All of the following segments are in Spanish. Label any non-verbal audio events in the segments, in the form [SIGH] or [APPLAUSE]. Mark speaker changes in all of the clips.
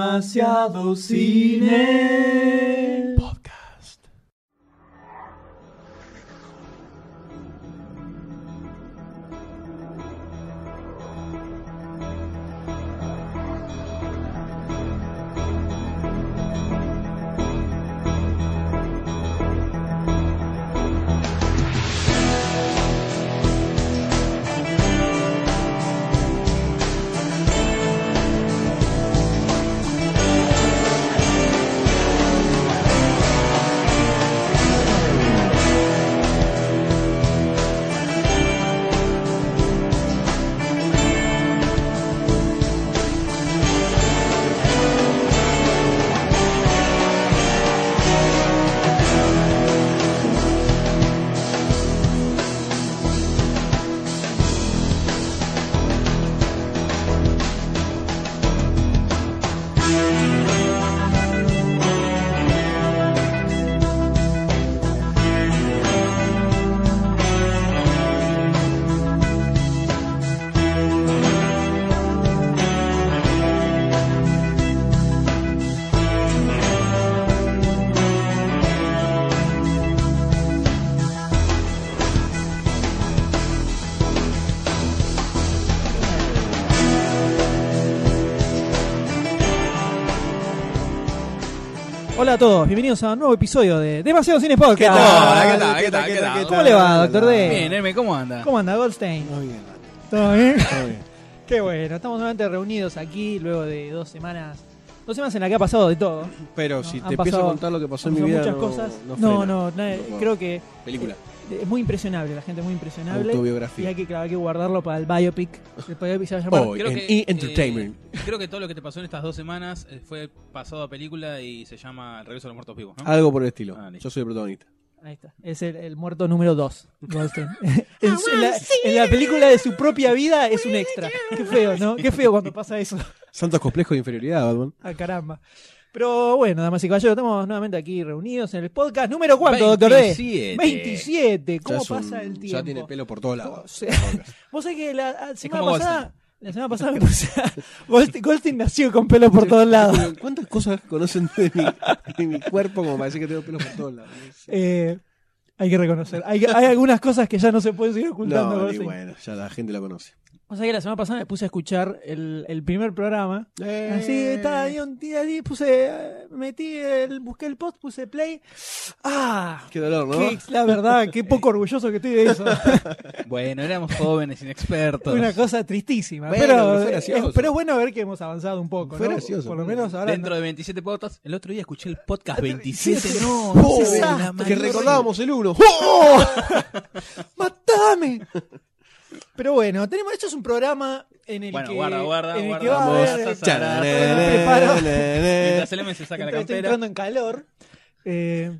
Speaker 1: Demasiado cine. Podcast.
Speaker 2: Hola a todos, bienvenidos a un nuevo episodio de Demasiado Cine Podcast.
Speaker 3: ¿Qué
Speaker 4: Ah,
Speaker 3: tal? ¿Qué tal? ¿Qué tal? ¿Qué tal?
Speaker 2: ¿Cómo le va, doctor D?
Speaker 3: Bien, Hermes, ¿cómo anda?
Speaker 2: ¿Cómo anda, Goldstein?
Speaker 5: ¿eh? Muy bien,
Speaker 2: ¿Todo bien? [LAUGHS]
Speaker 5: muy bien.
Speaker 2: Qué bueno, estamos nuevamente reunidos aquí luego de dos semanas. Dos semanas en las que ha pasado de todo.
Speaker 5: Pero
Speaker 2: No,
Speaker 5: si
Speaker 2: han
Speaker 5: te empiezo
Speaker 2: pasado-
Speaker 5: a contar lo que pasó
Speaker 2: Son
Speaker 5: en mi vida,
Speaker 2: muchas
Speaker 5: no-
Speaker 2: cosas. No,
Speaker 5: no, frena.
Speaker 2: no, na-
Speaker 5: No,
Speaker 2: creo que
Speaker 3: Película.
Speaker 2: es muy impresionable, la gente es muy impresionable. Y
Speaker 5: Autobiografía.
Speaker 2: hay que, claro, hay que guardarlo para el biopic. El biopic se va a llamar
Speaker 5: Hoy en E! Entertainment.
Speaker 4: eh, creo que todo lo que te pasó en estas dos semanas eh, fue pasado a película y se llama El regreso de los muertos vivos, ¿no?
Speaker 5: Algo por el estilo.
Speaker 4: Ah, listo.
Speaker 5: Yo soy el protagonista.
Speaker 2: Ahí está. Es el, el muerto número 2. [LAUGHS] en, su- en la, en la película de su propia vida es un extra. Qué feo, ¿no? Qué feo cuando pasa eso. [LAUGHS]
Speaker 5: Santos complejos de inferioridad, Batman.
Speaker 2: Ah, caramba. Pero bueno, damas y caballeros, estamos nuevamente aquí reunidos en el podcast número cuánto, doctor D.
Speaker 4: 27.
Speaker 2: 27.
Speaker 5: Ya
Speaker 2: ¿Cómo
Speaker 5: es un-
Speaker 2: pasa el tiempo?
Speaker 5: Ya tiene pelo por todos
Speaker 2: O
Speaker 5: lados.
Speaker 2: sea, Vos sabés que la la semana
Speaker 4: como
Speaker 2: pasada. La semana pasada me puse. a- Goldstein, Goldstein nació con pelo [LAUGHS] por todos lados.
Speaker 5: [LAUGHS] ¿Cuántas cosas conocen de mi, de mi cuerpo como para decir que tengo pelo por todos lados?
Speaker 2: Eh, hay que reconocer. Hay, hay algunas cosas que ya no se pueden seguir ocultando.
Speaker 5: No, y
Speaker 2: Goldstein.
Speaker 5: bueno, ya la gente lo conoce.
Speaker 2: O sea que la semana pasada me puse a escuchar el, el primer programa. Eh, Así
Speaker 5: Eh.
Speaker 2: estaba ahí un día ahí, puse, eh, metí el, busqué el post, puse play. Ah,
Speaker 5: Qué dolor, ¿no?
Speaker 2: qué- la verdad, qué poco orgulloso que estoy de eso. [LAUGHS]
Speaker 4: Bueno, éramos jóvenes, inexpertos.
Speaker 2: Una cosa tristísima.
Speaker 5: Bueno,
Speaker 2: pero,
Speaker 5: fue gracioso.
Speaker 2: es- pero es bueno ver que hemos avanzado un poco.
Speaker 5: Fue
Speaker 2: ¿no?
Speaker 5: gracioso.
Speaker 2: Por lo menos ahora.
Speaker 4: Dentro de 27 podcasts, el otro día escuché el podcast 27,
Speaker 2: Sí,
Speaker 4: no,
Speaker 2: sí, sí.
Speaker 4: la
Speaker 2: Que
Speaker 4: madre.
Speaker 5: que [LAUGHS] recordábamos el uno.
Speaker 2: ¡Oh! [LAUGHS] ¡Matame! Pero bueno, tenemos, esto es un programa en el
Speaker 4: Bueno,
Speaker 2: que.
Speaker 4: guarda, guarda,
Speaker 2: en el que va
Speaker 4: guarda.
Speaker 2: a
Speaker 4: Vamos.
Speaker 2: haber-
Speaker 4: Mientras el M se saca la
Speaker 2: Entonces, Eh, estoy
Speaker 4: campera.
Speaker 2: entrando en calor. eh,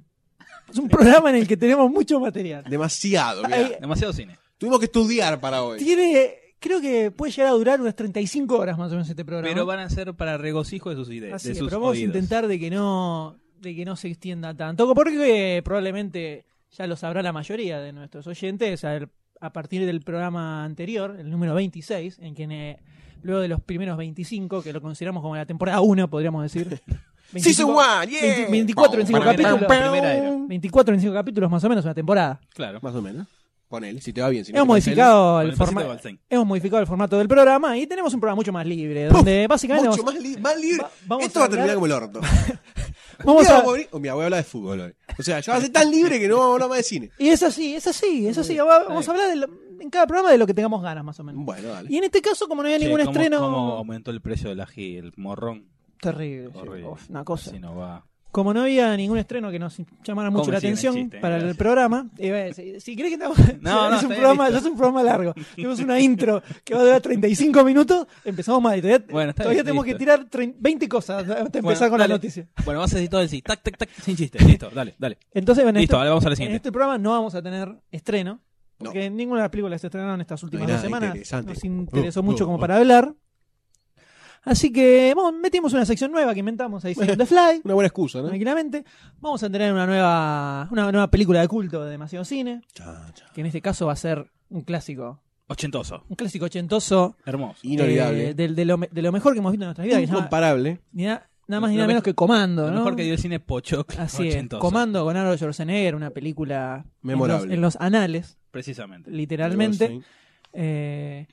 Speaker 2: es
Speaker 4: [LAUGHS]
Speaker 2: un programa en el que tenemos mucho material.
Speaker 5: Demasiado. mirá.
Speaker 2: Ay,
Speaker 4: Demasiado cine.
Speaker 5: Tuvimos que estudiar para hoy.
Speaker 2: Tiene, creo que puede llegar a durar unas 35 horas más o menos este programa.
Speaker 4: Pero van a ser para regocijo de sus ideas.
Speaker 2: Así
Speaker 4: de
Speaker 2: que,
Speaker 4: sus
Speaker 2: Ah, pero vamos
Speaker 4: oídos.
Speaker 2: a intentar de que no de que no se extienda tanto, porque probablemente ya lo sabrá la mayoría de nuestros oyentes al- a partir del programa anterior, el número 26, en que eh, luego de los primeros 25, que lo consideramos como la temporada 1, podríamos
Speaker 4: [LAUGHS]
Speaker 2: decir. 25
Speaker 5: Season one, yeah.
Speaker 2: 20 24 en 5
Speaker 4: Para mí era
Speaker 2: capítulos.
Speaker 4: la primera era.
Speaker 2: 24 en 5 capítulos más o menos una temporada.
Speaker 4: Claro.
Speaker 5: Más o menos. Ponele, si te va bien. Si no
Speaker 2: Hemos
Speaker 5: te cancelo.
Speaker 2: modificado
Speaker 4: Con
Speaker 2: el
Speaker 4: el pasito de
Speaker 2: formato.
Speaker 4: Goldstein.
Speaker 2: Hemos modificado el formato del programa y tenemos un programa mucho más libre, donde básicamente
Speaker 5: Mucho
Speaker 2: vamos,
Speaker 5: más, li- más libre.
Speaker 2: Va- vamos
Speaker 5: Esto
Speaker 2: a
Speaker 5: va a
Speaker 2: hablar-
Speaker 5: terminar como el orto.
Speaker 2: [LAUGHS] vamos
Speaker 5: Mira,
Speaker 2: a,
Speaker 5: vamos a abrir- oh, mira, voy a hablar de fútbol hoy. O sea, yo voy a ser tan libre que no vamos a hablar más de cine.
Speaker 2: y es así, es así, es así. Va- Vamos a hablar de lo- en cada programa de lo que tengamos ganas más o menos.
Speaker 5: Bueno, dale.
Speaker 2: Y en este caso, como no había
Speaker 4: Che,
Speaker 2: ningún
Speaker 4: ¿cómo-
Speaker 2: estreno,
Speaker 4: ¿Cómo aumentó el precio del ají, el morrón?
Speaker 2: terrible, sí,
Speaker 4: Horrible.
Speaker 2: uf, una cosa.
Speaker 4: Si no va.
Speaker 2: Como no había ningún estreno que nos llamara mucho
Speaker 4: ¿Cómo
Speaker 2: la
Speaker 4: siguen el
Speaker 2: atención
Speaker 4: chiste, eh?
Speaker 2: para el
Speaker 4: Gracias.
Speaker 2: programa, eh, bueno, si, si crees que estamos,
Speaker 4: no,
Speaker 2: [LAUGHS] es,
Speaker 4: está
Speaker 2: un
Speaker 4: bien,
Speaker 2: programa, ya
Speaker 4: listo.
Speaker 2: es un programa largo, tenemos una intro que va a durar 35 minutos, empezamos mal, y todavía,
Speaker 4: Bueno, está
Speaker 2: todavía
Speaker 4: bien,
Speaker 2: tenemos
Speaker 4: listo.
Speaker 2: que tirar trein- 20 cosas hasta empezar
Speaker 4: Bueno,
Speaker 2: con
Speaker 4: dale.
Speaker 2: la noticia.
Speaker 4: Bueno, vas a decir todo el sí. Tac, tac, tac,
Speaker 2: [LAUGHS]
Speaker 4: sin chiste. Listo, dale, dale.
Speaker 2: Entonces, en,
Speaker 4: Listo,
Speaker 2: este,
Speaker 4: ahora vamos a la
Speaker 2: en
Speaker 4: siguiente.
Speaker 2: este programa no vamos a tener estreno,
Speaker 5: No.
Speaker 2: porque ninguna de las películas se estrenaron estas últimas
Speaker 5: nada
Speaker 2: dos semanas.
Speaker 5: interesante.
Speaker 2: Nos interesó
Speaker 5: Uh,
Speaker 2: mucho
Speaker 5: uh,
Speaker 2: como
Speaker 5: uh.
Speaker 2: para hablar. Así que bueno, metimos una sección nueva que inventamos
Speaker 5: [LAUGHS]
Speaker 2: ahí, Second The Fly,
Speaker 5: Una buena excusa, ¿no?
Speaker 2: tranquilamente. Vamos a tener una nueva, una nueva película de culto de demasiado cine,
Speaker 5: Cha, cha.
Speaker 2: que en este caso va a ser un clásico
Speaker 4: Ochentoso.
Speaker 2: Un clásico ochentoso.
Speaker 4: Hermoso.
Speaker 5: Inolvidable.
Speaker 2: eh, del- de, lo, me- de lo mejor que hemos visto en nuestra vida. que se llama-
Speaker 5: Incomparable.
Speaker 2: ni na- nada más ni
Speaker 4: Lo
Speaker 2: nada menos
Speaker 4: mejor-
Speaker 2: que Comando,
Speaker 4: Lo
Speaker 2: ¿no?
Speaker 4: mejor que dio el cine Pochoc.
Speaker 2: Así es.
Speaker 4: ochentoso.
Speaker 2: Comando con Arnold Schwarzenegger, una película en
Speaker 5: Memorable.
Speaker 2: los- En, los, anales,
Speaker 4: Precisamente.
Speaker 2: literalmente. Eh,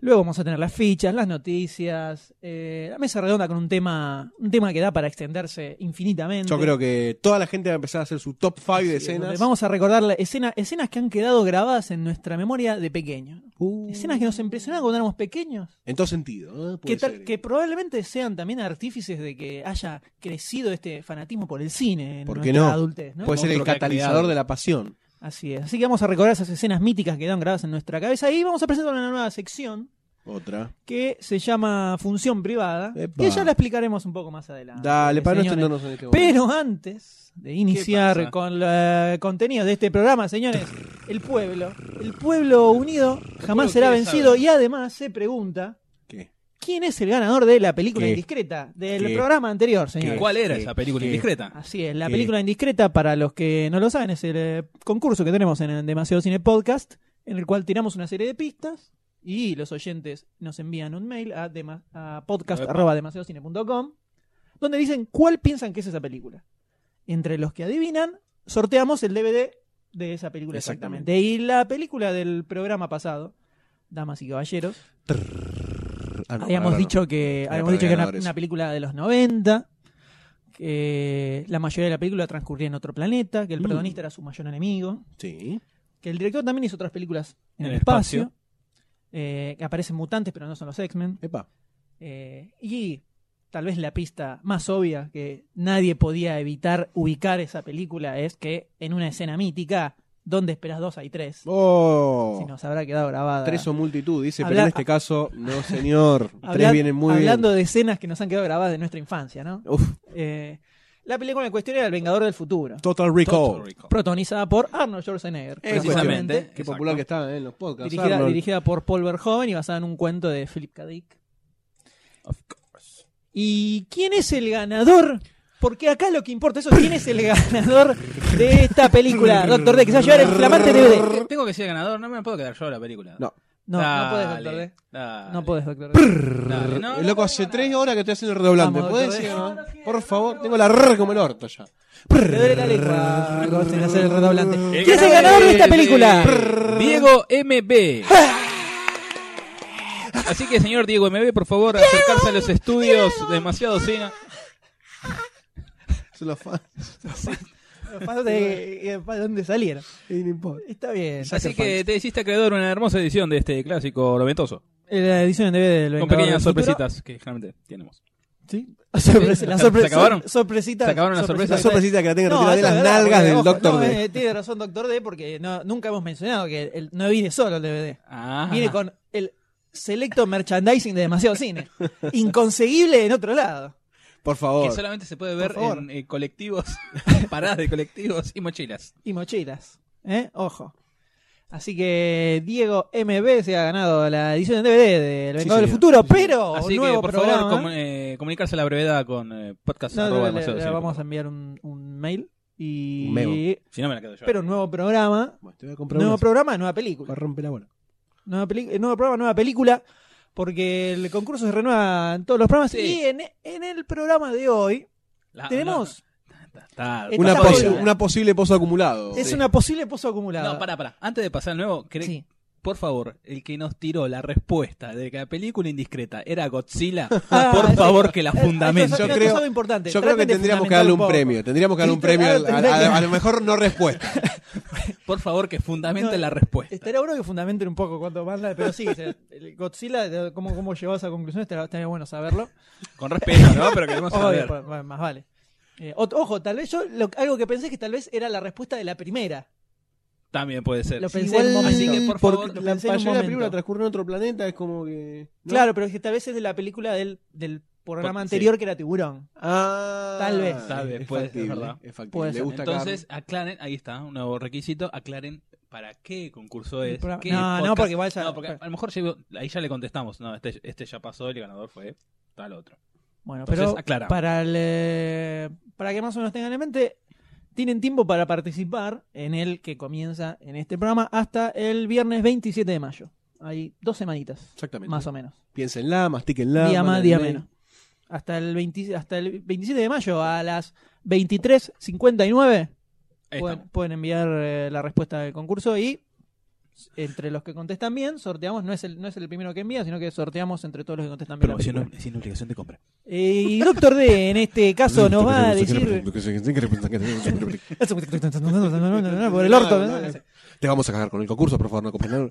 Speaker 2: luego vamos a tener las fichas, las noticias, eh, la mesa redonda con un tema, un tema que da para extenderse infinitamente.
Speaker 5: Yo creo que toda la gente va a empezar a hacer su top 5 de
Speaker 2: Sí, donde
Speaker 5: escenas.
Speaker 2: Vamos a recordar la- escena- escenas que han quedado grabadas en nuestra memoria de pequeño.
Speaker 5: Uh,
Speaker 2: Escenas que nos impresionaban cuando éramos pequeños.
Speaker 5: En todo sentido. ¿eh? Puede
Speaker 2: Que, tal-
Speaker 5: ser.
Speaker 2: que probablemente sean también artífices de que haya crecido este fanatismo por el cine en
Speaker 5: ¿Por qué
Speaker 2: nuestra
Speaker 5: no? Pues-
Speaker 2: adultez, ¿no?
Speaker 5: Puede ser el
Speaker 4: Monstruo que ha
Speaker 5: catalizador
Speaker 4: creado.
Speaker 5: de la pasión.
Speaker 2: Así es. Así que vamos a recordar esas escenas míticas que quedaron grabadas en nuestra cabeza. Y vamos a presentar una nueva sección
Speaker 5: Otra.
Speaker 2: que se llama Función Privada.
Speaker 5: Epa.
Speaker 2: Que ya la explicaremos un poco más adelante.
Speaker 5: Dale, para no
Speaker 2: Ah, señores.
Speaker 5: extendernos en este momento.
Speaker 2: Pero antes de iniciar
Speaker 4: pasa?
Speaker 2: con el contenido de este programa, señores, el pueblo, el pueblo unido jamás
Speaker 4: pueblo
Speaker 2: será
Speaker 4: quiere
Speaker 2: vencido
Speaker 4: saber.
Speaker 2: y además se pregunta
Speaker 5: ¿Qué?
Speaker 2: quién es el ganador de la película
Speaker 5: ¿Qué?
Speaker 2: indiscreta del
Speaker 5: ¿Qué?
Speaker 2: programa anterior, señores.
Speaker 4: ¿Cuál era
Speaker 5: Sí,
Speaker 4: esa película
Speaker 5: sí.
Speaker 4: indiscreta?
Speaker 2: Así es, la
Speaker 5: ¿Qué?
Speaker 2: película indiscreta, para los que no lo saben, es el eh, concurso que tenemos en, el Demasiado Cine Podcast, en el cual tiramos una serie de pistas y los oyentes nos envían un mail a, dema- a podcast.demasiadocine.com donde dicen cuál piensan que es esa película. Entre los que adivinan, sorteamos el DVD de esa película exactamente.
Speaker 5: Exactamente.
Speaker 2: Y la película del programa pasado, Damas y Caballeros,
Speaker 5: Ah, no,
Speaker 2: habíamos
Speaker 5: ahora no.
Speaker 2: dicho que,
Speaker 5: Era
Speaker 2: habíamos
Speaker 5: para
Speaker 2: dicho que era una,
Speaker 5: ganadores.
Speaker 2: una película de los 90, que la mayoría de la película transcurría en otro planeta, que el
Speaker 5: Mm.
Speaker 2: protagonista era su mayor enemigo,
Speaker 5: Sí.
Speaker 2: que el director también hizo otras películas en,
Speaker 4: En
Speaker 2: el
Speaker 4: el
Speaker 2: espacio, eh, que aparecen mutantes pero no son los X-Men,
Speaker 5: Epa.
Speaker 2: eh, y tal vez la pista más obvia que nadie podía evitar ubicar esa película es que en una escena mítica, donde esperas dos hay tres,
Speaker 5: Oh.
Speaker 2: si nos habrá quedado grabada.
Speaker 5: Tres o multitud, dice,
Speaker 2: Habla-
Speaker 5: pero en este caso, no
Speaker 2: [LAUGHS]
Speaker 5: señor.
Speaker 2: Habla-
Speaker 5: Tres vienen muy
Speaker 2: hablando de escenas que nos han quedado grabadas de nuestra infancia, ¿no?
Speaker 5: bien. Uf,
Speaker 2: Eh, la película en cuestión era El Vengador del Futuro,
Speaker 5: Total Recall.
Speaker 4: Total Recall.
Speaker 2: protagonizada por Arnold Schwarzenegger.
Speaker 5: Eh,
Speaker 4: Precisamente.
Speaker 2: precisamente,
Speaker 5: Qué
Speaker 4: Exacto.
Speaker 5: popular que está eh, en los podcasts.
Speaker 2: dirigida,
Speaker 5: Arnold.
Speaker 2: dirigida por Paul Verhoeven y basada en un cuento de Philip K. Dick.
Speaker 4: Of
Speaker 2: ¿Y quién es el ganador? Porque acá lo que importa es eso, quién es el ganador de esta película, Doctor D, que se va a llevar el flamante DVD.
Speaker 4: Tengo que ser ganador, no me puedo quedar yo la película.
Speaker 5: No.
Speaker 2: No, no podés,
Speaker 4: Dale,
Speaker 2: Doctor D.
Speaker 4: dale,
Speaker 2: No podés, Doctor D.
Speaker 4: dale. No, no
Speaker 5: el loco
Speaker 4: puedo
Speaker 5: hace
Speaker 4: ganar.
Speaker 5: tres horas que estoy haciendo el redoblante.
Speaker 2: Vamos,
Speaker 5: ¿Puedes
Speaker 2: doctor,
Speaker 5: decir,
Speaker 2: eh.
Speaker 5: no? Por favor, tengo la rrr como el orto ya.
Speaker 2: Te duele la lengua, Argos, en hacer el redoblante.
Speaker 4: El
Speaker 2: ¿Quién es el ganador de esta película?
Speaker 4: Diego MB. Así que, señor Diego MB, por favor, acercarse a los estudios demasiado cena.
Speaker 5: Son los [LAUGHS] fans.
Speaker 2: ¿De dónde salieron?
Speaker 5: Y no importa.
Speaker 2: Está bien.
Speaker 4: Así que te hiciste creador una hermosa edición de este clásico noventoso.
Speaker 2: La edición en DVD del Vengador
Speaker 4: Con
Speaker 2: del
Speaker 4: pequeñas
Speaker 2: Futuro.
Speaker 4: sorpresitas que generalmente tenemos.
Speaker 5: [LAUGHS]
Speaker 2: Sí. Sorpresa, la
Speaker 4: ¿Se-
Speaker 2: sorpresa.
Speaker 4: se acabaron?
Speaker 2: Sorpresitas.
Speaker 4: ¿Se acabaron las
Speaker 5: La
Speaker 4: sorpresas?
Speaker 5: sorpresita que la tenga
Speaker 2: No,
Speaker 5: retirada de
Speaker 2: eso
Speaker 5: las
Speaker 2: es verdad,
Speaker 5: nalgas
Speaker 2: porque,
Speaker 5: del
Speaker 2: ojo,
Speaker 5: Doctor
Speaker 2: no,
Speaker 5: D.
Speaker 2: eh, tiene razón Doctor D porque no, nunca hemos mencionado que el- no viene solo el DVD.
Speaker 4: Ah,
Speaker 2: Viene con el selecto merchandising de demasiado
Speaker 5: [LAUGHS]
Speaker 2: cine. Inconseguible en otro lado.
Speaker 5: Por
Speaker 4: que
Speaker 5: favor.
Speaker 4: solamente se puede ver
Speaker 2: Por favor.
Speaker 4: en eh, colectivos, [LAUGHS] paradas de colectivos y mochilas.
Speaker 2: Y mochilas. ¿eh? Ojo. Así que Diego MB se ha ganado la edición en DVD del
Speaker 5: Sí,
Speaker 2: Vengador del
Speaker 5: señor.
Speaker 2: Futuro, pero
Speaker 4: Así que,
Speaker 2: Oh, nuevo
Speaker 4: por
Speaker 2: programa.
Speaker 4: favor, comu- eh, comunicarse a la brevedad con eh, podcast.
Speaker 2: No,
Speaker 4: arroba
Speaker 2: le- le-
Speaker 4: demasiado
Speaker 2: le
Speaker 4: cine.
Speaker 2: vamos a enviar un, un mail y
Speaker 5: Un memo.
Speaker 4: Si no me la quedo yo.
Speaker 2: pero nuevo programa,
Speaker 5: Bueno, te voy a comprar
Speaker 2: nuevo
Speaker 5: unas.
Speaker 2: programa, nueva
Speaker 5: Va a
Speaker 2: película,
Speaker 5: romper la bola.
Speaker 2: nueva peli- eh, nuevo programa, nueva película, porque el concurso se renueva en todos los programas
Speaker 4: Sí. Ah,
Speaker 2: y en, en el programa de hoy
Speaker 4: La-
Speaker 2: tenemos
Speaker 4: la- ta-
Speaker 2: Esta
Speaker 5: Una,
Speaker 2: está
Speaker 5: posi-
Speaker 2: buena.
Speaker 5: una posible pozo acumulado.
Speaker 2: es
Speaker 5: Sí.
Speaker 2: una posible pozo acumulado.
Speaker 4: No, pará, pará. Antes de pasar al nuevo, cre-
Speaker 2: Sí.
Speaker 4: por favor, el que nos tiró la respuesta de que la película indiscreta era Godzilla,
Speaker 2: [LAUGHS] Ah,
Speaker 4: por
Speaker 2: sí.
Speaker 4: favor que la
Speaker 2: Eh,
Speaker 4: fundamente.
Speaker 2: eso es-
Speaker 5: Yo
Speaker 2: eso
Speaker 5: creo-
Speaker 2: es algo importante.
Speaker 5: Yo creo que
Speaker 2: Traten de
Speaker 5: tendríamos que
Speaker 2: fundamentar
Speaker 5: darle un
Speaker 2: poco.
Speaker 5: premio. Tendríamos que darle un premio al- al- a, a lo mejor no respuesta.
Speaker 4: Por favor que fundamente
Speaker 2: No,
Speaker 4: la respuesta.
Speaker 2: Estaría bueno que fundamenten un poco cuanto más la- pero sí, se- el Godzilla, cómo, cómo llegó a esa conclusión, estaría, estaría bueno saberlo.
Speaker 4: Con respeto, ¿no? Pero queremos
Speaker 2: [LAUGHS] Obvio,
Speaker 4: saber.
Speaker 2: pues, bueno, más vale. Eh, ot- ojo, tal vez yo lo- algo que pensé es que tal vez era la respuesta de la primera.
Speaker 4: También puede ser.
Speaker 2: Lo pensé en un momento.
Speaker 4: Así que, por
Speaker 2: Porque-
Speaker 4: favor,
Speaker 2: lo
Speaker 5: la
Speaker 2: pensé en un
Speaker 5: mayoría de la
Speaker 2: momento.
Speaker 5: película transcurre en otro planeta, es como que. ¿no?
Speaker 2: Claro, pero es que tal vez es de la película del, del programa
Speaker 4: Por-
Speaker 2: anterior que era Tiburón.
Speaker 5: Ah,
Speaker 2: Tal vez.
Speaker 4: Tal vez,
Speaker 5: es
Speaker 4: puede ser,
Speaker 5: factible,
Speaker 4: es verdad.
Speaker 2: Puede
Speaker 5: Es factible.
Speaker 2: ser.
Speaker 5: Le gusta
Speaker 4: Entonces, aclaren, ahí está, un nuevo requisito, aclaren para qué concurso
Speaker 2: El
Speaker 4: es.
Speaker 2: programa-
Speaker 4: qué
Speaker 2: No, no, porque igual ya-
Speaker 4: No, porque a lo mejor llegó- ahí ya le contestamos, no, este, este ya pasó, el ganador fue tal otro.
Speaker 2: Bueno,
Speaker 4: Entonces,
Speaker 2: pero
Speaker 4: aclaramos.
Speaker 2: para el, eh, para que más o menos tengan en mente, tienen tiempo para participar en el que comienza en este programa hasta el viernes 27 de mayo. Hay dos semanitas,
Speaker 5: Exactamente.
Speaker 2: más o menos.
Speaker 5: Piénsenla, mastíquenla.
Speaker 2: día más,
Speaker 5: mándenle.
Speaker 2: día menos. Hasta el, 20 hasta el 27 de mayo a las 23.59
Speaker 4: Ahí
Speaker 2: pueden,
Speaker 4: estamos.
Speaker 2: pueden enviar eh, la respuesta del concurso y entre los que contestan bien, sorteamos, no es el, no es el primero que envía, sino que sorteamos entre todos los que contestan bien. la
Speaker 4: Promoción
Speaker 2: película.
Speaker 4: ob- sin obligación de compra.
Speaker 2: Y Doctor D en este caso
Speaker 5: [LAUGHS]
Speaker 2: nos va a decir... [LAUGHS] Por el orto.
Speaker 5: No, no, no. Te vamos a cagar con el concurso, por favor, no compres nada.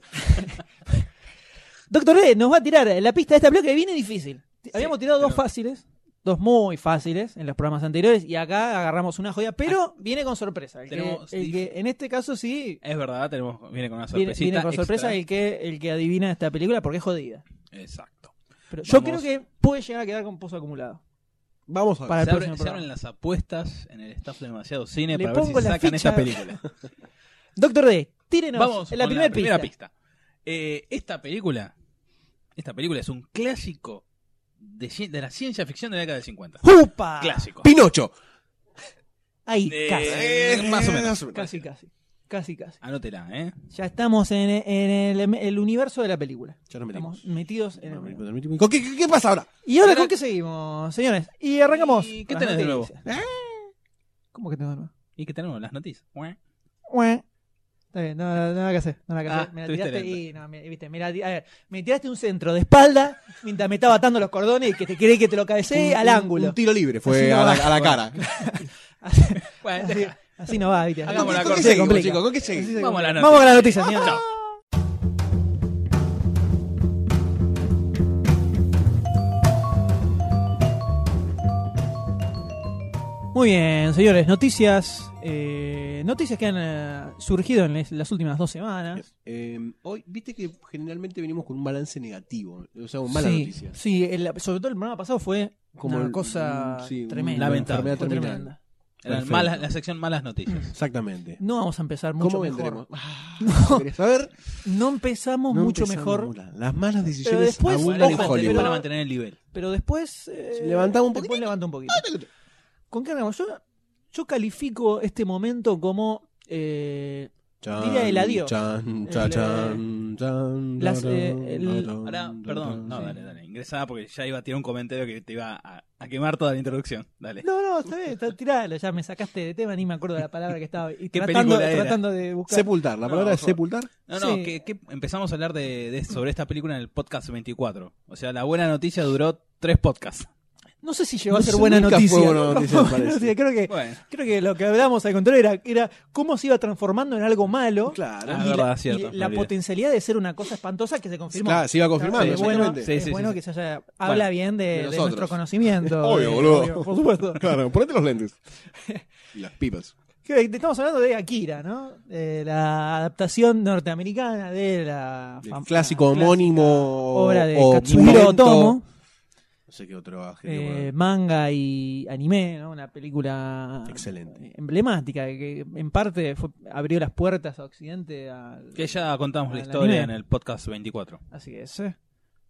Speaker 2: Doctor D nos va a tirar la pista de esta bloque que viene difícil. Habíamos tirado dos
Speaker 4: pero-
Speaker 2: fáciles, dos muy fáciles en los programas anteriores y acá agarramos una joya, pero viene con sorpresa. El que,
Speaker 4: Ah. Tenemos
Speaker 2: el que en este caso sí
Speaker 4: Es verdad, tenemos, viene con una
Speaker 2: viene,
Speaker 4: sorpresita.
Speaker 2: viene con
Speaker 4: extra.
Speaker 2: sorpresa el que, el que adivina esta película porque es jodida.
Speaker 4: Exacto.
Speaker 2: Pero yo creo
Speaker 4: Vamos.
Speaker 2: que puede llegar a quedar con pozo acumulado.
Speaker 5: Vamos a ver.
Speaker 2: Para el
Speaker 4: se, abre-
Speaker 2: próximo
Speaker 4: se
Speaker 2: programa.
Speaker 4: abren las apuestas en el staff de demasiado cine
Speaker 2: Le
Speaker 4: para ver si
Speaker 2: pongo la
Speaker 4: sacan
Speaker 2: ficha.
Speaker 4: esta película.
Speaker 2: Doctor D, tírenos
Speaker 4: Vamos
Speaker 2: en la,
Speaker 4: con
Speaker 2: primer
Speaker 4: primera
Speaker 2: pista.
Speaker 4: pista. Eh, esta película, esta película es un clásico de, ci- de la ciencia ficción de la década del 50.
Speaker 2: ¡Jupa!
Speaker 4: Clásico.
Speaker 5: Pinocho.
Speaker 2: Ahí,
Speaker 4: Eh,
Speaker 2: casi.
Speaker 4: más o menos.
Speaker 2: Casi, casi. Casi, casi.
Speaker 4: Anótela, ¿eh?
Speaker 2: Ya estamos en, en el, el universo de la película.
Speaker 5: Ya nos metimos.
Speaker 2: Estamos Eh, metidos en el
Speaker 5: No,
Speaker 2: universo.
Speaker 5: me- me- me- ¿Qué, qué- qué pasa ahora?
Speaker 2: ¿Y ahora
Speaker 4: Pero-
Speaker 2: con qué seguimos, señores? Y arrancamos.
Speaker 4: ¿Y qué
Speaker 2: con las
Speaker 4: tenés de
Speaker 2: noticias. Ah. ¿Cómo que tengo de nuevo?
Speaker 4: Y que tenemos las noticias. Ué.
Speaker 2: Ué. Está bien, no, no, nada que hacer, nada que
Speaker 4: Ah,
Speaker 2: hacer. Me la
Speaker 4: estuviste
Speaker 2: tiraste y, no, me, viste, me la ti- a ver, me tiraste un centro de espalda mientras me estaba atando los cordones y que te querés que te lo cabecee
Speaker 5: Un-
Speaker 2: al
Speaker 5: un-
Speaker 2: ángulo.
Speaker 5: Un tiro libre
Speaker 2: Así
Speaker 5: fue
Speaker 2: no
Speaker 5: a la,
Speaker 2: va.
Speaker 5: a la cara.
Speaker 2: Así,
Speaker 4: Bueno,
Speaker 2: así- [LAUGHS]
Speaker 4: deja.
Speaker 2: así no va, viste.
Speaker 4: Hagamos la
Speaker 2: Así- así
Speaker 4: corta.
Speaker 5: ¿Con qué
Speaker 2: se
Speaker 5: seguimos,
Speaker 2: complica.
Speaker 5: chicos? ¿Con qué
Speaker 2: Así
Speaker 5: seguimos?
Speaker 2: se
Speaker 4: Vamos a la
Speaker 2: complica. Vamos con la noticia, señores.
Speaker 4: Chao.
Speaker 2: Muy bien, señores, noticias. eh, noticias que han eh, surgido en les- las últimas dos semanas.
Speaker 5: Eh, hoy, viste que generalmente venimos con un balance negativo, o sea, un mala
Speaker 2: sí,
Speaker 5: noticia.
Speaker 2: Sí, el- sobre todo el programa pasado fue
Speaker 5: Como
Speaker 2: una
Speaker 5: el-
Speaker 2: cosa
Speaker 5: mm, sí, un-
Speaker 2: tremenda.
Speaker 5: una
Speaker 4: Lamentable.
Speaker 5: enfermedad
Speaker 2: Fue
Speaker 5: terminal.
Speaker 2: tremenda.
Speaker 4: Eran
Speaker 5: Perfecto.
Speaker 4: malas- la sección malas noticias.
Speaker 5: Exactamente.
Speaker 2: No vamos a empezar mucho
Speaker 5: ¿Cómo
Speaker 2: mejor. [LAUGHS]
Speaker 5: vendremos? Ah,
Speaker 2: No,
Speaker 5: ¿Querés saber?
Speaker 2: no empezamos
Speaker 5: No
Speaker 2: mucho
Speaker 5: empezamos
Speaker 2: mejor,
Speaker 5: nula. Las malas
Speaker 2: Pero
Speaker 5: decisiones
Speaker 2: después-
Speaker 5: abundan
Speaker 2: Ojo,
Speaker 4: Para
Speaker 5: en
Speaker 4: mantener-
Speaker 5: Hollywood.
Speaker 4: para mantener el nivel.
Speaker 2: pero después eh,
Speaker 5: Levantamos un
Speaker 2: después
Speaker 5: poquitito. Ah,
Speaker 2: levanta un poquito. ¿Con qué arrancamos? Yo, yo califico este momento como eh,
Speaker 5: Chan,
Speaker 2: Diría el adiós.
Speaker 5: chan,
Speaker 2: El,
Speaker 5: cha,
Speaker 2: eh,
Speaker 5: chan, chan,
Speaker 2: las,
Speaker 5: tarán,
Speaker 2: eh, el-
Speaker 5: tarán,
Speaker 4: Ahora, perdón. No,
Speaker 5: tarán.
Speaker 4: dale, dale. Ingresá porque ya iba a tirar un comentario que te iba a, a quemar toda la introducción. Dale.
Speaker 2: No, no, está bien, está tiralo, ya me sacaste de tema, ni me acuerdo la palabra que estaba. Y
Speaker 5: [LAUGHS]
Speaker 4: ¿Qué
Speaker 2: tratando,
Speaker 4: película era?
Speaker 2: tratando de buscar.
Speaker 5: Sepultar, la
Speaker 4: No,
Speaker 5: palabra es
Speaker 4: ojo.
Speaker 5: sepultar.
Speaker 4: No, no,
Speaker 2: Sí.
Speaker 4: que, que empezamos a hablar de, de- sobre esta película en el podcast 24. O sea, la buena noticia duró tres podcasts.
Speaker 2: No sé si llegó a
Speaker 5: No
Speaker 2: ser
Speaker 5: sé,
Speaker 2: buena
Speaker 5: nunca fue
Speaker 2: noticia.
Speaker 5: buena
Speaker 2: Nunca
Speaker 5: noticia,
Speaker 2: fue
Speaker 5: me
Speaker 2: [LAUGHS] buena
Speaker 5: parece.
Speaker 2: noticia. Creo que,
Speaker 4: Bueno,
Speaker 2: creo que lo que hablábamos al contrario era, era cómo se iba transformando en algo malo.
Speaker 5: Claro.
Speaker 4: Ah,
Speaker 2: y
Speaker 4: verdad,
Speaker 2: la,
Speaker 4: cierto,
Speaker 2: y la
Speaker 4: me olvidé.
Speaker 2: potencialidad de ser una cosa espantosa que se confirmó.
Speaker 5: Claro, se iba confirmando,
Speaker 2: Es bueno,
Speaker 5: exactamente.
Speaker 4: Sí,
Speaker 2: es
Speaker 4: sí,
Speaker 2: bueno
Speaker 4: sí,
Speaker 2: que se haya. Habla bien de,
Speaker 5: de
Speaker 2: de
Speaker 5: nosotros.
Speaker 2: nuestro conocimiento.
Speaker 5: [LAUGHS] Obvio,
Speaker 2: de-
Speaker 5: boludo.
Speaker 2: por supuesto.
Speaker 5: Claro, ponete
Speaker 2: [LAUGHS]
Speaker 5: los lentes. Y las pipas.
Speaker 2: Que Estamos hablando de Akira, ¿no? Eh, la adaptación norteamericana de la.
Speaker 5: El
Speaker 2: fam-
Speaker 5: clásico
Speaker 2: la clásica
Speaker 5: homónimo
Speaker 2: Obra de
Speaker 5: o
Speaker 2: Katsuhiro
Speaker 5: momento.
Speaker 2: Otomo.
Speaker 5: No sé qué otro adjetivo.
Speaker 2: eh,
Speaker 5: poner.
Speaker 2: manga y anime, ¿no? una película
Speaker 5: Excelente.
Speaker 2: emblemática que en parte fue- abrió las puertas a Occidente. al-
Speaker 4: que ya contamos la
Speaker 2: Al
Speaker 4: historia en
Speaker 2: anime.
Speaker 4: el podcast 24.
Speaker 2: Así es. eh.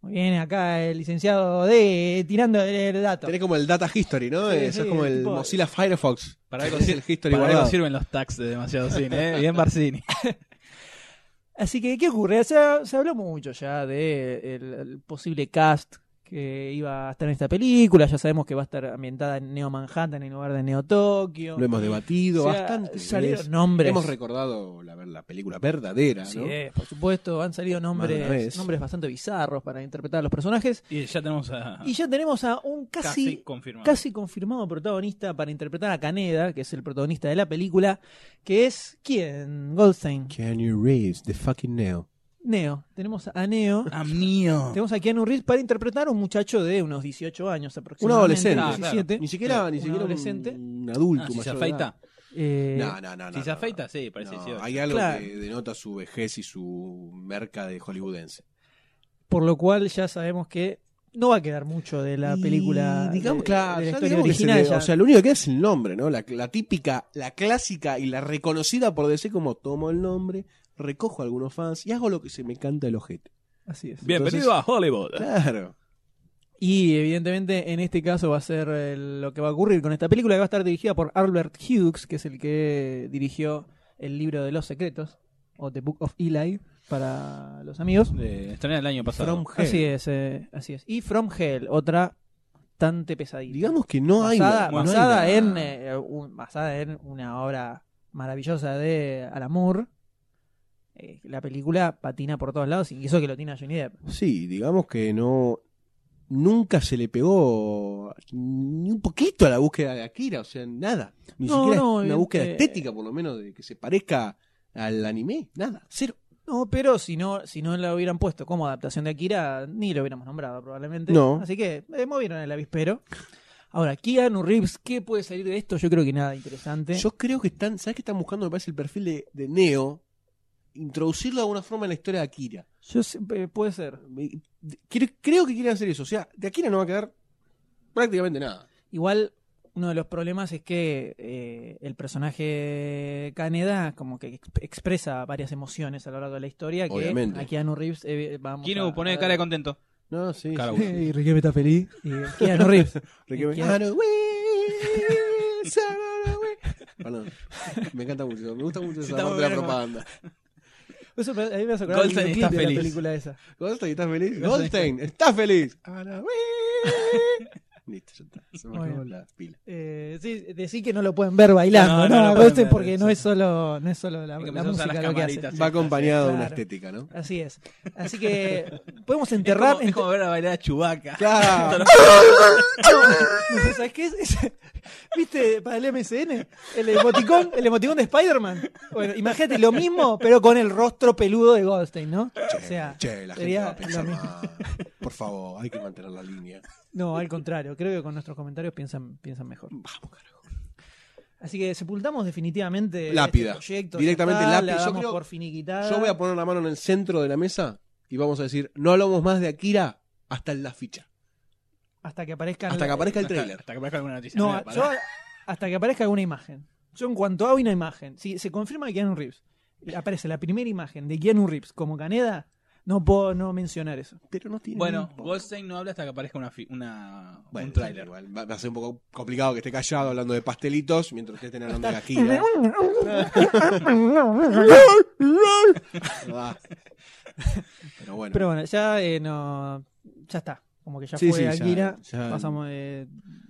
Speaker 2: Muy bien, acá el licenciado D tirando el, el dato.
Speaker 5: Tenés como el Data History, ¿no?
Speaker 2: Sí,
Speaker 5: Eso
Speaker 2: sí,
Speaker 5: es como el
Speaker 2: tipo-
Speaker 5: Mozilla Firefox.
Speaker 4: Para algo, [LAUGHS]
Speaker 5: Es
Speaker 4: sir-
Speaker 5: el History
Speaker 4: para algo
Speaker 5: guardado.
Speaker 4: sirven los tags de demasiado cine, ¿eh? Bien,
Speaker 5: [LAUGHS]
Speaker 4: Barcini.
Speaker 2: Así que, ¿qué ocurre? Se, ha- se habló mucho ya de el, el posible cast que iba a estar en esta película. Ya sabemos que va a estar ambientada en Neo Manhattan en lugar de Neo Tokio.
Speaker 5: Lo hemos debatido
Speaker 2: Se ha-
Speaker 5: bastante.
Speaker 2: Salieron
Speaker 5: Es-
Speaker 2: nombres. eh.
Speaker 5: Hemos recordado la, ver- la película verdadera,
Speaker 2: Así
Speaker 5: ¿no?
Speaker 2: es, por supuesto, han salido
Speaker 5: Más de una
Speaker 2: nombres,
Speaker 5: vez.
Speaker 2: nombres bastante bizarros para interpretar a los personajes.
Speaker 4: Y ya tenemos a.
Speaker 2: Y ya tenemos a un casi,
Speaker 4: confirmado.
Speaker 2: casi confirmado protagonista para interpretar a Caneda, que es el protagonista de la película, que es ¿quién? Goldstein.
Speaker 5: Can you raise the fucking nail?
Speaker 2: Neo. Tenemos a Neo.
Speaker 4: ¡Ah, mío!
Speaker 2: Tenemos a Keanu Reeves para interpretar a un muchacho de unos 18 años
Speaker 5: Un
Speaker 2: aproximadamente.
Speaker 5: adolescente.
Speaker 4: Ah, claro.
Speaker 2: 17.
Speaker 5: Ni siquiera, ni
Speaker 2: Un
Speaker 5: siquiera
Speaker 2: adolescente.
Speaker 5: un
Speaker 4: Ah,
Speaker 5: adulto.
Speaker 4: si se
Speaker 5: mayor de edad.
Speaker 4: afeita.
Speaker 2: Eh,
Speaker 5: No, no, no. no,
Speaker 4: Si se
Speaker 5: no,
Speaker 4: afeita,
Speaker 5: no.
Speaker 4: sí, parece
Speaker 5: No,
Speaker 4: que sí.
Speaker 5: hay algo
Speaker 2: Claro.
Speaker 5: que denota su vejez y su merca de hollywoodense.
Speaker 2: Por lo cual ya sabemos que no va a quedar mucho de la
Speaker 5: Y
Speaker 2: película.
Speaker 5: digamos,
Speaker 2: de-
Speaker 5: claro,
Speaker 2: de la
Speaker 5: ya
Speaker 2: historia
Speaker 5: digamos que se
Speaker 2: original.
Speaker 5: le-
Speaker 2: ya-
Speaker 5: o sea, lo único que queda es el nombre, ¿no? La, la típica, la clásica y la reconocida por decir como tomo el nombre, recojo a algunos fans y hago lo que se me canta el ojete.
Speaker 2: Así es.
Speaker 4: Bienvenido a Hollywood.
Speaker 5: Claro.
Speaker 2: Y evidentemente en este caso va a ser eh, lo que va a ocurrir con esta película, que va a estar dirigida por Albert Hughes, que es el que dirigió el libro de los secretos, o The Book of Eli, para los amigos.
Speaker 4: De estrenar el año pasado.
Speaker 5: From Hell.
Speaker 2: Así es, eh, así es. Y From Hell, otra bastante pesadilla.
Speaker 5: Digamos que no hay.
Speaker 2: basada,
Speaker 5: no hay
Speaker 2: basada
Speaker 5: nada.
Speaker 2: en, eh, un- basada en una obra maravillosa de Alan Moore. Eh, la película patina por todos lados y eso que lo tiene a Johnny Depp.
Speaker 5: Sí, digamos que no. Nunca se le pegó ni un poquito a la búsqueda de Akira, o sea, nada. Ni
Speaker 2: No,
Speaker 5: siquiera
Speaker 2: no,
Speaker 5: una
Speaker 2: eh,
Speaker 5: búsqueda
Speaker 2: eh,
Speaker 5: estética, por lo menos, de que se parezca al anime, nada, cero.
Speaker 2: No, pero si no, si no la hubieran puesto como adaptación de Akira, ni lo hubiéramos nombrado probablemente.
Speaker 5: No.
Speaker 2: Así que eh, movieron el avispero. Ahora, Keanu Reeves, ¿qué puede salir de esto? Yo creo que nada interesante.
Speaker 5: Yo creo que están, ¿sabes qué están buscando? Me parece el perfil de, de Neo, introducirlo de alguna forma en la historia de Akira.
Speaker 2: Yo sé- eh, puede ser.
Speaker 5: Me- de- quiero- creo que quieren hacer eso, o sea, de Akira no va a quedar prácticamente nada.
Speaker 2: Igual, uno de los problemas es que eh, el personaje Caneda como que exp- expresa varias emociones a lo largo de la historia que
Speaker 5: Obviamente.
Speaker 2: a Keanu Reeves eh, vamos
Speaker 4: Quiero
Speaker 2: a-
Speaker 4: poner
Speaker 2: a-
Speaker 4: cara de contento.
Speaker 5: No, sí.
Speaker 4: Cara,
Speaker 5: sí.
Speaker 2: [LAUGHS]
Speaker 4: bueno.
Speaker 2: Y Riquelme está feliz. Y Keanu
Speaker 4: [LAUGHS]
Speaker 2: Reeves.
Speaker 5: Requiem-
Speaker 2: Quiero-
Speaker 5: Ah, no, [LAUGHS] we- Saraway. Perdón. Me encanta mucho, me gusta mucho
Speaker 4: Sí,
Speaker 5: esa
Speaker 4: está
Speaker 5: parte
Speaker 4: muy
Speaker 5: de la
Speaker 4: bueno.
Speaker 5: propaganda.
Speaker 2: Eso me, a mí me hace acordar
Speaker 4: Goldstein
Speaker 2: el
Speaker 4: está
Speaker 2: videoclip de
Speaker 4: feliz.
Speaker 2: la película esa.
Speaker 5: Goldstein, ¿estás feliz?
Speaker 4: Goldstein.
Speaker 5: Goldstein, ¿estás feliz? Saraway. Listo, ya está. Se me
Speaker 2: Muy
Speaker 5: acabó
Speaker 2: bien.
Speaker 5: la pila.
Speaker 2: Eh, sí, decir que no lo pueden ver bailando,
Speaker 4: No, no,
Speaker 2: ¿no?
Speaker 4: no lo
Speaker 2: A
Speaker 4: pueden
Speaker 2: veces
Speaker 4: ver,
Speaker 2: porque
Speaker 4: sí.
Speaker 2: no es solo, no es solo la,
Speaker 4: Hay que
Speaker 2: la
Speaker 4: empezar a usar
Speaker 2: música
Speaker 4: las
Speaker 2: lo que hace.
Speaker 4: camaritas.
Speaker 5: Va acompañado de una
Speaker 2: Claro.
Speaker 5: estética, ¿no?
Speaker 2: Así es. Así
Speaker 4: [LAUGHS]
Speaker 2: que podemos
Speaker 4: Es
Speaker 2: enterrar.
Speaker 4: como, es como ver a bailar a Chubaca.
Speaker 5: [LAUGHS] Claro.
Speaker 2: No, ¿Sabes qué es? Es- [LAUGHS] ¿Viste? Para el MSN, el emoticón, el emoticón de Spider-Man. Bueno, imagínate lo mismo, pero con el rostro peludo de Goldstein, ¿no? O sea,
Speaker 5: Che, la gente
Speaker 2: sería
Speaker 5: va a pensar
Speaker 2: lo mismo.
Speaker 5: más. Por favor, hay que mantener la línea.
Speaker 2: no, al contrario, creo que con nuestros comentarios piensan, piensan mejor.
Speaker 5: Vamos, carajo.
Speaker 2: Así que sepultamos definitivamente
Speaker 5: Lápida.
Speaker 2: este proyecto.
Speaker 5: Directamente
Speaker 2: ya está,
Speaker 5: lápida.
Speaker 2: la
Speaker 5: Yo
Speaker 2: damos
Speaker 5: creo-
Speaker 2: por finiquitada.
Speaker 5: Yo voy a poner la mano en el centro de la mesa y vamos a decir, no hablamos más de Akira hasta en la ficha.
Speaker 2: Hasta que aparezca
Speaker 5: Hasta que aparezca el
Speaker 4: [LAUGHS]
Speaker 5: trailer.
Speaker 4: Hasta que aparezca alguna noticia.
Speaker 2: No,
Speaker 4: Mira,
Speaker 2: yo,
Speaker 4: pará.
Speaker 2: hasta que aparezca alguna imagen. Yo en cuanto hago una imagen, si se confirma que Keanu Reeves aparece la primera imagen de Keanu Reeves como Caneda, no puedo no mencionar
Speaker 5: [LAUGHS]
Speaker 2: eso.
Speaker 5: Pero no tiene
Speaker 4: Bueno,
Speaker 5: ni-
Speaker 4: Goldstein no habla hasta que aparezca una, fi- una,
Speaker 5: Bueno,
Speaker 4: un tráiler.
Speaker 5: igual, Va va a ser un poco complicado que esté callado hablando de pastelitos mientras ustedes estén hablando de Akira. No da. Pero bueno.
Speaker 2: Pero bueno, ya eh, no, ya está. Como que ya
Speaker 5: Sí,
Speaker 2: fue
Speaker 5: sí, ya-
Speaker 2: Akira.
Speaker 5: ya-
Speaker 2: Pasamos de-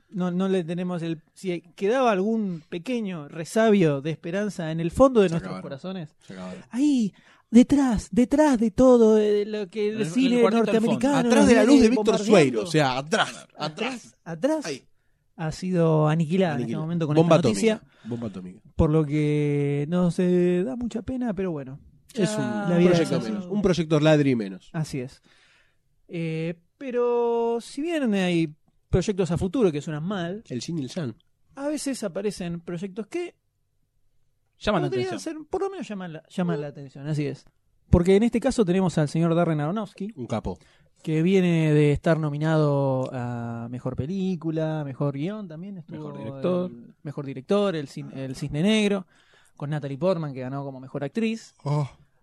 Speaker 2: no, no le tenemos el. Si quedaba algún pequeño resabio de esperanza en el fondo de
Speaker 5: Se
Speaker 2: nuestros
Speaker 5: acabaron.
Speaker 2: corazones,
Speaker 5: se acabaron.
Speaker 2: ahí, detrás, detrás de todo eh, de lo que el,
Speaker 4: En el- en
Speaker 2: cine
Speaker 4: el cuartito del
Speaker 2: norteamericano.
Speaker 4: fondo.
Speaker 5: Atrás
Speaker 2: nos
Speaker 5: de la luz de
Speaker 2: viene
Speaker 5: Víctor
Speaker 2: bombardeando,
Speaker 5: Sueiro, o sea, atrás, atrás.
Speaker 2: atrás
Speaker 5: Ahí.
Speaker 2: ha sido aniquilada en este
Speaker 5: Aniquila.
Speaker 2: momento con
Speaker 5: Bomba
Speaker 2: esta noticia,
Speaker 5: atómica. Bomba atómica.
Speaker 2: por lo que no se da mucha pena, pero bueno,
Speaker 5: Es un,
Speaker 4: La
Speaker 5: un
Speaker 2: vida
Speaker 5: proyecto
Speaker 2: es un-
Speaker 5: menos. Un proyecto ladri menos.
Speaker 2: así es. Eh, pero si bien hay proyectos a futuro que suenan mal,
Speaker 5: El Shin y el Yang.
Speaker 2: a veces aparecen proyectos que
Speaker 4: Llaman la
Speaker 2: podrían
Speaker 4: atención.
Speaker 2: ser, por lo menos llaman la, llaman la atención, así es. Porque en este caso tenemos al señor Darren Aronofsky,
Speaker 5: Un capo.
Speaker 2: que viene de estar nominado a Mejor Película, Mejor Guión también, estuvo
Speaker 4: Mejor Director.
Speaker 2: el- mejor Director, el, Cin- el Cisne Negro, con Natalie Portman que ganó como Mejor Actriz.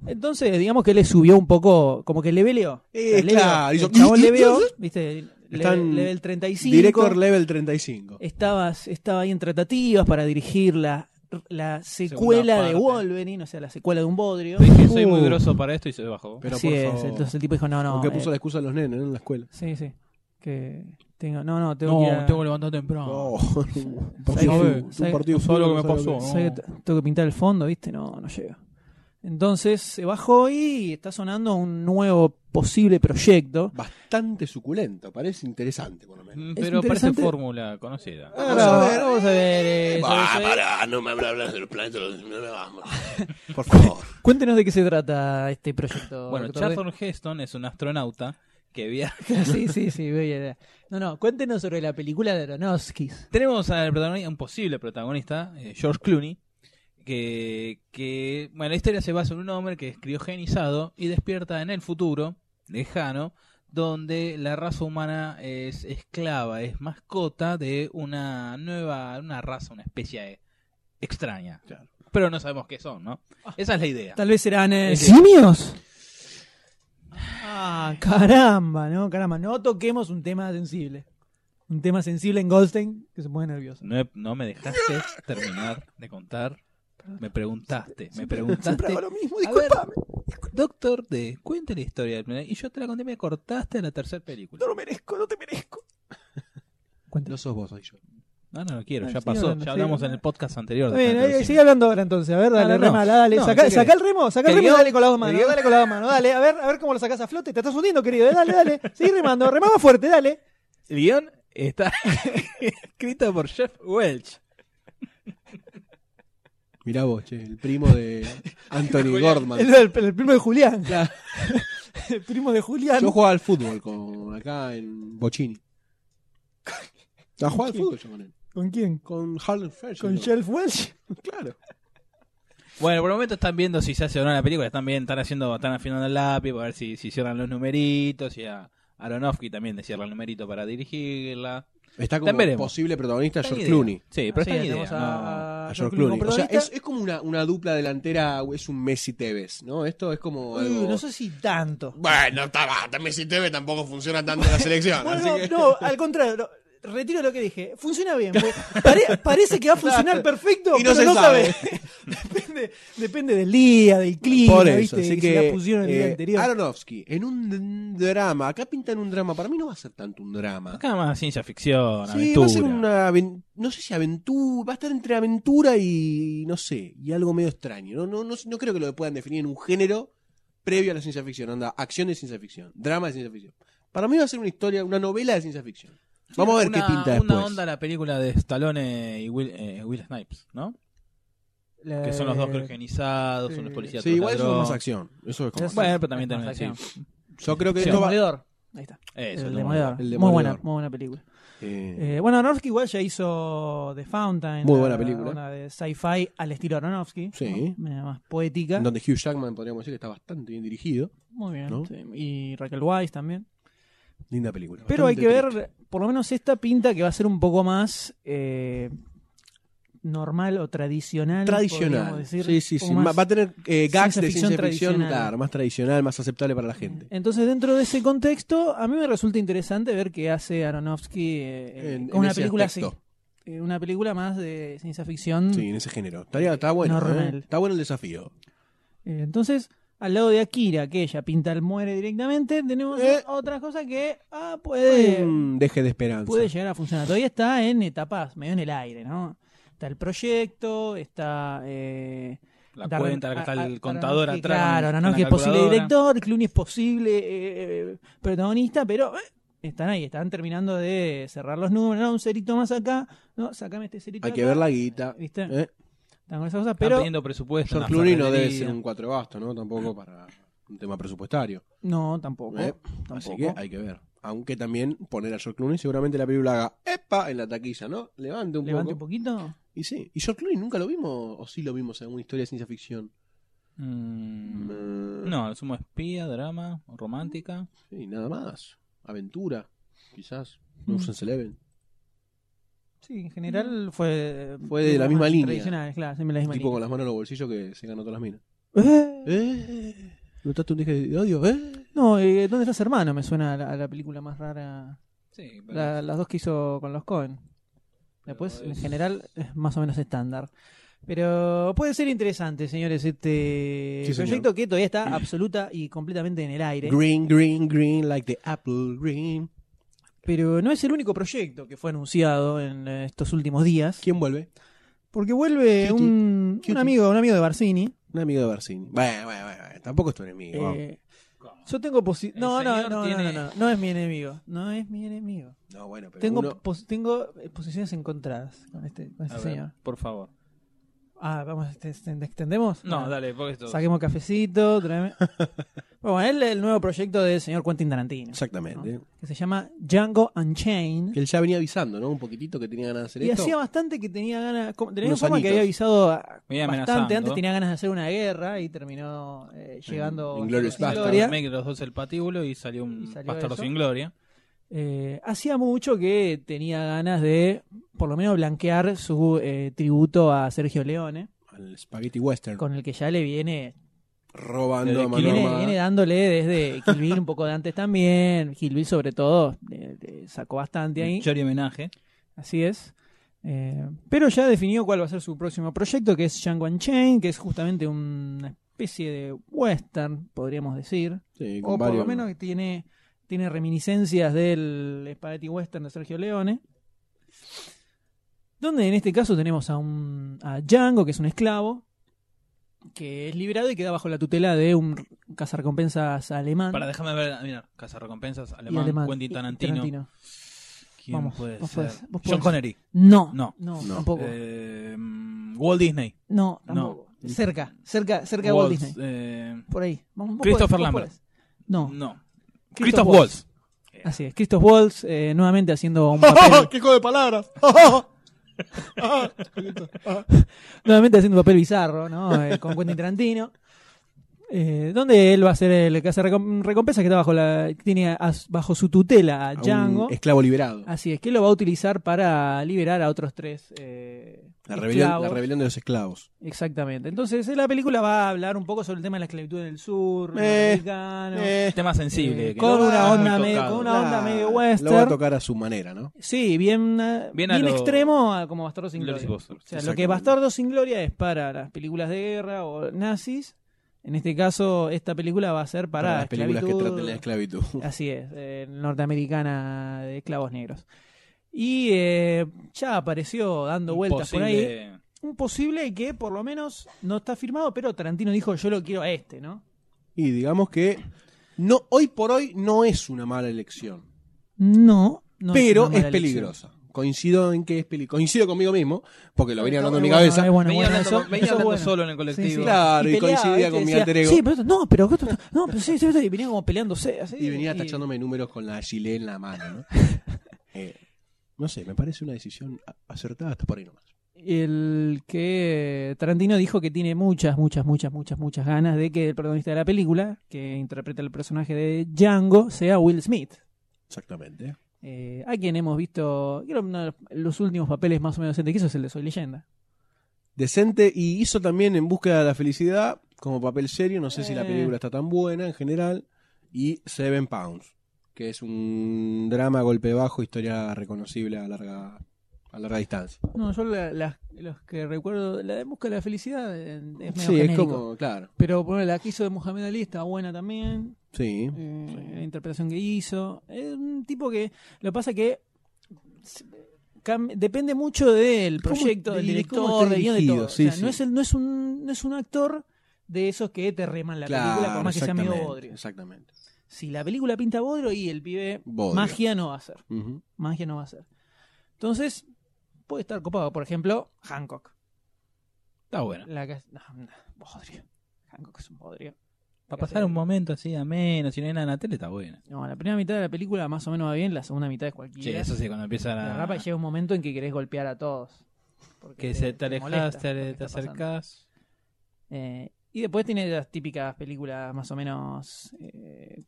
Speaker 2: Entonces, digamos que le subió un poco, como que le veleó.
Speaker 5: Eh, claro, hizo-
Speaker 2: el chabón le veo, viste,
Speaker 5: Están
Speaker 2: level, level 35.
Speaker 5: Director level 35.
Speaker 2: Estabas, estaba ahí en tratativas para dirigir la, la secuela de
Speaker 4: parte.
Speaker 2: Wolverine, o sea, la secuela de un bodrio.
Speaker 4: Dije, soy muy
Speaker 5: Uh.
Speaker 4: groso para esto y se bajó.
Speaker 5: Pero
Speaker 2: Así
Speaker 5: por
Speaker 2: es,
Speaker 5: favor.
Speaker 2: entonces el tipo dijo, no, no.
Speaker 5: Porque
Speaker 2: eh,
Speaker 5: puso la excusa de los nenes ¿no? en la escuela.
Speaker 2: Sí, sí. Que tengo, no, no, tengo que ir a-
Speaker 4: levantar temprano.
Speaker 5: Oh, un
Speaker 2: ¿Sabes
Speaker 5: partido,
Speaker 2: qué?
Speaker 5: un
Speaker 2: ¿Sabes-
Speaker 5: partido
Speaker 4: no sabe lo
Speaker 5: fútbol,
Speaker 4: que
Speaker 5: no
Speaker 4: me
Speaker 5: sabe
Speaker 4: pasó?
Speaker 2: ¿sabes que t- tengo que pintar el fondo, ¿viste? No, no llega. Entonces se bajó y está sonando un nuevo posible proyecto.
Speaker 5: Bastante suculento, parece interesante por lo menos. Ah,
Speaker 4: Mm,
Speaker 2: Es
Speaker 4: Pero parece
Speaker 2: interesante.
Speaker 4: fórmula conocida.
Speaker 5: Vamos a ver.
Speaker 2: vamos a ver, eh,
Speaker 1: Ah,
Speaker 2: sobre-
Speaker 1: pará, no me hablas de los planetas, no me vamos.
Speaker 5: Por favor.
Speaker 2: Cuéntenos de qué se trata este proyecto.
Speaker 4: Bueno,
Speaker 2: doctor D.
Speaker 4: Charlton Heston es un astronauta que viaja.
Speaker 2: [LAUGHS] sí,
Speaker 4: [LAUGHS]
Speaker 2: sí, sí. voy a- No, no, cuéntenos sobre la película de Aronofsky.
Speaker 4: Tenemos al protagonista, un posible protagonista, eh, George Clooney, que, que, bueno, la historia se basa en un hombre que es criogenizado y despierta en el futuro, lejano, donde la raza humana es esclava, es mascota de una nueva, una raza, una especie extraña.
Speaker 5: Claro.
Speaker 4: Pero no sabemos qué son, ¿no? Esa es la idea.
Speaker 2: Tal vez serán eh,
Speaker 4: Ese-
Speaker 2: simios. Ah, caramba, ¿no? Caramba, no toquemos un tema sensible. Un tema sensible en Goldstein que se pone nervioso.
Speaker 4: No, he- no me dejaste terminar de contar. Me preguntaste, me preguntaste.
Speaker 5: Siempre hago lo mismo,
Speaker 4: A
Speaker 5: disculpa.
Speaker 4: ver, Doctor D, cuente la historia del primer- Y yo te la conté y me cortaste en la tercera película.
Speaker 5: No lo merezco, no te merezco. No sos vos, soy yo.
Speaker 4: No, no lo quiero,
Speaker 2: Ah,
Speaker 4: ya
Speaker 2: sí,
Speaker 4: pasó.
Speaker 2: hablando,
Speaker 4: Ya
Speaker 2: sí.
Speaker 4: hablamos en el podcast anterior.
Speaker 2: Está
Speaker 4: de
Speaker 2: bien,
Speaker 4: Planet
Speaker 2: ahí-
Speaker 4: del
Speaker 2: eh, sigue
Speaker 4: Cine.
Speaker 2: hablando durante, entonces. A ver, dale,
Speaker 4: No, no,
Speaker 2: rema,
Speaker 4: no.
Speaker 2: dale.
Speaker 4: No,
Speaker 2: saca,
Speaker 4: ¿qué
Speaker 2: saca
Speaker 4: querés?
Speaker 2: el remo, saca el
Speaker 4: Que
Speaker 2: remo y
Speaker 4: yo-
Speaker 2: dale con las dos manos.
Speaker 4: que yo-
Speaker 2: Dale con las dos manos, dale. A ver, a ver cómo lo sacas a flote. Te estás hundiendo, querido. eh, Dale, dale. Seguí remando, remama fuerte, dale.
Speaker 4: El guión está [LAUGHS] escrito por Jeff Welch.
Speaker 5: Mirá vos, che, el primo de Anthony
Speaker 2: El,
Speaker 5: Gordman.
Speaker 2: el- el primo de Julián.
Speaker 5: Claro.
Speaker 2: [LAUGHS] El primo de Julián.
Speaker 5: Yo jugaba al fútbol con acá en Bochini. ¿Has jugado al fútbol yo con él?
Speaker 2: ¿Con quién?
Speaker 5: Con Harlan Fresh.
Speaker 2: ¿Con Shelf Welsh?
Speaker 5: Claro.
Speaker 4: Bueno, por el momento están viendo si se hace o no la película. Están bien, están haciendo, están afinando el lápiz para ver si, si cierran los numeritos. Y a Aronofsky también le cierra el numerito para dirigirla.
Speaker 5: Está
Speaker 4: También
Speaker 5: como
Speaker 4: veremos.
Speaker 5: posible protagonista
Speaker 4: Está en
Speaker 5: George
Speaker 4: idea.
Speaker 5: Clooney.
Speaker 4: Sí, Eh, pero
Speaker 2: Sí,
Speaker 4: está en
Speaker 2: tenemos
Speaker 4: idea, no.
Speaker 2: a,
Speaker 5: Ah, A
Speaker 2: Ah, George
Speaker 5: George Clooney.
Speaker 2: como
Speaker 5: O sea, es,
Speaker 2: protagonista.
Speaker 5: es como una, una dupla delantera, es un Messi Tevez, ¿no? Esto es como algo...
Speaker 2: Uh, no sé si tanto.
Speaker 1: Bueno, está va, también si TV tampoco funciona tanto la selección. así
Speaker 2: Bueno,
Speaker 1: que-
Speaker 5: [LAUGHS]
Speaker 2: no, al contrario. no, retiro lo que dije. Funciona bien. porque pare- parece que va a funcionar perfecto,
Speaker 5: Y no
Speaker 2: pero
Speaker 5: se
Speaker 2: no
Speaker 5: sabe.
Speaker 2: sabe. [LAUGHS] depende, depende del día, del clima,
Speaker 5: Por eso,
Speaker 2: ¿viste?
Speaker 5: así
Speaker 2: Y
Speaker 5: que,
Speaker 2: si la pusieron el día
Speaker 5: eh,
Speaker 2: anterior.
Speaker 5: Aronofsky, en un d- drama, acá pintan un drama, para mí no va a ser tanto un drama.
Speaker 4: Acá más ciencia ficción,
Speaker 5: Sí,
Speaker 4: aventura.
Speaker 5: va a ser una, aven- no sé si aventura, va a estar entre aventura y no sé, y algo medio extraño. No, no, no, no creo que lo puedan definir en un género previo a la ciencia ficción. Anda, acción de ciencia ficción, drama de ciencia ficción. Para mí va a ser una historia, una novela de ciencia ficción. Vamos a ver
Speaker 4: Una-
Speaker 5: qué pinta después.
Speaker 4: Una onda la película de Stallone y Will, eh, Will Snipes, ¿no?
Speaker 5: ah,
Speaker 2: La-
Speaker 4: Que son los dos criogenizados,
Speaker 2: Eh, sí.
Speaker 4: unos policías
Speaker 5: Sí, igual eso
Speaker 4: tratadros.
Speaker 5: es más acción. Eso es como
Speaker 2: Eso-
Speaker 4: Bueno, pero también
Speaker 2: Más
Speaker 4: tenemos.
Speaker 2: acción.
Speaker 4: sí.
Speaker 5: Yo creo que
Speaker 4: Sí.
Speaker 2: El
Speaker 5: esto va-
Speaker 2: Demoledor. Ahí está.
Speaker 4: Eso,
Speaker 2: el
Speaker 4: ¿no?
Speaker 2: Demoledor.
Speaker 5: El
Speaker 2: Muy
Speaker 5: Demoledor.
Speaker 2: buena, muy buena película.
Speaker 5: Eh,
Speaker 2: Eh, bueno, Aronofsky igual ya hizo The Fountain.
Speaker 5: Muy buena
Speaker 2: la-
Speaker 5: película.
Speaker 2: Una de sci-fi al estilo Aronofsky.
Speaker 5: Sí.
Speaker 2: ¿no? Más poética.
Speaker 5: donde Hugh Jackman podríamos decir que está bastante bien dirigido.
Speaker 2: Muy bien.
Speaker 5: ¿No?
Speaker 2: sí. Y Raquel Weiss también.
Speaker 5: Linda película.
Speaker 2: Pero hay que
Speaker 5: bastante
Speaker 2: ver, por lo menos esta pinta que va a ser un poco más eh, normal o tradicional.
Speaker 5: tradicional.
Speaker 2: podríamos decir,
Speaker 5: sí, sí,
Speaker 2: un
Speaker 5: sí.
Speaker 2: poco
Speaker 5: Ma-
Speaker 2: más.
Speaker 5: Va a tener eh, gags
Speaker 2: ciencia
Speaker 5: de
Speaker 2: ficción
Speaker 5: ciencia ficción,
Speaker 2: tradicional.
Speaker 5: claro, más tradicional, más aceptable para la gente.
Speaker 2: Entonces, dentro de ese contexto, a mí me resulta interesante ver qué hace Aronofsky eh, eh,
Speaker 5: En-
Speaker 2: con
Speaker 5: en
Speaker 2: una
Speaker 5: ese
Speaker 2: película
Speaker 5: aspecto.
Speaker 2: así. Eh, una película más de ciencia ficción.
Speaker 5: Sí, en ese género. Estaría, está bueno,
Speaker 2: Normal.
Speaker 5: ¿eh? Está bueno el desafío.
Speaker 2: Eh, entonces, al lado de Akira, que ella pinta el muere directamente, tenemos
Speaker 5: Eh.
Speaker 2: otra cosa que ah, puede...
Speaker 5: Mm, deje de esperanza.
Speaker 2: puede llegar a funcionar. Todavía está en etapas, medio en el aire, ¿no? Está el proyecto, está... eh,
Speaker 4: La
Speaker 2: Darren-
Speaker 4: cuenta, la que está
Speaker 2: a- a-
Speaker 4: el contador
Speaker 2: Aronofsky,
Speaker 4: atrás.
Speaker 2: ah, Claro,
Speaker 4: con la
Speaker 2: Aronofsky es posible
Speaker 4: calculadora.
Speaker 2: director, Clooney es posible eh, eh, protagonista, pero eh, están ahí, están terminando de cerrar los números, ¿no? un cerito más acá, no, sacame este cerito
Speaker 5: Hay que
Speaker 2: acá,
Speaker 5: ver la guita.
Speaker 2: ¿Viste?
Speaker 5: ¿eh?
Speaker 2: Están con esas cosas,
Speaker 4: Están
Speaker 2: pero...
Speaker 4: pidiendo presupuesto.
Speaker 5: George
Speaker 4: en la
Speaker 5: Clooney no debe
Speaker 4: ferretería.
Speaker 5: ser un cuatro basto, ¿no? Tampoco para un tema presupuestario.
Speaker 2: No, tampoco.
Speaker 5: ¿eh?
Speaker 2: tampoco.
Speaker 5: Así que hay que ver. Aunque también poner a George Clooney seguramente la película haga ¡epa! en la taquilla, ¿no? Levante un
Speaker 2: Levante un
Speaker 5: poco.
Speaker 2: poquito.
Speaker 5: Y sí. ¿Y George Clooney nunca lo vimos? ¿O sí lo vimos en alguna historia de ciencia ficción?
Speaker 4: Mm,
Speaker 5: Mm,
Speaker 4: No, es un espía, drama, romántica.
Speaker 5: Sí, nada más. Aventura, quizás.
Speaker 2: Mm.
Speaker 5: Ocean's Eleven.
Speaker 2: Sí, en general fue... eh,
Speaker 5: Fue de la misma línea.
Speaker 2: Tradicional, claro, siempre la misma
Speaker 5: Tipo con
Speaker 2: línea.
Speaker 5: las manos en los bolsillos que se ganó todas las minas.
Speaker 2: ¡Eh!
Speaker 5: ¿Eh? ¿Notaste un deje de odio? ¿Eh?
Speaker 2: No, eh, ¿dónde estás hermano? Me suena a la, a la película más rara.
Speaker 4: Sí, pero-
Speaker 2: La- las dos que hizo con los Cohen. Después,
Speaker 4: Pero
Speaker 2: en
Speaker 4: es-
Speaker 2: general, es más o menos estándar. Pero puede ser interesante, señores, este
Speaker 5: Sí, señor.
Speaker 2: proyecto que todavía está absoluta y completamente en el aire.
Speaker 5: Green, green, green, like the apple green.
Speaker 2: Pero no es el único proyecto que fue anunciado en eh, estos últimos días.
Speaker 5: ¿Quién vuelve?
Speaker 2: Porque vuelve
Speaker 5: Cutie.
Speaker 2: un, un
Speaker 5: Cutie.
Speaker 2: amigo, un amigo de Barcini.
Speaker 5: Un amigo de Barcini. Bueno, bueno, bueno, bueno, tampoco es tu enemigo. vamos.
Speaker 2: Eh, yo tengo posi-
Speaker 4: El
Speaker 2: no, no,
Speaker 4: señor
Speaker 2: no, no, no,
Speaker 4: tiene-
Speaker 2: no, no es mi enemigo. No es mi enemigo.
Speaker 5: No, bueno, pero
Speaker 2: Tengo,
Speaker 5: uno-
Speaker 2: pos- tengo eh, posiciones encontradas con este, con
Speaker 4: A
Speaker 2: este
Speaker 4: ver,
Speaker 2: señor.
Speaker 4: por favor.
Speaker 2: Ah, vamos, este, este, ¿extendemos?
Speaker 4: No,
Speaker 2: Ah,
Speaker 4: dale, porque esto.
Speaker 2: Saquemos cafecito, tráeme. bueno, él el nuevo proyecto del señor Quentin Tarantino,
Speaker 5: Exactamente.
Speaker 2: que se llama Django Unchained.
Speaker 5: Que él ya venía avisando, ¿no? Un poquitito que tenía ganas de hacer
Speaker 2: Y
Speaker 5: esto.
Speaker 2: hacía bastante que tenía ganas, como- tenía
Speaker 5: Unos
Speaker 2: forma que
Speaker 5: añitos.
Speaker 2: había avisado a-
Speaker 4: Venía
Speaker 2: bastante
Speaker 4: amenazando.
Speaker 2: antes, tenía ganas de hacer una guerra y terminó eh, llegando
Speaker 5: en
Speaker 2: a
Speaker 5: Glorious
Speaker 2: la
Speaker 5: Bastards.
Speaker 2: gloria.
Speaker 4: Make los dos el patíbulo y salió un
Speaker 2: Y salió
Speaker 4: bastardo
Speaker 2: eso.
Speaker 4: sin gloria.
Speaker 2: Eh, hacía mucho que tenía ganas de, por lo menos, blanquear su eh, tributo a Sergio Leone,
Speaker 5: Al Spaghetti Western.
Speaker 2: con el que ya le viene
Speaker 5: Robando
Speaker 4: Desde
Speaker 5: a
Speaker 4: Kill
Speaker 5: mano
Speaker 4: Bill.
Speaker 2: Viene,
Speaker 5: armada.
Speaker 2: viene dándole desde Kill Bill un poco de antes también. Kill Bill sobre todo eh, eh, sacó bastante
Speaker 4: Un
Speaker 2: ahí.
Speaker 4: Chori homenaje.
Speaker 2: Así es. Eh, pero ya definió cuál va a ser su próximo proyecto, que es Django Unchained, que es justamente una especie de western, podríamos decir.
Speaker 5: Sí,
Speaker 2: O por lo menos que tiene, tiene reminiscencias del Spaghetti Western de Sergio Leone. Donde en este caso tenemos a un a Django, que es un esclavo, que es liberado y queda bajo la tutela de un cazarrecompensas alemán.
Speaker 4: Para déjame ver, mira, Casa Recompensas,
Speaker 2: y
Speaker 4: Alemán, Quentin
Speaker 2: y- y
Speaker 4: Tarantino.
Speaker 2: Tarantino.
Speaker 4: ¿Quién
Speaker 2: Vamos,
Speaker 4: puede
Speaker 2: vos
Speaker 4: ser?
Speaker 2: podés, vos
Speaker 4: John
Speaker 2: podés.
Speaker 4: Connery.
Speaker 2: No, no,
Speaker 4: No.
Speaker 5: No.
Speaker 2: tampoco.
Speaker 4: Eh, mm, Walt Disney.
Speaker 2: no,
Speaker 4: no.
Speaker 2: tampoco. Cerca, cerca, cerca de Walt Disney.
Speaker 4: eh,
Speaker 2: Por ahí. Vamos, vos
Speaker 4: Christopher
Speaker 2: podés, vos
Speaker 4: Lambert.
Speaker 2: podés. No,
Speaker 4: no.
Speaker 2: Christoph
Speaker 4: Christoph Waltz.
Speaker 2: Así es, Christoph Waltz eh, nuevamente haciendo
Speaker 4: [LAUGHS]
Speaker 2: un papel.
Speaker 1: ¡Qué juego de palabras!
Speaker 2: nuevamente haciendo un papel bizarro, ¿no? Eh, con Quentin Tarantino. Eh, donde él va a ser el que hace recom- recompensa que está bajo la que tiene a- bajo su tutela a
Speaker 5: A un
Speaker 2: Django.
Speaker 5: Esclavo liberado.
Speaker 2: Así es, que lo va a utilizar para liberar a otros tres. eh,
Speaker 5: La rebelión, la
Speaker 2: esclavos.
Speaker 5: rebelión de los esclavos.
Speaker 2: Exactamente. Entonces, eh, la película va a hablar un poco sobre el tema de la esclavitud en el sur,
Speaker 5: Eh,
Speaker 2: norteamericano,
Speaker 5: Eh,
Speaker 4: Tema sensible.
Speaker 2: Eh,
Speaker 4: que
Speaker 2: con
Speaker 4: no
Speaker 2: una
Speaker 4: está muy
Speaker 2: onda medio-
Speaker 4: tocado.
Speaker 2: con una onda
Speaker 5: Ah, nah,
Speaker 2: medio
Speaker 5: Lo va a
Speaker 2: western.
Speaker 5: tocar a su manera, ¿no?
Speaker 2: Sí, bien, eh,
Speaker 4: Bien
Speaker 2: bien,
Speaker 4: a lo-
Speaker 2: extremo a como Bastardo sin
Speaker 4: Glorious
Speaker 2: Gloria.
Speaker 4: Bastards.
Speaker 2: O sea, lo que
Speaker 5: Exactamente.
Speaker 2: Bastardo sin Gloria es para las películas de guerra o nazis. En este caso, esta película va a ser para,
Speaker 5: las películas que
Speaker 2: esclavitud.
Speaker 5: traten la esclavitud. [LAUGHS]
Speaker 2: Así es, eh, norteamericana de esclavos negros. Y eh, ya apareció dando vueltas por ahí.
Speaker 4: Posible-
Speaker 2: Un posible que por lo menos no está firmado, pero Tarantino dijo yo lo quiero a este, ¿no?
Speaker 5: Y digamos que no, hoy por hoy no es una mala elección.
Speaker 2: No, no
Speaker 5: pero
Speaker 2: una
Speaker 5: es
Speaker 2: mala elección.
Speaker 5: peligrosa. Coincido en que es peligroso. Coincido conmigo mismo, porque lo venía hablando en mi
Speaker 2: Es bueno,
Speaker 5: cabeza.
Speaker 2: es bueno, es
Speaker 4: Venía
Speaker 2: bueno,
Speaker 4: hablando,
Speaker 2: eso-
Speaker 4: venía
Speaker 2: eso es
Speaker 4: hablando
Speaker 2: bueno.
Speaker 4: solo en
Speaker 2: Sí, sí.
Speaker 4: el colectivo.
Speaker 5: Claro, y coincidía
Speaker 2: ¿viste?
Speaker 5: con mi
Speaker 2: Decía,
Speaker 5: alter ego.
Speaker 2: Sí, pero esto- no, pero esto- no, pero sí, sí, sí", y venía como peleándose así.
Speaker 5: Y venía tachándome números con la gilet en la mano,
Speaker 2: [LAUGHS]
Speaker 5: ¿no? Eh, no sé, me parece una decisión a- acertada hasta por ahí nomás.
Speaker 2: El que Tarantino dijo que tiene muchas, muchas, muchas, muchas, muchas ganas de que el protagonista de la película, que interpreta el personaje de Django, sea Will Smith.
Speaker 5: Exactamente.
Speaker 2: eh, a quien hemos visto, creo, uno de los- los últimos papeles más o menos decentes que hizo es el de Soy Leyenda.
Speaker 5: Decente y hizo también En búsqueda de la felicidad como papel serio. No sé si la
Speaker 2: Eh.
Speaker 5: película está tan buena en general. Y Seven Pounds, que es un drama golpe bajo, historia reconocible a larga, a larga distancia.
Speaker 2: No, yo la- las- los que recuerdo, la de Busca de la Felicidad eh, es medio
Speaker 5: sí, es
Speaker 2: genérico.
Speaker 5: como, claro.
Speaker 2: Pero bueno, la que hizo de Mohamed Ali está buena también.
Speaker 5: Sí.
Speaker 2: eh, la interpretación que hizo. Es un tipo que. Lo que pasa que. se- cam- Depende mucho del
Speaker 5: ¿Cómo-
Speaker 2: proyecto, del
Speaker 5: y de
Speaker 2: director,
Speaker 5: cómo esté
Speaker 2: del guion, de
Speaker 5: dirigido?
Speaker 2: todo. O
Speaker 5: Sí,
Speaker 2: sea,
Speaker 5: sí.
Speaker 2: no, es el- no, es un, no es un actor de esos que te reman la película, por más que sea medio
Speaker 5: exactamente,
Speaker 2: bodrio.
Speaker 5: Exactamente.
Speaker 2: Si la película pinta bodrio y el pibe,
Speaker 5: Bodrio.
Speaker 2: magia no va a ser.
Speaker 5: Ujú.
Speaker 2: Magia no va a ser. Entonces, puede estar copado. Por ejemplo, Hancock.
Speaker 4: Está bueno.
Speaker 2: La que- no, no, bodrio. Hancock es un bodrio.
Speaker 4: Para pasar un momento así ameno, si no hay nada en la tele, está bueno.
Speaker 2: No, la primera mitad de la película más o menos va bien, la segunda mitad es cualquiera.
Speaker 4: Che, eso sí, cuando empieza
Speaker 2: La
Speaker 4: la...
Speaker 2: rapa llega un momento en que querés golpear a todos. Porque
Speaker 4: que se te
Speaker 2: molesta
Speaker 4: alejas, te,
Speaker 2: lo que
Speaker 4: ale- te
Speaker 2: está pasando.
Speaker 4: acercás.
Speaker 2: Eh, y después tiene las típicas películas más o menos eh,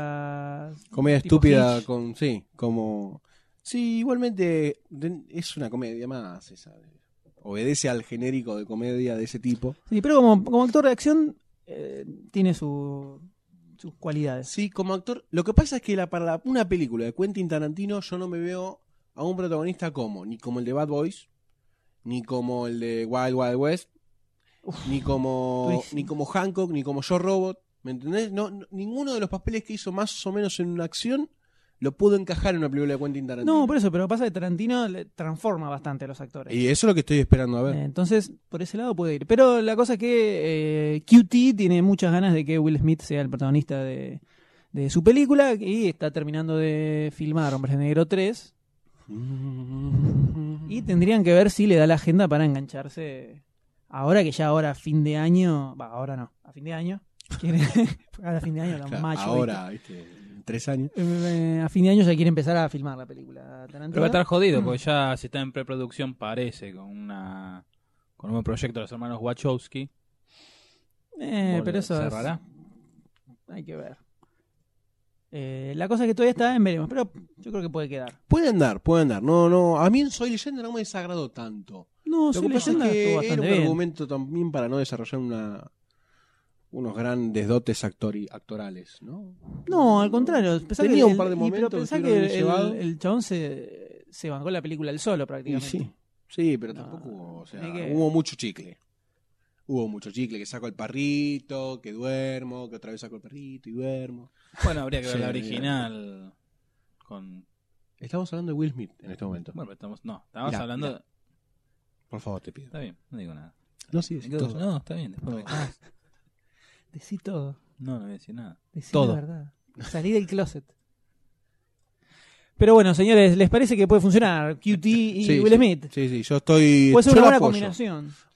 Speaker 2: comedias.
Speaker 5: Comedia
Speaker 2: tipo
Speaker 5: estúpida
Speaker 2: Hitch.
Speaker 5: con. Sí, como. Sí, igualmente den- es una comedia más esa. Obedece al genérico de comedia de ese tipo.
Speaker 2: Sí, pero como, como actor de acción eh, tiene su- sus cualidades.
Speaker 5: Sí, como actor. Lo que pasa es que la, para la- una película de Quentin Tarantino yo no me veo a un protagonista como, ni como el de Bad Boys, ni como el de Wild Wild West, ni como
Speaker 2: durísimo.
Speaker 5: ni como Hancock, ni como Yo Robot, ¿me entendés? No, no- ninguno de los papeles que hizo más o menos en una acción lo pudo encajar en una película de Quentin Tarantino.
Speaker 2: No, por eso, pero pasa que Tarantino le transforma bastante a los actores.
Speaker 5: Y eso es lo que estoy esperando a ver. [LAUGHS]
Speaker 2: Eh, Entonces, por ese lado puede ir. Pero la cosa es que eh, QT tiene muchas ganas de que Will Smith sea el protagonista de, de su película y está terminando de filmar Hombres de Negro 3 y tendrían que ver si le da la agenda para engancharse ahora que ya ahora a fin de año, va, ahora no, a fin de año. quiere- [LAUGHS] ahora a fin de año, tan
Speaker 5: Claro,
Speaker 2: macho,
Speaker 5: ahora, ¿viste? en Tres años.
Speaker 2: ¿viste? Eh, a fin de año ya quiere empezar a filmar la película.
Speaker 4: Pero
Speaker 2: Tarantino.
Speaker 4: va a estar jodido,
Speaker 2: Mm.
Speaker 4: porque ya si está en preproducción parece con una con un proyecto de los hermanos Wachowski.
Speaker 2: Eh, pero eso es-
Speaker 4: cerrará.
Speaker 2: Hay que ver. Eh, la cosa es que todavía está en veremos, pero yo creo que puede quedar.
Speaker 5: Puede andar, puede andar. No, no. A mí en Soy Leyenda no me desagradó tanto.
Speaker 2: No,
Speaker 5: Lo
Speaker 2: soy
Speaker 5: que pasa es
Speaker 2: leyenda
Speaker 5: que
Speaker 2: estuvo
Speaker 5: era
Speaker 2: bastante
Speaker 5: un
Speaker 2: bien.
Speaker 5: argumento también para no desarrollar una unos grandes dotes actori- actorales, ¿no?
Speaker 2: No, al contrario. Pensá
Speaker 5: Tenía
Speaker 2: que
Speaker 5: un par de
Speaker 2: el- y-
Speaker 5: momentos
Speaker 2: Pero
Speaker 5: que
Speaker 2: pensá que
Speaker 5: estuvieron
Speaker 2: el,
Speaker 5: bien llevados.
Speaker 2: el chabón se, se bancó la película él solo
Speaker 5: Y
Speaker 2: prácticamente.
Speaker 5: sí. Sí, pero
Speaker 2: No,
Speaker 5: tampoco hubo, o sea,
Speaker 2: tenés que-
Speaker 5: hubo mucho chicle. Hubo mucho chicle, que saco el parrito, que duermo, que otra vez saco el perrito y duermo.
Speaker 4: Bueno, habría que ver
Speaker 5: Sí,
Speaker 4: la
Speaker 5: bien.
Speaker 4: original. Con.
Speaker 5: Estamos hablando de Will Smith en este momento.
Speaker 4: Bueno, pero estamos. No, estábamos
Speaker 5: Mirá,
Speaker 4: hablando.
Speaker 5: mirá. Por favor, te pido.
Speaker 4: Está bien, no digo nada.
Speaker 5: No, sí,
Speaker 4: Me
Speaker 5: sí,
Speaker 4: quedo
Speaker 5: todo. Ah.
Speaker 4: callado. No, está bien. Después... "Ah,
Speaker 2: Decí todo.
Speaker 4: No, no voy a decir nada.
Speaker 2: Decí
Speaker 4: Todo.
Speaker 2: la verdad. Salí del closet. Pero bueno, señores, ¿les parece que puede funcionar QT y
Speaker 5: Sí,
Speaker 2: Will
Speaker 5: sí.
Speaker 2: Smith?
Speaker 5: Sí, sí, yo estoy.
Speaker 2: Puede ser
Speaker 5: yo
Speaker 2: una buena
Speaker 5: lo apoyo. Oh,
Speaker 2: combinación. Oh,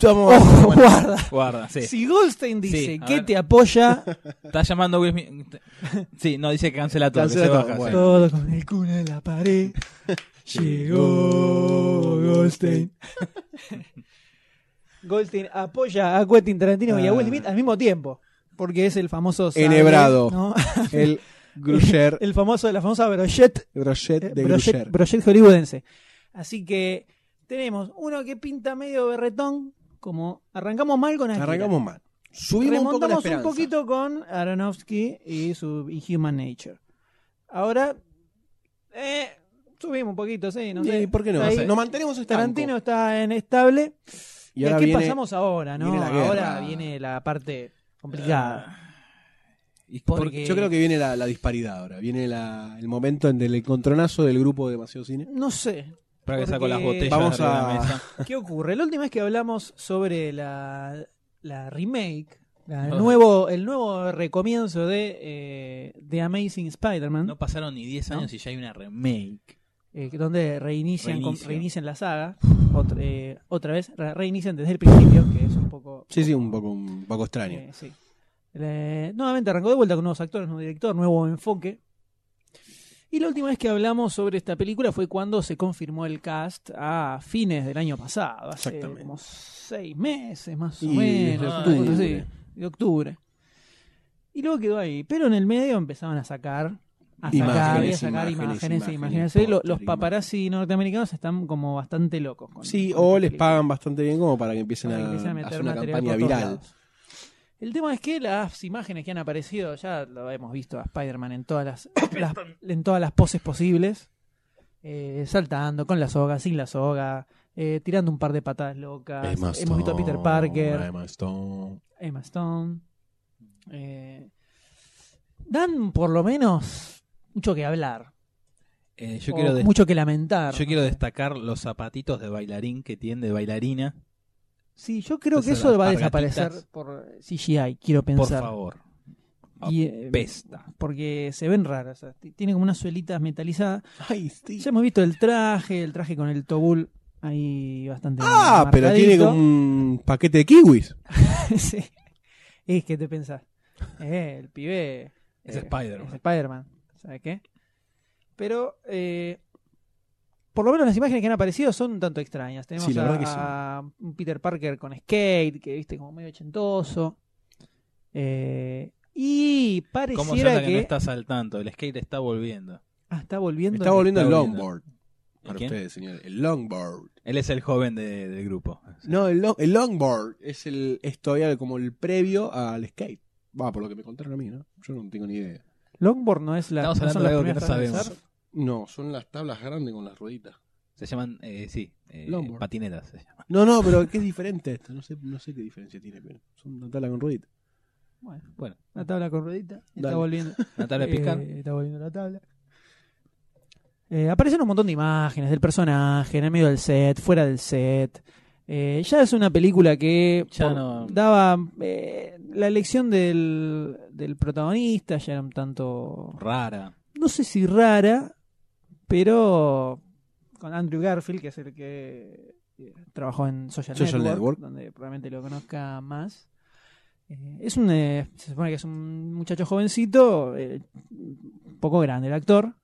Speaker 5: Somos-
Speaker 2: Ojo, [LAUGHS]
Speaker 5: bueno,
Speaker 2: guarda.
Speaker 4: Guarda,
Speaker 5: [LAUGHS]
Speaker 4: sí.
Speaker 2: Si Goldstein dice
Speaker 4: Sí, a
Speaker 2: que
Speaker 4: ver.
Speaker 2: te apoya,
Speaker 4: Está llamando Will Smith. Sí, no, dice que cancela todo. que
Speaker 5: Cancela
Speaker 4: se
Speaker 5: todo,
Speaker 4: baja,
Speaker 5: bueno.
Speaker 4: sí.
Speaker 2: todo con el culo en la
Speaker 5: [LAUGHS]
Speaker 2: pared. Llegó Goldstein. [LAUGHS] Goldstein apoya a Quentin Tarantino y a
Speaker 5: Ah.
Speaker 2: Will Smith al mismo tiempo. Porque es el famoso. sable,
Speaker 5: Enhebrado. [LAUGHS]
Speaker 2: ¿no? [LAUGHS]
Speaker 5: El Grusher.
Speaker 2: El famoso, la famosa brochette
Speaker 5: Brochet de
Speaker 2: Brochet-
Speaker 5: Grusher.
Speaker 2: Brochet hollywoodense. Así que tenemos uno que pinta medio berretón, como arrancamos mal con Akira.
Speaker 5: Arrancamos mal. Subimos un poco la
Speaker 2: Remontamos un,
Speaker 5: esperanza.
Speaker 2: poquito con Aronofsky y su Human Nature. Ahora, eh, subimos un poquito, sí, no sé.
Speaker 5: Sí, ¿Por qué no?
Speaker 2: Ahí,
Speaker 5: Nos mantenemos estanco.
Speaker 2: Tarantino está en estable. ¿Y,
Speaker 5: Y
Speaker 2: a
Speaker 5: ahora
Speaker 2: qué
Speaker 5: viene-
Speaker 2: pasamos ahora, no?
Speaker 5: viene la guerra. Ah.
Speaker 2: ahora viene la parte complicada.
Speaker 4: Y por-
Speaker 2: Porque
Speaker 5: Yo creo que viene la, la disparidad ahora. Viene la- el momento en del encontronazo del grupo de Demasiado Cine.
Speaker 2: No sé,
Speaker 4: Para que saco
Speaker 2: porque-
Speaker 4: las botellas
Speaker 5: Vamos
Speaker 4: de arriba de
Speaker 5: a-
Speaker 4: la mesa.
Speaker 2: ¿Qué ocurre? La última vez que hablamos sobre la, la remake, la- el,
Speaker 4: Ajá.
Speaker 2: nuevo, el nuevo recomienzo de eh, The Amazing Spider-Man,
Speaker 4: No pasaron ni 10 años y ya hay una remake.
Speaker 2: eh, donde reinician, con-
Speaker 4: Reinicio.
Speaker 2: reinician la saga, otra, eh, otra vez, re- reinician desde el principio, que es un poco...
Speaker 5: Sí, sí, un poco, un poco extraño.
Speaker 2: eh, sí. Le- nuevamente arrancó de vuelta con nuevos actores, nuevo director, nuevo enfoque. Y la última vez que hablamos sobre esta película fue cuando se confirmó el cast a fines del año pasado, hace
Speaker 5: Exactamente.
Speaker 2: como seis meses más o
Speaker 5: Y
Speaker 2: menos,
Speaker 5: desde
Speaker 2: una
Speaker 4: octubre.
Speaker 2: cosa así, de octubre. Y luego quedó ahí, pero en el medio empezaron a sacar, a sacar, y a
Speaker 5: Imágenes,
Speaker 2: sacar
Speaker 5: imágenes,
Speaker 2: imágenes, e
Speaker 5: imágenes,
Speaker 2: imágenes.
Speaker 5: póster,
Speaker 2: Lo- Los
Speaker 5: imágenes.
Speaker 2: paparazzi norteamericanos están como bastante locos. Con,
Speaker 5: Sí,
Speaker 2: con
Speaker 5: o
Speaker 2: esta
Speaker 5: les
Speaker 2: película.
Speaker 5: pagan bastante bien como para que empiecen
Speaker 2: Para que
Speaker 5: a,
Speaker 2: empiecen a meter
Speaker 5: hacer una
Speaker 2: material
Speaker 5: campaña
Speaker 2: por todos
Speaker 5: viral.
Speaker 2: lados. El tema es que las imágenes que han aparecido, ya lo hemos visto a Spider-Man en todas las, las- en todas las poses posibles, eh, saltando, con la soga, sin la soga, eh, tirando un par de patadas locas. Hemos visto a Peter Parker, Emma Stone. eh, dan por lo menos mucho que hablar,
Speaker 4: Eh, yo,
Speaker 2: o
Speaker 4: quiero des-
Speaker 2: mucho que lamentar.
Speaker 4: yo quiero
Speaker 2: no sé.
Speaker 4: destacar los zapatitos de bailarín que tiene, de bailarina.
Speaker 2: Sí, yo creo que
Speaker 4: esas
Speaker 2: eso va a
Speaker 4: alpargatitas.
Speaker 2: desaparecer por CGI, quiero
Speaker 4: Por
Speaker 2: pensar.
Speaker 4: favor.
Speaker 2: Y, eh,
Speaker 4: Pesta.
Speaker 2: porque se ven raras. o sea, t- tiene como unas suelitas metalizadas.
Speaker 5: Ay, sí.
Speaker 2: Ya hemos visto el traje, el traje con el tobul ahí bastante.
Speaker 5: Ah, pero tiene
Speaker 2: marcadito.
Speaker 5: como un paquete de kiwis.
Speaker 2: [LAUGHS] Sí. Es que te pensás. Eh, el pibe. eh,
Speaker 4: Es Spider-Man.
Speaker 2: Es Spider-Man. ¿Sabes qué? Pero. eh, por lo menos las imágenes que han aparecido son un tanto extrañas. Tenemos
Speaker 5: Sí, la
Speaker 2: a,
Speaker 5: verdad que sí.
Speaker 2: a un Peter Parker con skate, que viste como medio ochentoso. Eh, y
Speaker 4: ¿Cómo se nota
Speaker 2: pareciera
Speaker 4: que...
Speaker 2: que.
Speaker 4: no estás al tanto? El skate está volviendo.
Speaker 2: Ah, está volviendo.
Speaker 5: Está volviendo el
Speaker 4: Está
Speaker 5: longboard. Para
Speaker 4: quién?
Speaker 5: ustedes, señores. El longboard.
Speaker 4: Él es el joven de- del grupo.
Speaker 5: No, el, long- el longboard es, el, es todavía como el previo al skate. Va, por lo que me contaron a mí, ¿no? Yo no tengo ni idea.
Speaker 2: Longboard no es la.
Speaker 4: Estamos
Speaker 2: no son
Speaker 4: hablando de
Speaker 2: las
Speaker 4: algo que
Speaker 2: primeras
Speaker 4: no
Speaker 2: tablas de
Speaker 4: sabemos.
Speaker 2: surf.
Speaker 5: No, son las tablas grandes con las rueditas.
Speaker 4: Se llaman, eh, sí, eh,
Speaker 5: Longboard.
Speaker 4: patinetas. se llaman.
Speaker 5: No, no, pero ¿qué es diferente esto? No sé, no sé qué diferencia tiene, pero son una tabla con rueditas.
Speaker 2: Bueno,
Speaker 4: Bueno,
Speaker 2: una tabla con ruedita. Está
Speaker 5: Dale.
Speaker 2: volviendo.
Speaker 4: una tabla de pescar.
Speaker 2: Eh, está volviendo la tabla. Eh, aparecen un montón de imágenes del personaje, en el medio del set, fuera del set. Eh, ya es una película que
Speaker 4: Ya no-
Speaker 2: daba eh, la elección del, del protagonista, ya era un tanto,
Speaker 4: Rara.
Speaker 2: no sé si rara, pero con Andrew Garfield, que es el que eh, trabajó en Social,
Speaker 5: Social
Speaker 2: Network,
Speaker 5: Network.
Speaker 2: donde probablemente lo conozca más. Eh, es un, eh, se supone que es un muchacho jovencito, eh, un poco grande el actor.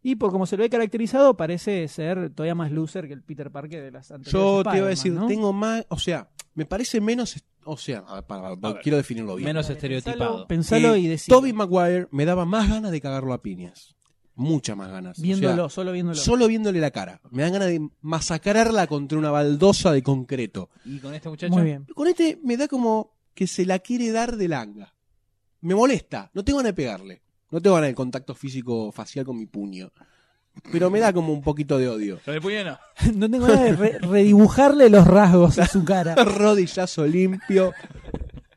Speaker 2: Y por como se lo he caracterizado, parece ser todavía más loser que el Peter Parker de las anteriores.
Speaker 5: Yo te iba a
Speaker 2: Spider-Man,
Speaker 5: decir,
Speaker 2: ¿no?
Speaker 5: tengo más, o sea, me parece menos, est- o sea, a ver, para, para, para, quiero definirlo bien.
Speaker 4: Menos
Speaker 2: Dale,
Speaker 4: estereotipado.
Speaker 2: Pensalo
Speaker 5: Eh,
Speaker 2: y decir.
Speaker 5: Tobey Maguire me daba más ganas de cagarlo a piñas. Muchas más ganas. O sea,
Speaker 2: Viéndolo, solo viéndolo.
Speaker 5: solo viéndole la cara. Me dan ganas de masacrarla contra una baldosa de concreto.
Speaker 4: Y con este muchacho.
Speaker 2: Muy bien. [LAUGHS]
Speaker 5: Con este me da como que se la quiere dar de langa. Me molesta. No tengo ganas de pegarle. No tengo ganas de contacto físico facial con mi puño. pero me da como un poquito de odio.
Speaker 4: Lo del puño no.
Speaker 2: No tengo nada de re- redibujarle los rasgos a su
Speaker 5: [LAUGHS]
Speaker 2: cara.
Speaker 5: Rodillazo limpio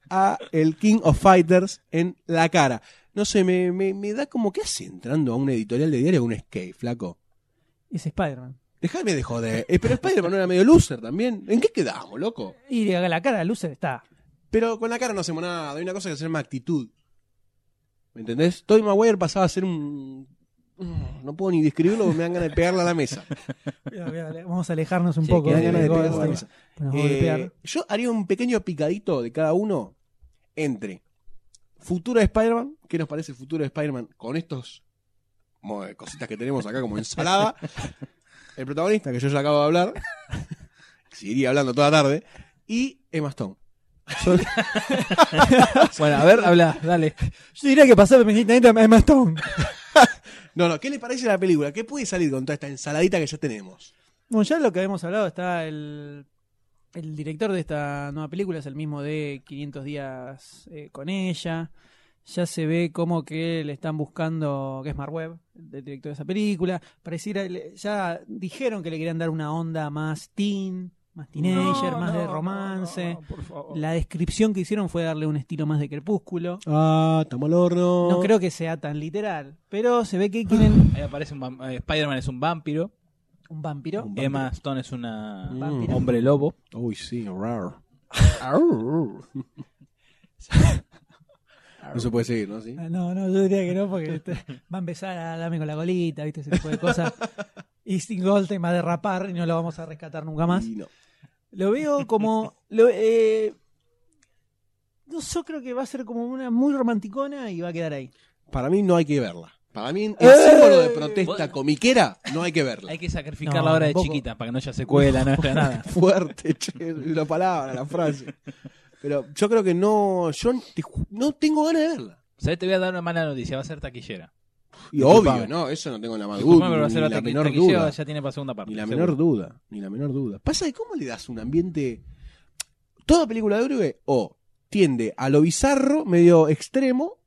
Speaker 5: a el King of Fighters en la cara. No sé, me, me- me da como que hace entrando a un editorial de diario un skate, flaco.
Speaker 2: Es Spider-Man.
Speaker 5: Déjame de joder. Eh, pero Spider-Man era medio loser también. ¿En qué quedamos, loco?
Speaker 2: Y de la cara de Lucer está.
Speaker 5: Pero con la cara no hacemos nada. Hay una cosa que se llama actitud. ¿Me entendés? Toy Maguire pasaba a ser un. Mm, No puedo ni describirlo porque me dan ganas de pegarle a la [LAUGHS] mesa.
Speaker 2: Vamos a alejarnos un
Speaker 5: Sí,
Speaker 2: poco.
Speaker 5: que dan
Speaker 2: de
Speaker 5: ganas de
Speaker 2: Goldstein.
Speaker 5: pegarle a la mesa.
Speaker 2: Nos va a
Speaker 5: Eh,
Speaker 2: golpear.
Speaker 5: yo haría un pequeño picadito de cada uno entre futuro de Spider-Man, ¿qué nos parece el futuro de Spider-Man con estos mo- cositas que tenemos acá como [LAUGHS] ensalada? El protagonista, que yo ya acabo de hablar, [LAUGHS] que seguiría hablando toda tarde, y Emma Stone.
Speaker 4: [LAUGHS] Bueno, a ver, habla, dale.
Speaker 2: Yo diría que pasaba perfectamente a Emma Stone.
Speaker 5: No, no, ¿qué le parece la película? ¿Qué puede salir con toda esta ensaladita que ya tenemos?
Speaker 2: Bueno, ya lo que habíamos hablado está el, el director de esta nueva película, es el mismo de 500 días eh, con ella. Ya se ve como que le están buscando, que es Mark Webb, el director de esa película. Pareciera, le- ya dijeron que le querían dar una onda más teen, más teenager, más de romance. La descripción que hicieron fue darle un estilo más de crepúsculo.
Speaker 5: Ah, estamos al horno.
Speaker 2: No creo que sea tan literal, pero se ve que quieren
Speaker 4: Ahí aparece un vam- eh, Spider-Man es un vampiro.
Speaker 2: un vampiro.
Speaker 5: [GASPS] Un
Speaker 4: Emma Stone es una
Speaker 2: Vampiro.
Speaker 4: hombre lobo.
Speaker 5: Uy, sí, raro. No se puede seguir, ¿no? ¿Sí?
Speaker 2: Ah, No, no, yo diría que no, porque
Speaker 5: [LAUGHS]
Speaker 2: este, va a empezar a darme con la colita, ¿viste? Ese tipo de cosas. Y Sting Goldstein va a derrapar y no lo vamos a rescatar nunca más.
Speaker 5: Y no.
Speaker 2: Lo veo
Speaker 5: [LAUGHS]
Speaker 2: como. Lo, eh, no, yo creo que va a ser como una muy romanticona y va a quedar ahí.
Speaker 5: Para mí no hay que verla. Para mí, el
Speaker 2: ¡Eh!
Speaker 5: símbolo de protesta comiquera no hay que verla.
Speaker 4: Hay que sacrificar
Speaker 2: No,
Speaker 4: la hora de
Speaker 2: tampoco.
Speaker 4: chiquita para que no haya secuela, no
Speaker 2: [LAUGHS]
Speaker 4: haya nada.
Speaker 5: [LAUGHS] Fuerte, che, la palabra, la frase. Pero yo creo que no. Yo te ju- no tengo ganas de verla.
Speaker 4: ¿Sabes? Te voy a dar una mala noticia, va a ser taquillera.
Speaker 5: Y obvio, ¿no? Eso no tengo la, más
Speaker 4: Disculpame, pero va
Speaker 5: duda,
Speaker 4: a ser
Speaker 5: ni la
Speaker 4: taqui-
Speaker 5: menor
Speaker 4: taquillera,
Speaker 5: duda.
Speaker 4: ya tiene para segunda parte.
Speaker 5: Ni la
Speaker 4: seguro.
Speaker 5: menor duda, ni la menor duda. Pasa de cómo le das un ambiente. Toda película de héroe o tiende a lo bizarro, medio extremo,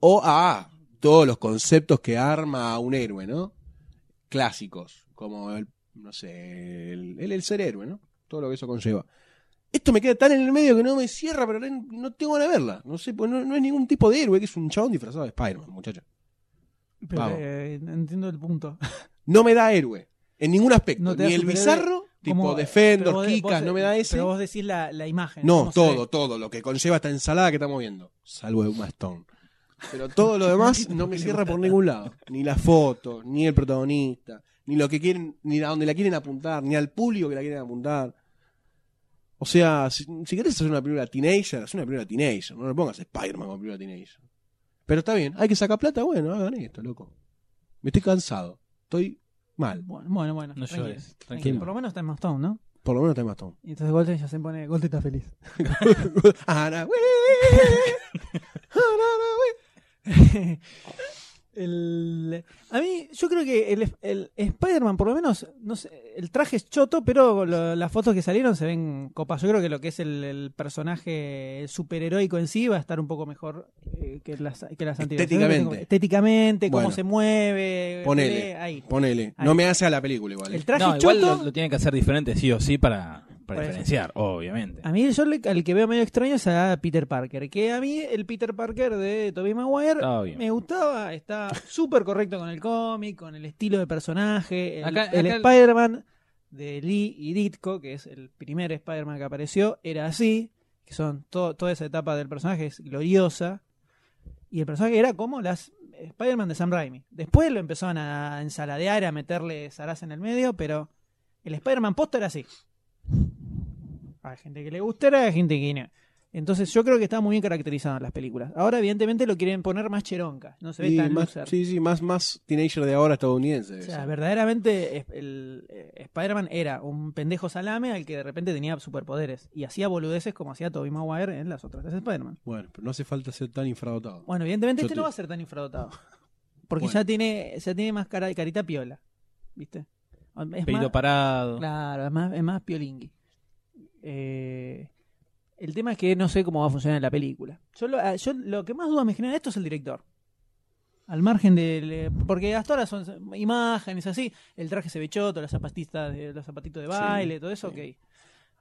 Speaker 5: o a todos los conceptos que arma un héroe, ¿no? Clásicos, como el, no sé, el, el- el ser héroe, ¿no? Todo lo que eso conlleva. Esto me queda tan en el medio que no me cierra, pero no no tengo ganas de verla. No sé, pues no, no es ningún tipo de héroe, que es un chabón disfrazado de Spider-Man, muchacho.
Speaker 2: Pero
Speaker 5: Vamos.
Speaker 2: eh, entiendo el punto.
Speaker 5: No me da héroe, en ningún aspecto.
Speaker 2: No te
Speaker 5: ni
Speaker 2: da
Speaker 5: el
Speaker 2: superhéroe,
Speaker 5: bizarro, tipo
Speaker 2: Como-
Speaker 5: Defender,
Speaker 2: pero vos de-
Speaker 5: Kikas,
Speaker 2: vos-
Speaker 5: no me da ese.
Speaker 2: Pero vos eh, decís la, la imagen.
Speaker 5: No,
Speaker 2: cómo se
Speaker 5: todo,
Speaker 2: ve.
Speaker 5: todo lo que conlleva esta ensalada que estamos viendo. Salvo de Uma Stone. Pero todo lo
Speaker 2: [LAUGHS]
Speaker 5: demás no me cierra por ningún lado. Ni la foto, ni el protagonista, ni lo que quieren, ni a dónde la quieren apuntar, ni al público que la quieren apuntar. O sea, si, si querés hacer una película teenager, haz una película teenager. No le pongas Spider-Man como película teenager. Pero está bien, hay que sacar plata, bueno, hagan esto, loco. Me estoy cansado, estoy mal.
Speaker 2: Bueno, bueno. bueno,
Speaker 4: No
Speaker 2: tranquilo,
Speaker 4: llores,
Speaker 2: tranquilo.
Speaker 4: tranquilo.
Speaker 2: Por lo menos está en Mastone, ¿no?
Speaker 5: Por lo menos está
Speaker 2: [LAUGHS]
Speaker 5: Emma Stone.
Speaker 2: Y entonces Goldstein ya se pone. Goldstein está feliz. [LAUGHS]
Speaker 5: Ana, güey.
Speaker 2: El- a mí, yo creo que el, el Spider-Man, por lo menos, no sé, el traje es choto, pero lo- las fotos que salieron se ven copas. Yo creo que lo que es el, el personaje superheroico en sí va a estar un poco mejor eh, que las, que las anteriores.
Speaker 5: Estéticamente.
Speaker 2: Yo creo que estéticamente, cómo
Speaker 5: Bueno.
Speaker 2: se mueve.
Speaker 5: Ponele.
Speaker 2: pelea, ahí.
Speaker 5: Ponele.
Speaker 2: Ahí.
Speaker 5: No me hace a la película igual. eh.
Speaker 2: El traje
Speaker 4: No,
Speaker 2: choto.
Speaker 4: igual lo, lo tienen que hacer diferente, sí o sí, para,
Speaker 2: Por
Speaker 4: para
Speaker 2: eso.
Speaker 4: diferenciar, obviamente.
Speaker 2: A mí, yo le- al que veo medio extraño es a Peter Parker. Que a mí, el Peter Parker de Tobey Maguire
Speaker 4: Está bien.
Speaker 2: Me gustaba, está súper correcto con el cómic, con el estilo de personaje. El,
Speaker 4: Acá-
Speaker 2: el
Speaker 4: acá-
Speaker 2: Spider-Man de Lee y Ditko, que es el primer Spider-Man que apareció, era así. Que son to- toda esa etapa del personaje es gloriosa. Y el personaje era como las Spider-Man de Sam Raimi. Después lo empezaron a ensaladear, a meterle zaraza en el medio, pero el Spider-Man posto era así. Hay gente que le gustara, hay gente que no. Entonces yo creo que está muy bien caracterizado en las películas. Ahora evidentemente lo quieren poner más cheronca, no se ve
Speaker 5: Y
Speaker 2: tan
Speaker 5: más-
Speaker 2: loser.
Speaker 5: sí, sí, más, más teenager de ahora estadounidense.
Speaker 2: O
Speaker 5: debe
Speaker 2: sea,
Speaker 5: ser.
Speaker 2: verdaderamente es- el eh, Spider-Man era un pendejo salame al que de repente tenía superpoderes y hacía boludeces como hacía Tobey Maguire en las otras tres Spider-Man.
Speaker 5: Bueno, pero no hace falta ser tan infradotado.
Speaker 2: Bueno, evidentemente
Speaker 5: Yo
Speaker 2: este
Speaker 5: te-
Speaker 2: no va a ser tan
Speaker 5: [LAUGHS]
Speaker 2: infradotado. Porque
Speaker 5: Bueno.
Speaker 2: ya tiene ya tiene más cara carita piola, ¿viste? Es
Speaker 4: Pelo
Speaker 2: más-
Speaker 4: parado.
Speaker 2: Claro, es más, es más piolingui. Eh, el tema eh, es que no sé cómo va a funcionar en la película. Yo lo, ah, yo lo que más duda me genera de esto es el director. Al margen del. eh, Porque hasta ahora son imágenes así. El traje se ve choto, las zapatistas, de- los zapatitos de
Speaker 5: Sí,
Speaker 2: baile, todo eso,
Speaker 5: sí.
Speaker 2: ok.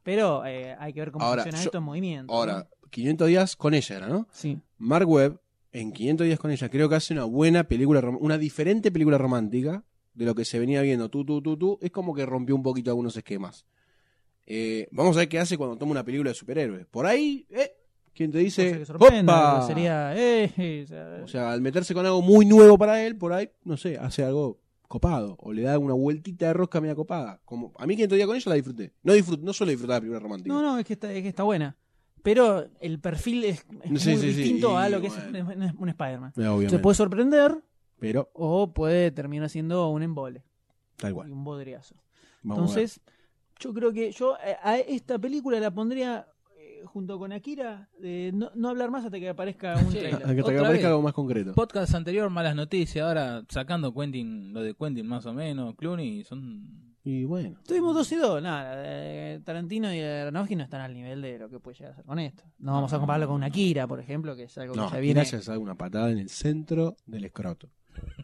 Speaker 2: Pero eh, hay que ver cómo
Speaker 5: Ahora,
Speaker 2: funciona
Speaker 5: yo-
Speaker 2: esto en movimiento.
Speaker 5: Ahora,
Speaker 2: ¿no?
Speaker 5: 500 días con ella era, ¿no?
Speaker 2: Sí.
Speaker 5: Mark Webb, en 500 días con ella, creo que hace una buena película, rom- una diferente película romántica de lo que se venía viendo. Tú, tú, tú, tú. Es como que rompió un poquito algunos esquemas. Eh, vamos a ver qué hace cuando toma una película de superhéroes. Por ahí, eh, quien te
Speaker 2: Cosa
Speaker 5: dice.
Speaker 2: que sorprenda,
Speaker 5: ¡Opa!
Speaker 2: Sería. eh, eh, o sea,
Speaker 5: O sea, al meterse con algo muy nuevo para él, por ahí, no sé, hace algo copado. O le da una vueltita de rosca media copada. Como, a mí 500 días con ella la disfruté. No, disfrut- no suelo disfrutar de películas románticas.
Speaker 2: No, no, es que está, es que está buena. Pero el perfil es, es
Speaker 5: Sí,
Speaker 2: muy
Speaker 5: sí, sí,
Speaker 2: distinto
Speaker 5: y
Speaker 2: a lo que es
Speaker 5: bueno.
Speaker 2: un, un- un Spider-Man.
Speaker 5: Eh, obviamente.
Speaker 2: Se puede sorprender
Speaker 5: Pero,
Speaker 2: o puede terminar siendo un embole
Speaker 5: tal
Speaker 2: y
Speaker 5: cual.
Speaker 2: un bodriazo.
Speaker 5: Vamos a ver.
Speaker 2: Entonces, yo creo que yo eh, a esta película la pondría eh, junto con Akira, de no, no hablar más hasta que aparezca un
Speaker 4: Sí.
Speaker 2: trailer.
Speaker 5: Hasta que
Speaker 4: otra vez.
Speaker 5: aparezca algo más concreto.
Speaker 4: Podcast anterior, malas noticias. Ahora sacando Quentin, lo de Quentin más o menos, Clooney, son.
Speaker 5: Y bueno.
Speaker 2: Tuvimos dos y dos, nada, eh, Tarantino y Aronofsky no están al nivel de lo que puede llegar a ser con esto. No vamos a compararlo con una Akira, por ejemplo, que es algo que
Speaker 5: No,
Speaker 2: ya viene
Speaker 5: Ignacia se da una patada en el centro del escroto.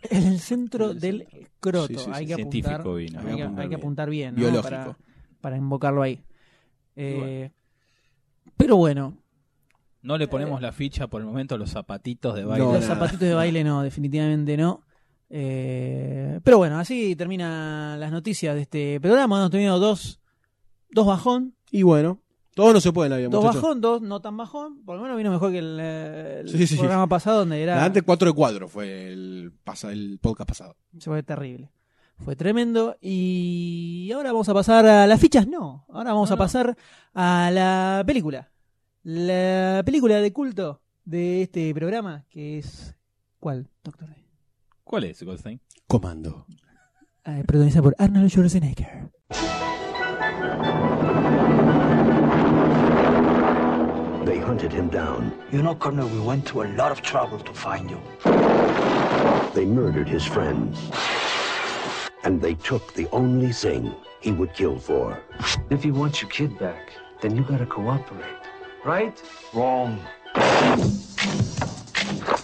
Speaker 2: en el centro
Speaker 5: En el
Speaker 2: del
Speaker 5: centro.
Speaker 2: escroto.
Speaker 5: Sí, sí, sí,
Speaker 2: hay que
Speaker 6: Científico
Speaker 2: apuntar
Speaker 6: vino.
Speaker 2: Hay que- Hay, que,
Speaker 5: bien.
Speaker 2: apuntar bien, ¿no?
Speaker 5: Biológico.
Speaker 2: Para, para invocarlo ahí. Eh,
Speaker 4: Y bueno.
Speaker 2: Pero bueno,
Speaker 4: No le ponemos la ficha por el momento a los zapatitos de baile.
Speaker 5: No,
Speaker 2: los
Speaker 5: nada.
Speaker 2: zapatitos de baile no, definitivamente no. Eh, pero bueno, así terminan las noticias de este programa. Hemos tenido dos, dos bajón,
Speaker 5: Y bueno, todo no se puede en la vida,
Speaker 2: dos
Speaker 5: muchachos.
Speaker 2: bajón, dos no tan bajón. Por lo menos vino mejor que el, eh, el
Speaker 5: Sí, sí.
Speaker 2: programa pasado, donde era.
Speaker 5: Antes 4 de 4 fue el, pasa, el podcast pasado.
Speaker 2: Se fue terrible. Fue tremendo. Y ahora vamos a pasar a las fichas. No, ahora vamos
Speaker 4: No,
Speaker 2: a
Speaker 4: no.
Speaker 2: pasar a la película. La película de culto de este programa, que es... ¿Cuál, doctor? D?
Speaker 6: ¿Cuál es, Goldstein?
Speaker 5: Comando.
Speaker 2: Ah, protagonizada por Arnold Schwarzenegger.
Speaker 7: They hunted him down.
Speaker 8: You know, Colonel, we went to a lot of trouble to find you.
Speaker 7: They murdered his friends. And they took the only thing he would kill for.
Speaker 8: If you want your kid back, then you gotta cooperate. Right? Wrong.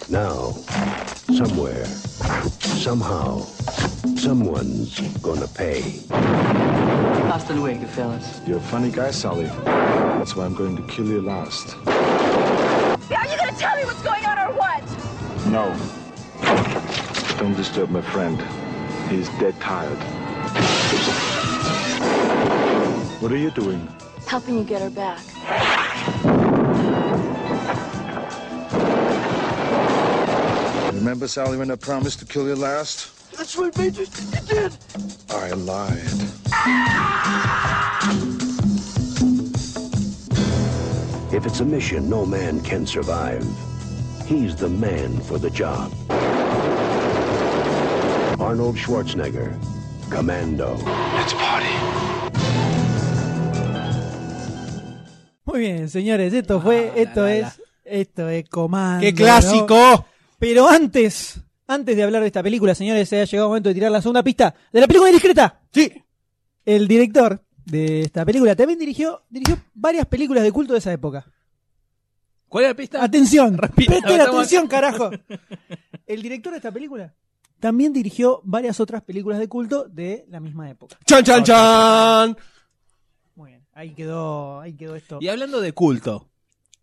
Speaker 7: Now, somewhere, somehow, someone's gonna pay.
Speaker 9: Hasta luego, fellas.
Speaker 10: You're a funny guy, Sally. That's why I'm going to kill you last.
Speaker 9: Are you gonna tell me what's going on or what?
Speaker 10: No. Don't disturb my friend. He's dead tired. What are you doing?
Speaker 9: Helping you get her back.
Speaker 10: Remember, Sally, when I promised to kill you last?
Speaker 8: That's what made you think you did.
Speaker 10: I lied.
Speaker 7: If it's a mission no man can survive, he's the man for the job. Arnold Schwarzenegger, Commando.
Speaker 10: Let's party.
Speaker 2: Muy bien, señores, esto fue,
Speaker 4: Ah,
Speaker 2: esto
Speaker 4: la, la,
Speaker 2: es,
Speaker 4: la.
Speaker 2: esto es comando.
Speaker 5: ¡Qué
Speaker 2: Ah, ¿no?
Speaker 5: clásico!
Speaker 2: Pero antes, antes de hablar de esta película, señores, se ha llegado el momento de tirar la segunda pista de la película discreta.
Speaker 5: Sí.
Speaker 2: El director de esta película también dirigió, dirigió varias películas de culto de esa época.
Speaker 4: ¿Cuál es la
Speaker 2: [LAUGHS]
Speaker 4: pista?
Speaker 2: Atención,
Speaker 4: Respira,
Speaker 2: presten
Speaker 4: estamos-
Speaker 2: atención, carajo. El director de esta película también dirigió varias otras películas de culto de la misma época.
Speaker 5: ¡Chan, chan, chan!
Speaker 2: Muy bien, ahí quedó, ahí quedó esto.
Speaker 4: Y hablando de culto,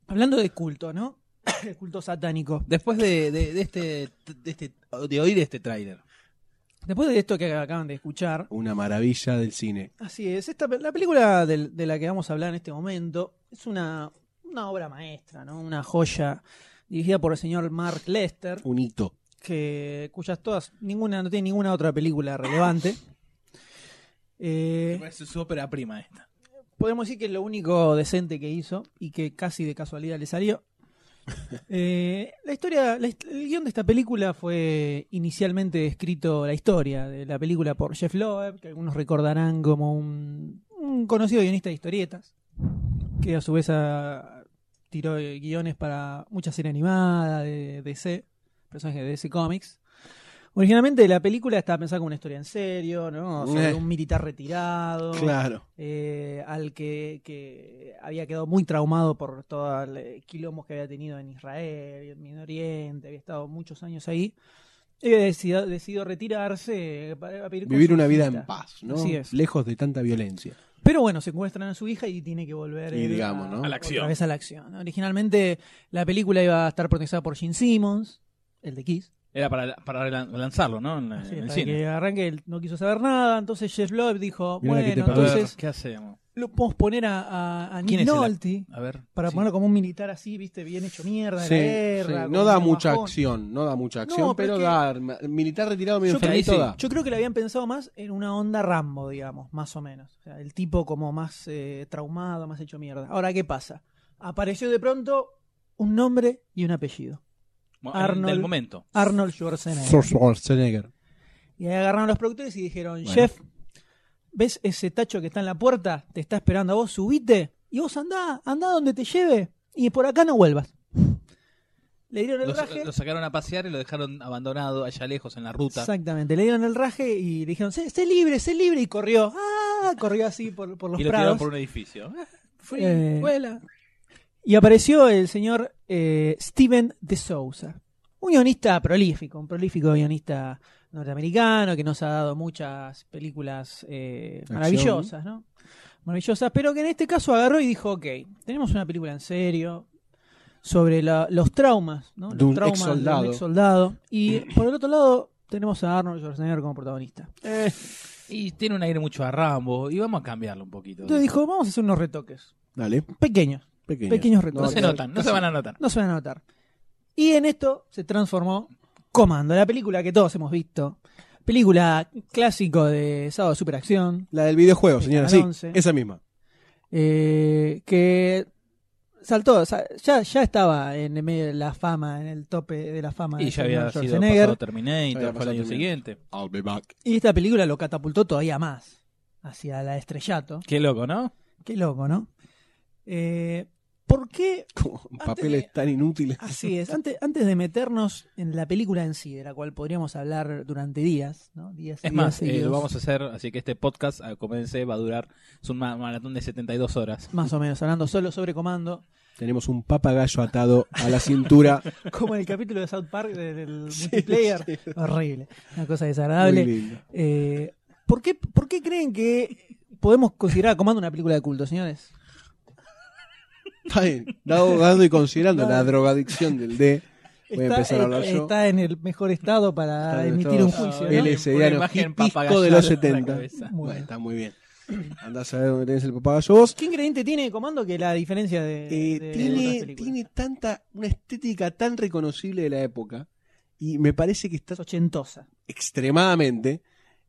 Speaker 2: Hablando de culto, ¿no? [COUGHS] El culto satánico.
Speaker 4: después de, de- de este, de este- de oír este tráiler,
Speaker 2: Después de esto que acaban de escuchar,
Speaker 5: Una maravilla del cine.
Speaker 2: Así es. Esta, pe- la película del- de la que vamos a hablar en este momento es una, una obra maestra, ¿no? Una joya dirigida por el señor Mark Lester,
Speaker 5: Un hito.
Speaker 2: que, cuyas todas, ninguna, no tiene ninguna otra película relevante. Eh,
Speaker 4: es su ópera prima esta.
Speaker 2: podemos decir que lo único decente que hizo y que casi de casualidad le
Speaker 5: [LAUGHS]
Speaker 2: salió. Eh, la historia, la hist- el guión de esta película fue inicialmente escrito la historia de la película por Jeff Loeb, que algunos recordarán como un, un conocido guionista de historietas, que a su vez ah, tiró eh, guiones para mucha serie animada de DC, personajes de DC Comics. Originalmente la película estaba pensada como una historia en serio, ¿no? Sobre
Speaker 5: Eh.
Speaker 2: un militar retirado
Speaker 5: Claro.
Speaker 2: eh, al que, que había quedado muy traumado por todo el eh, quilombo que había tenido en Israel, en Medio Oriente, había estado muchos años ahí, Ella decidió, decidió retirarse eh, para, a pedir con
Speaker 5: Vivir
Speaker 2: su
Speaker 5: una vida
Speaker 2: hijita.
Speaker 5: en paz, ¿no?
Speaker 2: Así es.
Speaker 5: Lejos de tanta violencia.
Speaker 2: Pero bueno, secuestran a su hija y tiene que volver
Speaker 5: Y
Speaker 2: él
Speaker 5: digamos, ¿no? A
Speaker 4: la acción.
Speaker 2: otra vez a la acción. Originalmente la película iba a estar protagonizada por Gene Simmons, el de Kiss.
Speaker 4: Era para, para relan- lanzarlo, ¿no? En, la-
Speaker 2: Así,
Speaker 4: Ah, en el
Speaker 2: para
Speaker 4: cine.
Speaker 2: que arranque, él no quiso saber nada. Entonces Jeff Love dijo,
Speaker 5: Mirá la que te
Speaker 2: bueno,
Speaker 4: A ver,
Speaker 2: entonces
Speaker 4: ¿qué hacemos?
Speaker 2: lo podemos poner a, a, a Nick
Speaker 4: ¿Quién es el
Speaker 2: Nolte
Speaker 4: A ver.
Speaker 2: para
Speaker 4: sí.
Speaker 2: ponerlo como un militar así, viste, bien hecho mierda de
Speaker 5: Sí,
Speaker 2: la guerra.
Speaker 5: sí.
Speaker 2: con
Speaker 5: No da
Speaker 2: un
Speaker 5: mucha
Speaker 2: bajón.
Speaker 5: acción, no da mucha acción,
Speaker 2: No, pero
Speaker 5: pero,
Speaker 2: es que-
Speaker 5: da arma- militar retirado medio
Speaker 2: Yo creo,
Speaker 5: enfermito
Speaker 4: que sí.
Speaker 5: da.
Speaker 2: yo creo que le habían pensado más en una onda Rambo, digamos, más o menos. O sea, el tipo como más eh, traumado, más hecho mierda. Ahora, ¿qué pasa? Apareció de pronto un nombre y un apellido.
Speaker 4: Mo-
Speaker 2: Arnold-
Speaker 4: Del momento.
Speaker 2: Arnold Schwarzenegger.
Speaker 5: Schwarzenegger.
Speaker 2: Y ahí agarraron los productores y dijeron, Jeff, ¿ves ese tacho que está en la puerta? Te está esperando a vos, subite y vos andá, andá donde te lleve y por acá no vuelvas. Le dieron el
Speaker 4: Lo, sa-
Speaker 2: raje.
Speaker 4: lo sacaron a pasear y lo dejaron abandonado allá lejos en la ruta.
Speaker 2: Exactamente, le dieron el raje y le dijeron, sé, sé libre, sé libre, y corrió. ¡Ah! Corrió así por, por los
Speaker 4: y lo
Speaker 2: prados. Eh.
Speaker 4: tiraron por un edificio. [LAUGHS]
Speaker 2: Fui, Y apareció el señor eh, Steven de Souza, un guionista prolífico, un prolífico guionista norteamericano que nos ha dado muchas películas eh,
Speaker 5: Acción.
Speaker 2: maravillosas, ¿no? Maravillosas, pero que en este caso agarró y dijo, ok, tenemos una película en serio sobre la- los traumas, ¿no? Los
Speaker 5: De un
Speaker 2: traumas
Speaker 5: exsoldado.
Speaker 2: soldado. Y por el otro lado tenemos a Arnold Schwarzenegger como protagonista.
Speaker 4: Y tiene un aire mucho a Rambo. Y vamos a cambiarlo un poquito.
Speaker 2: Entonces dijo, vamos a hacer unos retoques,
Speaker 5: Dale,
Speaker 2: pequeños,
Speaker 5: pequeño.
Speaker 2: pequeños
Speaker 4: no
Speaker 2: retoques.
Speaker 4: se notan, no se van a notar.
Speaker 2: no se van a notar. Y en esto se transformó Comando, la película que todos hemos visto. Película clásico de sábado de superacción,
Speaker 5: La del videojuego,
Speaker 2: Sí,
Speaker 5: señora,
Speaker 2: al
Speaker 5: sí,
Speaker 2: once.
Speaker 5: esa misma.
Speaker 2: eh, que saltó, sa- ya, ya estaba en el medio de la fama, en el tope de la fama
Speaker 4: Y
Speaker 2: de
Speaker 4: ya había
Speaker 2: Arnold
Speaker 4: sido
Speaker 2: Schwarzenegger.
Speaker 4: pasado Terminator,
Speaker 5: Había
Speaker 4: fue el
Speaker 5: pasado
Speaker 4: año
Speaker 5: Terminator.
Speaker 4: siguiente.
Speaker 5: I'll be back. [LAUGHS]
Speaker 2: Y esta película lo catapultó todavía más hacia la estrellato.
Speaker 4: Qué loco, ¿no?
Speaker 2: Qué loco, ¿no? Eh, ¿Por qué
Speaker 5: Como papeles
Speaker 2: de-
Speaker 5: tan inútiles.
Speaker 2: Así es. Antes, antes de meternos en la película en sí, de la cual podríamos hablar durante días, ¿no? Días y días
Speaker 4: Es más, eh,
Speaker 2: seguidos.
Speaker 4: lo vamos a hacer, así que este podcast, ah, comencé, va a durar, es un ma- maratón de 72 horas.
Speaker 2: Más o menos, hablando solo sobre comando, [LAUGHS]
Speaker 5: Tenemos un papagayo atado a la cintura.
Speaker 2: como en el capítulo de South Park de-
Speaker 5: [LAUGHS]
Speaker 2: del [LAUGHS] multiplayer. Horrible, una cosa desagradable.
Speaker 5: Muy lindo.
Speaker 2: Eh, ¿por, qué, ¿Por qué creen que podemos considerar a comando una película de culto, señores?
Speaker 5: Está bien, dado, dado y considerando
Speaker 2: Claro.
Speaker 5: la drogadicción del D, voy a empezar a hablar
Speaker 2: eh,
Speaker 5: yo.
Speaker 2: está en el mejor estado para
Speaker 5: Está en
Speaker 2: emitir un
Speaker 5: estado-
Speaker 2: juicio.
Speaker 5: Él
Speaker 2: ¿no?
Speaker 5: es
Speaker 4: Una
Speaker 5: ediano
Speaker 4: imagen
Speaker 5: hipisco
Speaker 4: papagayada
Speaker 5: de los
Speaker 4: en la
Speaker 5: 70.
Speaker 4: cabeza.
Speaker 5: Bueno,
Speaker 2: bien.
Speaker 5: está muy bien. Andás a ver dónde tenés el papagayo vos.
Speaker 2: ¿Qué ingrediente tiene comando que la diferencia de,
Speaker 5: Eh,
Speaker 2: de otras
Speaker 5: tiene,
Speaker 2: películas?
Speaker 5: tiene tanta, una estética tan reconocible de la época y me parece que está
Speaker 2: Es ochentosa.
Speaker 5: extremadamente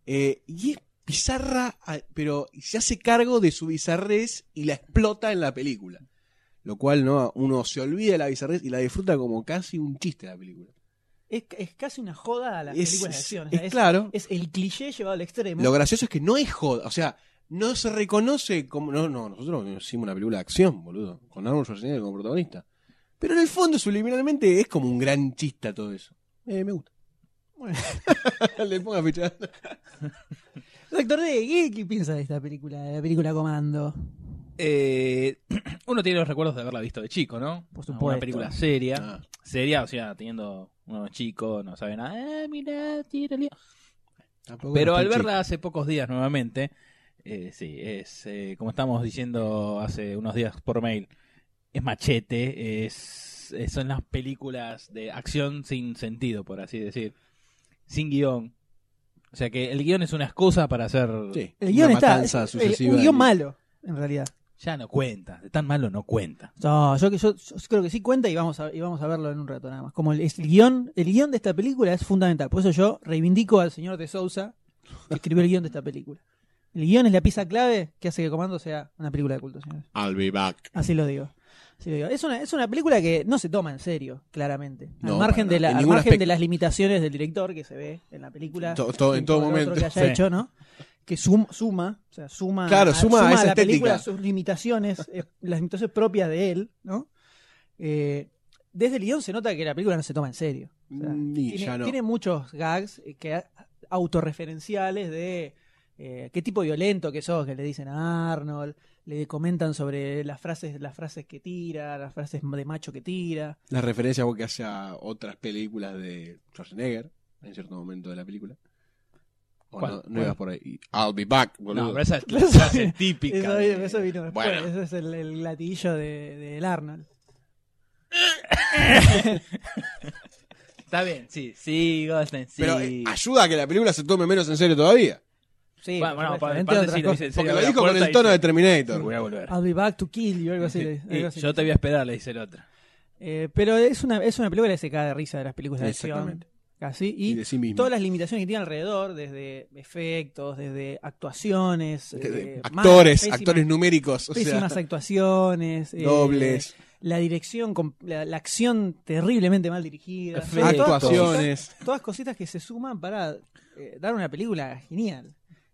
Speaker 5: eh, y es bizarra, a- pero se hace cargo de su bizarrez y la explota en la película. Lo cual no uno se olvida de la bizarrez y la disfruta como casi un chiste la película.
Speaker 2: Es, es casi una joda a las
Speaker 5: Es-
Speaker 2: películas de acción. O
Speaker 5: es
Speaker 2: sea, es,
Speaker 5: claro.
Speaker 2: es el cliché llevado al extremo.
Speaker 5: Lo gracioso es que no es joda, o sea, no se reconoce como. No, no, nosotros hicimos una película de acción, boludo, con Arnold Schwarzenegger como protagonista. Pero en el fondo, subliminalmente, es como un gran chista todo eso. Eh, me gusta. [LAUGHS] Le pongo a fichar.
Speaker 2: Doctor D, ¿qué, qué piensa de esta película, de la película Comando?
Speaker 4: Eh, [CLEARS THROAT] uno tiene los recuerdos de haberla visto de chico, ¿no?
Speaker 2: Por supuesto.
Speaker 4: Una película seria.
Speaker 5: Ah,
Speaker 4: Seria, o sea, teniendo unos chicos, no sabe nada. Ah, mirá, tira lío.
Speaker 5: tampoco
Speaker 4: Pero
Speaker 5: es
Speaker 4: al
Speaker 5: tan
Speaker 4: verla hace pocos días nuevamente, eh, sí, es eh, como estamos diciendo hace unos días por mail, es machete, es, es- son las películas de acción sin sentido, por así decir, sin guión. O sea que el guión es una excusa para hacer...
Speaker 5: chico. Sí,
Speaker 2: El guión
Speaker 5: una
Speaker 2: está.
Speaker 5: matanza
Speaker 2: es- el-
Speaker 5: sucesiva
Speaker 2: un
Speaker 5: de-
Speaker 2: guión malo, en realidad.
Speaker 4: Ya no cuenta, de tan malo no cuenta.
Speaker 2: No, yo, que- yo, yo creo que sí cuenta y vamos a, y vamos a verlo en un rato nada más. Como el, es el guión, el guión de esta película es fundamental. Por eso yo reivindico al señor de Sousa que escribió el guión de esta película. El guión es la pieza clave que hace que Comando sea una película de culto, señores.
Speaker 1: I'll be back.
Speaker 2: Así lo digo. Así lo digo. Es, una, es una película que no se toma en serio, claramente. Al
Speaker 5: No,
Speaker 2: margen,
Speaker 5: para
Speaker 2: de, la-
Speaker 5: nada. En
Speaker 2: al
Speaker 5: ningún
Speaker 2: margen de
Speaker 5: aspecto.
Speaker 2: las limitaciones del director que se ve en la película.
Speaker 5: To- to-
Speaker 2: y
Speaker 5: en todo
Speaker 2: todo lo otro
Speaker 5: momento.
Speaker 2: que haya
Speaker 4: Sí.
Speaker 2: hecho, ¿no? Que sum- suma, o sea, suma,
Speaker 5: Claro, suma a esa
Speaker 2: la
Speaker 5: estética.
Speaker 2: película sus limitaciones, [LAUGHS] eh, las limitaciones propias de él, ¿no? Eh, desde el guión se nota que la película no se toma en serio. O sea,
Speaker 5: Mm, y
Speaker 2: tiene,
Speaker 5: ya no.
Speaker 2: tiene muchos gags eh, que a- autorreferenciales de eh, qué tipo de violento que sos, que le dicen a Arnold, le comentan sobre las frases, las frases que tira, las frases de macho que tira.
Speaker 5: Las referencias que hace a otras películas de Schwarzenegger. en cierto momento de la película. O
Speaker 4: ¿Cuál?
Speaker 5: no, no
Speaker 4: ¿Cuál?
Speaker 5: ibas por ahí. Y, I'll be back, boludo.
Speaker 4: No, pero esa es
Speaker 2: [LAUGHS] Claro,
Speaker 4: la frase
Speaker 2: sí.
Speaker 4: típica.
Speaker 2: Eso,
Speaker 4: de-
Speaker 2: eso vino después.
Speaker 1: Bueno.
Speaker 2: Ese es el, el latillo de, del Arnold.
Speaker 4: Está bien, sí, sí, Goldstein, sí.
Speaker 5: Pero eh, ayuda a que la película se tome menos en serio todavía.
Speaker 2: Sí,
Speaker 4: bueno, bueno,
Speaker 2: por
Speaker 4: para
Speaker 2: supuesto,
Speaker 4: parte
Speaker 2: entre
Speaker 4: sí lo
Speaker 2: otras
Speaker 4: dice, sí,
Speaker 5: Porque
Speaker 4: abre
Speaker 5: lo
Speaker 4: la
Speaker 5: dijo con
Speaker 4: puerta
Speaker 5: el
Speaker 4: y
Speaker 5: tono de
Speaker 4: dice,
Speaker 5: Terminator.
Speaker 4: Voy a volver.
Speaker 2: cosas. I'll be back to kill you, Ah, algo así.
Speaker 4: Sí,
Speaker 2: le-
Speaker 4: y
Speaker 2: algo así.
Speaker 4: yo te voy a esperar, le dice el otro.
Speaker 2: Eh, pero es una, es una película que se cae de risa de las películas de acción.
Speaker 5: Exactamente.
Speaker 2: Así, y,
Speaker 5: Y de sí mismo.
Speaker 2: todas las limitaciones que tiene alrededor, desde efectos, desde actuaciones, eh,
Speaker 5: actores,
Speaker 2: mal, pésimas-
Speaker 5: actores numéricos. O sea,
Speaker 2: Pésimas actuaciones, eh,
Speaker 5: dobles,
Speaker 2: la dirección, com- la, la acción terriblemente mal dirigida, Son
Speaker 4: Efectos.
Speaker 2: todas
Speaker 5: actuaciones.
Speaker 2: cositas- todas cositas que se suman para eh, dar una película genial.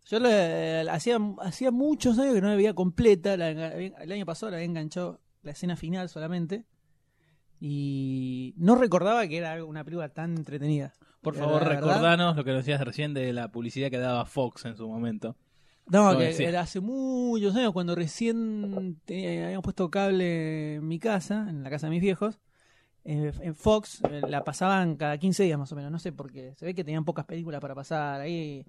Speaker 2: Yo la- la- hacía, hacía muchos años que no la veía completa, la enga- el año pasado la había enganchado la escena final solamente. Y no recordaba que era algo- una película tan entretenida.
Speaker 4: Por
Speaker 2: La
Speaker 4: favor,
Speaker 2: verdad-
Speaker 4: recordanos lo que nos decías recién de la publicidad que daba Fox en su momento.
Speaker 2: No,
Speaker 4: Lo
Speaker 5: eh,
Speaker 2: que
Speaker 4: decía.
Speaker 2: era hace muchos años, cuando recién tenía- habíamos puesto cable en mi casa, en la casa de mis viejos, eh, en Fox eh, la pasaban cada 15 días más o menos, no sé por qué. Se ve que tenían pocas películas para pasar ahí.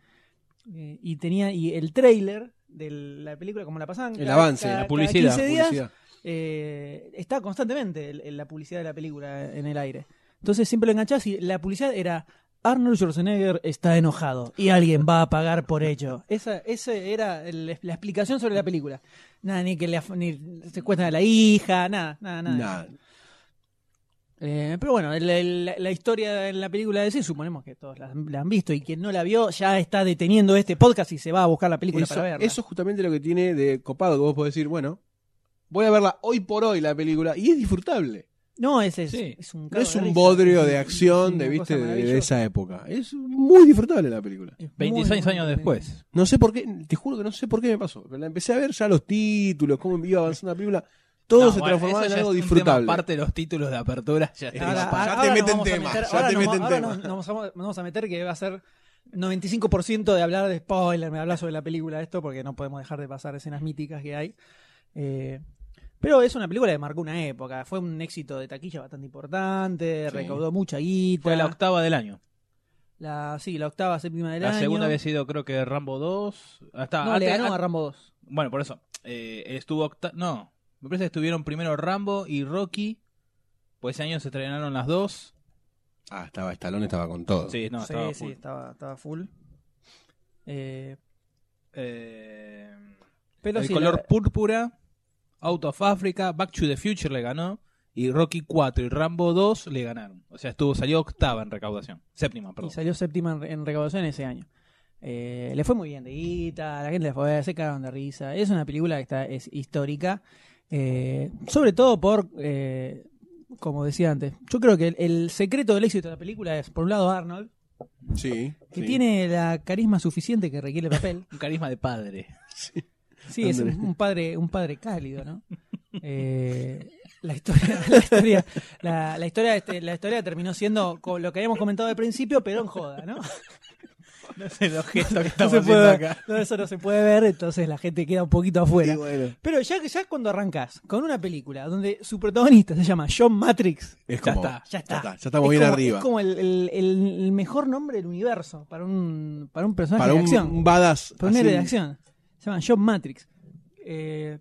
Speaker 2: eh, y tenía y el trailer de la película, como la pasaban.
Speaker 5: El avance, la
Speaker 4: publicidad,
Speaker 2: Cada 15 días,
Speaker 5: publicidad.
Speaker 2: eh, está constantemente el- el- la publicidad de la película en el aire. Entonces siempre lo enganchás y la publicidad era Arnold Schwarzenegger está enojado y alguien va a pagar por ello. Esa, esa era el- la explicación sobre la película. Nada, ni que le af- ni secuestran a la hija, nada, nada, nada.
Speaker 5: Nada.
Speaker 2: Eh, pero bueno, el- el- la historia en la película de sí, suponemos que todos la, la han visto y quien no la vio ya está deteniendo este podcast y se va a buscar la película
Speaker 5: Eso,
Speaker 2: para verla.
Speaker 5: eso es justamente lo que tiene de copado, que vos podés decir, bueno, voy a verla hoy por hoy la película, y es disfrutable.
Speaker 2: no, ese es,
Speaker 4: Sí.
Speaker 2: es un
Speaker 5: No
Speaker 2: cago
Speaker 5: es
Speaker 2: de
Speaker 5: un
Speaker 2: risa,
Speaker 5: bodrio
Speaker 2: es
Speaker 5: de
Speaker 2: un- es
Speaker 5: acción
Speaker 2: una cosa
Speaker 5: de, ¿viste? de- de,
Speaker 2: maravillosa.
Speaker 5: esa época. Es muy disfrutable la película.
Speaker 2: Es muy
Speaker 4: 26
Speaker 2: buena
Speaker 4: años
Speaker 2: película.
Speaker 4: después.
Speaker 5: No sé por qué, te juro que no sé por qué me pasó. Pero la empecé a ver ya los títulos, cómo iba avanzando la película. Todo
Speaker 4: No,
Speaker 5: se
Speaker 4: bueno,
Speaker 5: transformaba
Speaker 4: eso
Speaker 5: en
Speaker 4: ya
Speaker 5: algo
Speaker 4: es un
Speaker 5: disfrutable.
Speaker 4: tema aparte de los títulos de apertura, ya está.
Speaker 2: Ahora,
Speaker 5: Ya
Speaker 2: ahora-
Speaker 5: te
Speaker 2: ahora nos
Speaker 5: meten
Speaker 2: vamos a
Speaker 5: tema,
Speaker 2: meter-
Speaker 5: ya
Speaker 2: ahora
Speaker 5: te
Speaker 2: nos-
Speaker 5: meten
Speaker 2: ahora
Speaker 5: tema.
Speaker 2: nos- nos vamos a- nos vamos a meter que va a ser 95% de hablar de spoiler, me hablar sobre la película de esto, porque no podemos dejar de pasar escenas míticas que hay. Eh, pero es una película que marcó una época, fue un éxito de taquilla bastante importante,
Speaker 5: Sí.
Speaker 2: recaudó mucha guita.
Speaker 4: Fue la octava del año.
Speaker 2: La- sí, la octava, séptima del
Speaker 4: La
Speaker 2: año.
Speaker 4: segunda había sido, creo que Rambo 2. Hasta,
Speaker 2: No,
Speaker 4: antes-
Speaker 2: le ganó
Speaker 4: an-
Speaker 2: a Rambo 2.
Speaker 4: Bueno, por eso. eh, estuvo octa- No, me parece que estuvieron primero Rambo y Rocky. Pues ese año se estrenaron las dos.
Speaker 5: Ah, estaba, Stallone estaba con todo.
Speaker 4: Sí, no,
Speaker 2: sí,
Speaker 4: estaba
Speaker 2: sí,
Speaker 4: full.
Speaker 2: estaba, estaba full. Eh,
Speaker 4: Eh,
Speaker 2: pero
Speaker 4: el
Speaker 2: sí,
Speaker 4: color
Speaker 2: la-
Speaker 4: púrpura, Out of Africa, Back to the Future le ganó. Y Rocky 4 y Rambo 2 le ganaron. O sea, estuvo salió octava en recaudación. Séptima,
Speaker 2: Y
Speaker 4: perdón.
Speaker 2: salió séptima en, en recaudación ese año. Eh, le fue muy bien de guita, la gente le fue, a ver, se cagaron de risa. Es una película que está, es histórica. eh, sobre todo por, eh, como decía antes, yo creo que el, el secreto del éxito de la película es, por un lado, Arnold,
Speaker 5: Sí,
Speaker 2: que
Speaker 5: sí.
Speaker 2: tiene la carisma suficiente que requiere el papel.
Speaker 4: Un carisma de padre.
Speaker 2: Sí, es un,
Speaker 5: Andrés.
Speaker 2: un padre, un padre cálido, ¿no? Eh, la historia, [LAUGHS] la historia, la, la historia, este, la historia terminó siendo co- lo que habíamos comentado al principio, pero en joda, ¿no?
Speaker 4: [LAUGHS] No sé los gestos que
Speaker 2: no
Speaker 4: estamos
Speaker 2: se
Speaker 4: haciendo
Speaker 2: puede,
Speaker 4: acá.
Speaker 2: no, eso no se puede ver, entonces la gente queda un poquito afuera.
Speaker 5: Y bueno,
Speaker 2: Pero ya, ya cuando arrancas con una película donde su protagonista se llama John Matrix,
Speaker 5: es
Speaker 4: Ya
Speaker 5: como,
Speaker 4: está,
Speaker 2: ya está.
Speaker 5: Ya, estamos
Speaker 2: es
Speaker 5: bien
Speaker 2: como,
Speaker 5: arriba.
Speaker 2: Es como el, el- el mejor nombre del universo para un, para un personaje
Speaker 5: Para
Speaker 2: de
Speaker 5: un,
Speaker 2: acción.
Speaker 5: un badass.
Speaker 2: Para un héroe
Speaker 5: así,
Speaker 2: de acción. Se llama John Matrix. Eh,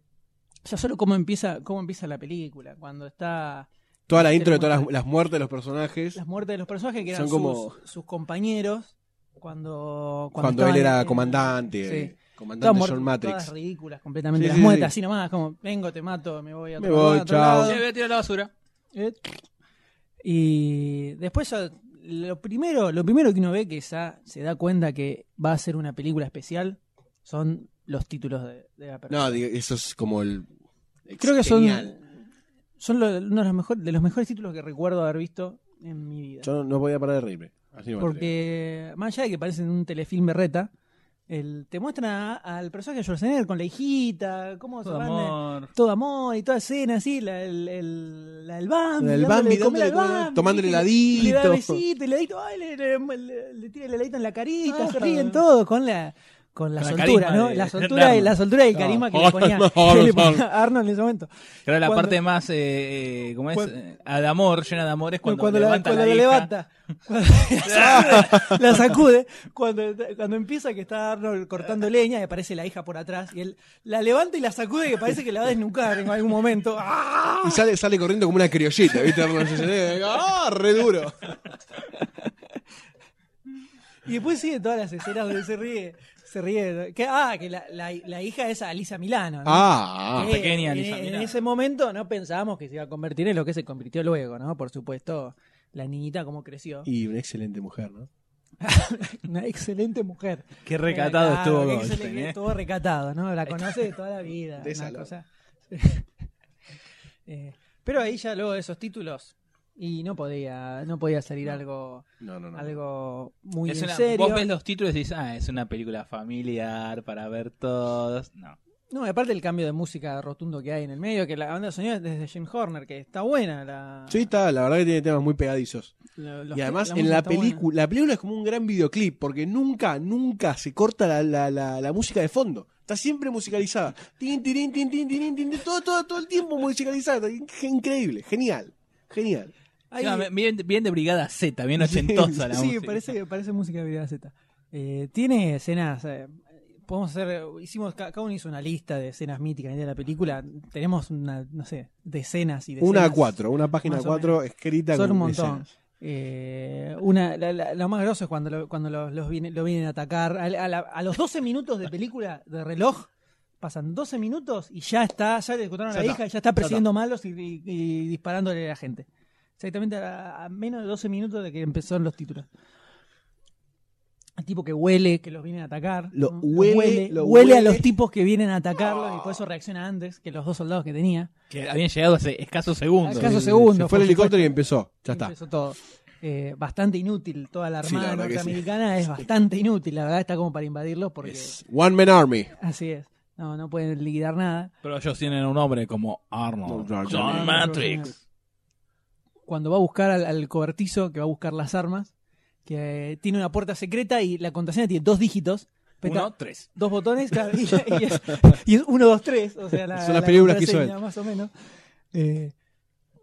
Speaker 2: ya solo cómo empieza, cómo empieza la película, cuando está
Speaker 5: Toda
Speaker 2: Este
Speaker 5: la intro de todas las, las muertes de los personajes.
Speaker 2: las muertes de los personajes que eran
Speaker 5: Son como-
Speaker 2: sus, sus compañeros cuando
Speaker 5: Cuando,
Speaker 2: estaban
Speaker 5: él era
Speaker 2: en-
Speaker 5: comandante.
Speaker 2: Sí.
Speaker 5: eh,
Speaker 2: Todas
Speaker 5: Comandante
Speaker 2: muertes, todas
Speaker 5: John Matrix.
Speaker 2: ridículas completamente.
Speaker 5: Sí,
Speaker 2: las
Speaker 5: sí,
Speaker 2: muertes
Speaker 5: sí.
Speaker 2: así nomás, como vengo, te mato, me voy a otro
Speaker 5: Me voy,
Speaker 2: lado, a otro
Speaker 5: chao.
Speaker 2: lado.
Speaker 4: Sí, voy a tirar la basura.
Speaker 2: Eh. Y después ya, lo primero, lo primero que uno ve que ya se da cuenta que va a ser una película especial son los títulos de, de la persona.
Speaker 5: No, digo, eso es como el.
Speaker 2: Creo que son,
Speaker 5: genial.
Speaker 2: son lo- uno de los, mejores, de los mejores títulos que recuerdo haber visto en mi vida.
Speaker 5: Yo no, no podía parar de reírme. Así me atrevo.
Speaker 2: Porque más allá de que parecen un telefilm berreta, el, te muestran a- al personaje de Schwarzenegger con la hijita, cómo se
Speaker 4: Todo
Speaker 2: van de-
Speaker 4: amor.
Speaker 2: todo amor y toda escena así, la, el, el, la del Bambi,
Speaker 5: La del
Speaker 2: dándole
Speaker 5: Bambi,
Speaker 2: de
Speaker 5: dándole
Speaker 2: comer al
Speaker 5: comer, tomándole
Speaker 2: ¿viste?
Speaker 5: heladito.
Speaker 2: Le da besito, el heladito, ay, le, le- le- le tira el heladito en la carita, se ríen todos con la con la
Speaker 4: Ah, Con el
Speaker 2: soltura,
Speaker 4: carisma
Speaker 2: ¿no?
Speaker 4: de-
Speaker 2: La
Speaker 4: de
Speaker 2: soltura, y,
Speaker 4: Arnold.
Speaker 2: la soltura y el
Speaker 1: No,
Speaker 2: carisma que le
Speaker 1: Arnold,
Speaker 2: ponía,
Speaker 1: Arnold,
Speaker 2: [LAUGHS] que le ponía
Speaker 1: Arnold.
Speaker 2: Arnold en ese momento.
Speaker 4: Claro, la
Speaker 2: Cuando-
Speaker 4: parte más, eh, eh, ¿cómo es?
Speaker 2: Cuando-
Speaker 4: Eh, Al amor, llena de amor, es cuando,
Speaker 2: cuando, la,
Speaker 4: levanta
Speaker 2: cuando
Speaker 4: a
Speaker 2: la
Speaker 4: la hija.
Speaker 2: levanta, cuando la [LAUGHS] sacude, la sacude, cuando, cuando empieza que está Arnold cortando leña y aparece la hija por atrás y él la levanta y la sacude que parece que la va a desnucar en algún momento. ¡Ah!
Speaker 5: Y sale, sale corriendo como una criollita, ¿viste? Arnold Schwarzenegger. ¡Ah, re duro!
Speaker 2: Y después sigue todas las escenas donde se ríe, se ríe. Que, ah, que la, la- la hija es Alisa Milano. ¿no?
Speaker 5: Ah,
Speaker 2: Que
Speaker 4: pequeña
Speaker 2: en,
Speaker 4: Alisa
Speaker 2: en
Speaker 4: Milano.
Speaker 2: ese momento no pensábamos que se iba a convertir en lo que se convirtió luego, ¿no? Por supuesto, la niñita como creció.
Speaker 5: Y una excelente mujer, ¿no?
Speaker 2: Una excelente mujer.
Speaker 4: Qué recatado
Speaker 2: Claro,
Speaker 4: estuvo
Speaker 2: qué
Speaker 4: Goldstein,
Speaker 2: excelente,
Speaker 4: eh.
Speaker 2: Estuvo recatado, ¿no? La conoce de toda la vida.
Speaker 5: [LAUGHS] De
Speaker 2: una
Speaker 5: salón.
Speaker 2: cosa. [LAUGHS] Eh, pero ahí ya luego de esos títulos y no podía no podía salir algo
Speaker 5: No, no, no.
Speaker 2: algo muy
Speaker 4: Es
Speaker 2: en
Speaker 4: una-
Speaker 2: serio.
Speaker 4: Vos ves los títulos y dices, ah, es una película familiar para ver todos. No.
Speaker 2: No, y aparte el cambio de música rotundo que hay en el medio, que la banda sonora es desde Jim Horner, que está buena la
Speaker 5: Sí, está, la verdad que tiene temas muy pegadizos.
Speaker 2: lo- los-
Speaker 5: Y además en
Speaker 2: música
Speaker 5: la
Speaker 2: está buena.
Speaker 5: película, la película es como un gran videoclip, porque nunca, nunca se corta la, la, la, la música de fondo. Está siempre musicalizada. Tin, tirín, tin, tin, tirín, tin, tin, todo, todo, todo el tiempo musicalizada. Está Increíble, genial, genial.
Speaker 2: Hay-
Speaker 4: Encima, Bien, bien de Brigada Z, bien ochentosa
Speaker 2: [LAUGHS]
Speaker 4: la
Speaker 2: sí,
Speaker 4: música.
Speaker 2: parece, parece música de Brigada Z. Eh, tiene escenas. eh, podemos hacer. Hicimos, ca- cada uno hizo una lista de escenas míticas de la película. Tenemos una, no sé, decenas y decenas.
Speaker 5: Una a cuatro, una página a
Speaker 2: más o
Speaker 5: cuatro escrita
Speaker 2: Son
Speaker 5: con
Speaker 2: un montón.
Speaker 5: escenas.
Speaker 2: Eh, una, la, la- lo más grosso es cuando lo, cuando los, los viene- lo vienen a atacar. A, la- a la- a los 12 minutos de película de reloj, pasan 12 minutos y ya está, ya le ejecutaron a
Speaker 1: Ya
Speaker 2: la
Speaker 1: está,
Speaker 2: hija, ya está persiguiendo malos y, y- y disparándole a la gente. Exactamente a, a menos de 12 minutos de que empezaron los títulos. El tipo que huele, que los vienen a atacar.
Speaker 5: Lo
Speaker 2: ¿no?
Speaker 5: huele, lo
Speaker 2: huele a
Speaker 5: huele.
Speaker 2: los tipos que vienen a atacarlos y por eso reacciona antes que los dos soldados que tenía.
Speaker 4: Que habían llegado hace escasos segundos.
Speaker 2: Escasos
Speaker 5: Se- se
Speaker 2: segundos,
Speaker 5: Fue el
Speaker 2: por supuesto.
Speaker 5: helicóptero y empezó. Ya está.
Speaker 2: Empezó todo. Eh, bastante inútil toda la
Speaker 5: Sí, la
Speaker 2: armada
Speaker 5: verdad que sí.
Speaker 2: norteamericana es bastante inútil, la verdad está como para invadirlos porque
Speaker 5: Es One Man Army.
Speaker 2: así es. No, no pueden liquidar nada.
Speaker 4: Pero ellos tienen un nombre como Arnold.
Speaker 5: No, no, no.
Speaker 4: John Matrix.
Speaker 2: Cuando va a buscar al, al cobertizo, que va a buscar las armas, que eh, tiene una puerta secreta y la contraseña tiene dos dígitos. pero
Speaker 4: Uno,
Speaker 2: está-
Speaker 4: tres.
Speaker 2: dos botones claro,
Speaker 5: [LAUGHS]
Speaker 2: y, y es, y es uno, dos, tres. O sea, la,
Speaker 5: Son las
Speaker 2: la
Speaker 5: películas que hizo
Speaker 2: contraseña,
Speaker 5: él.
Speaker 2: Más o menos. Eh,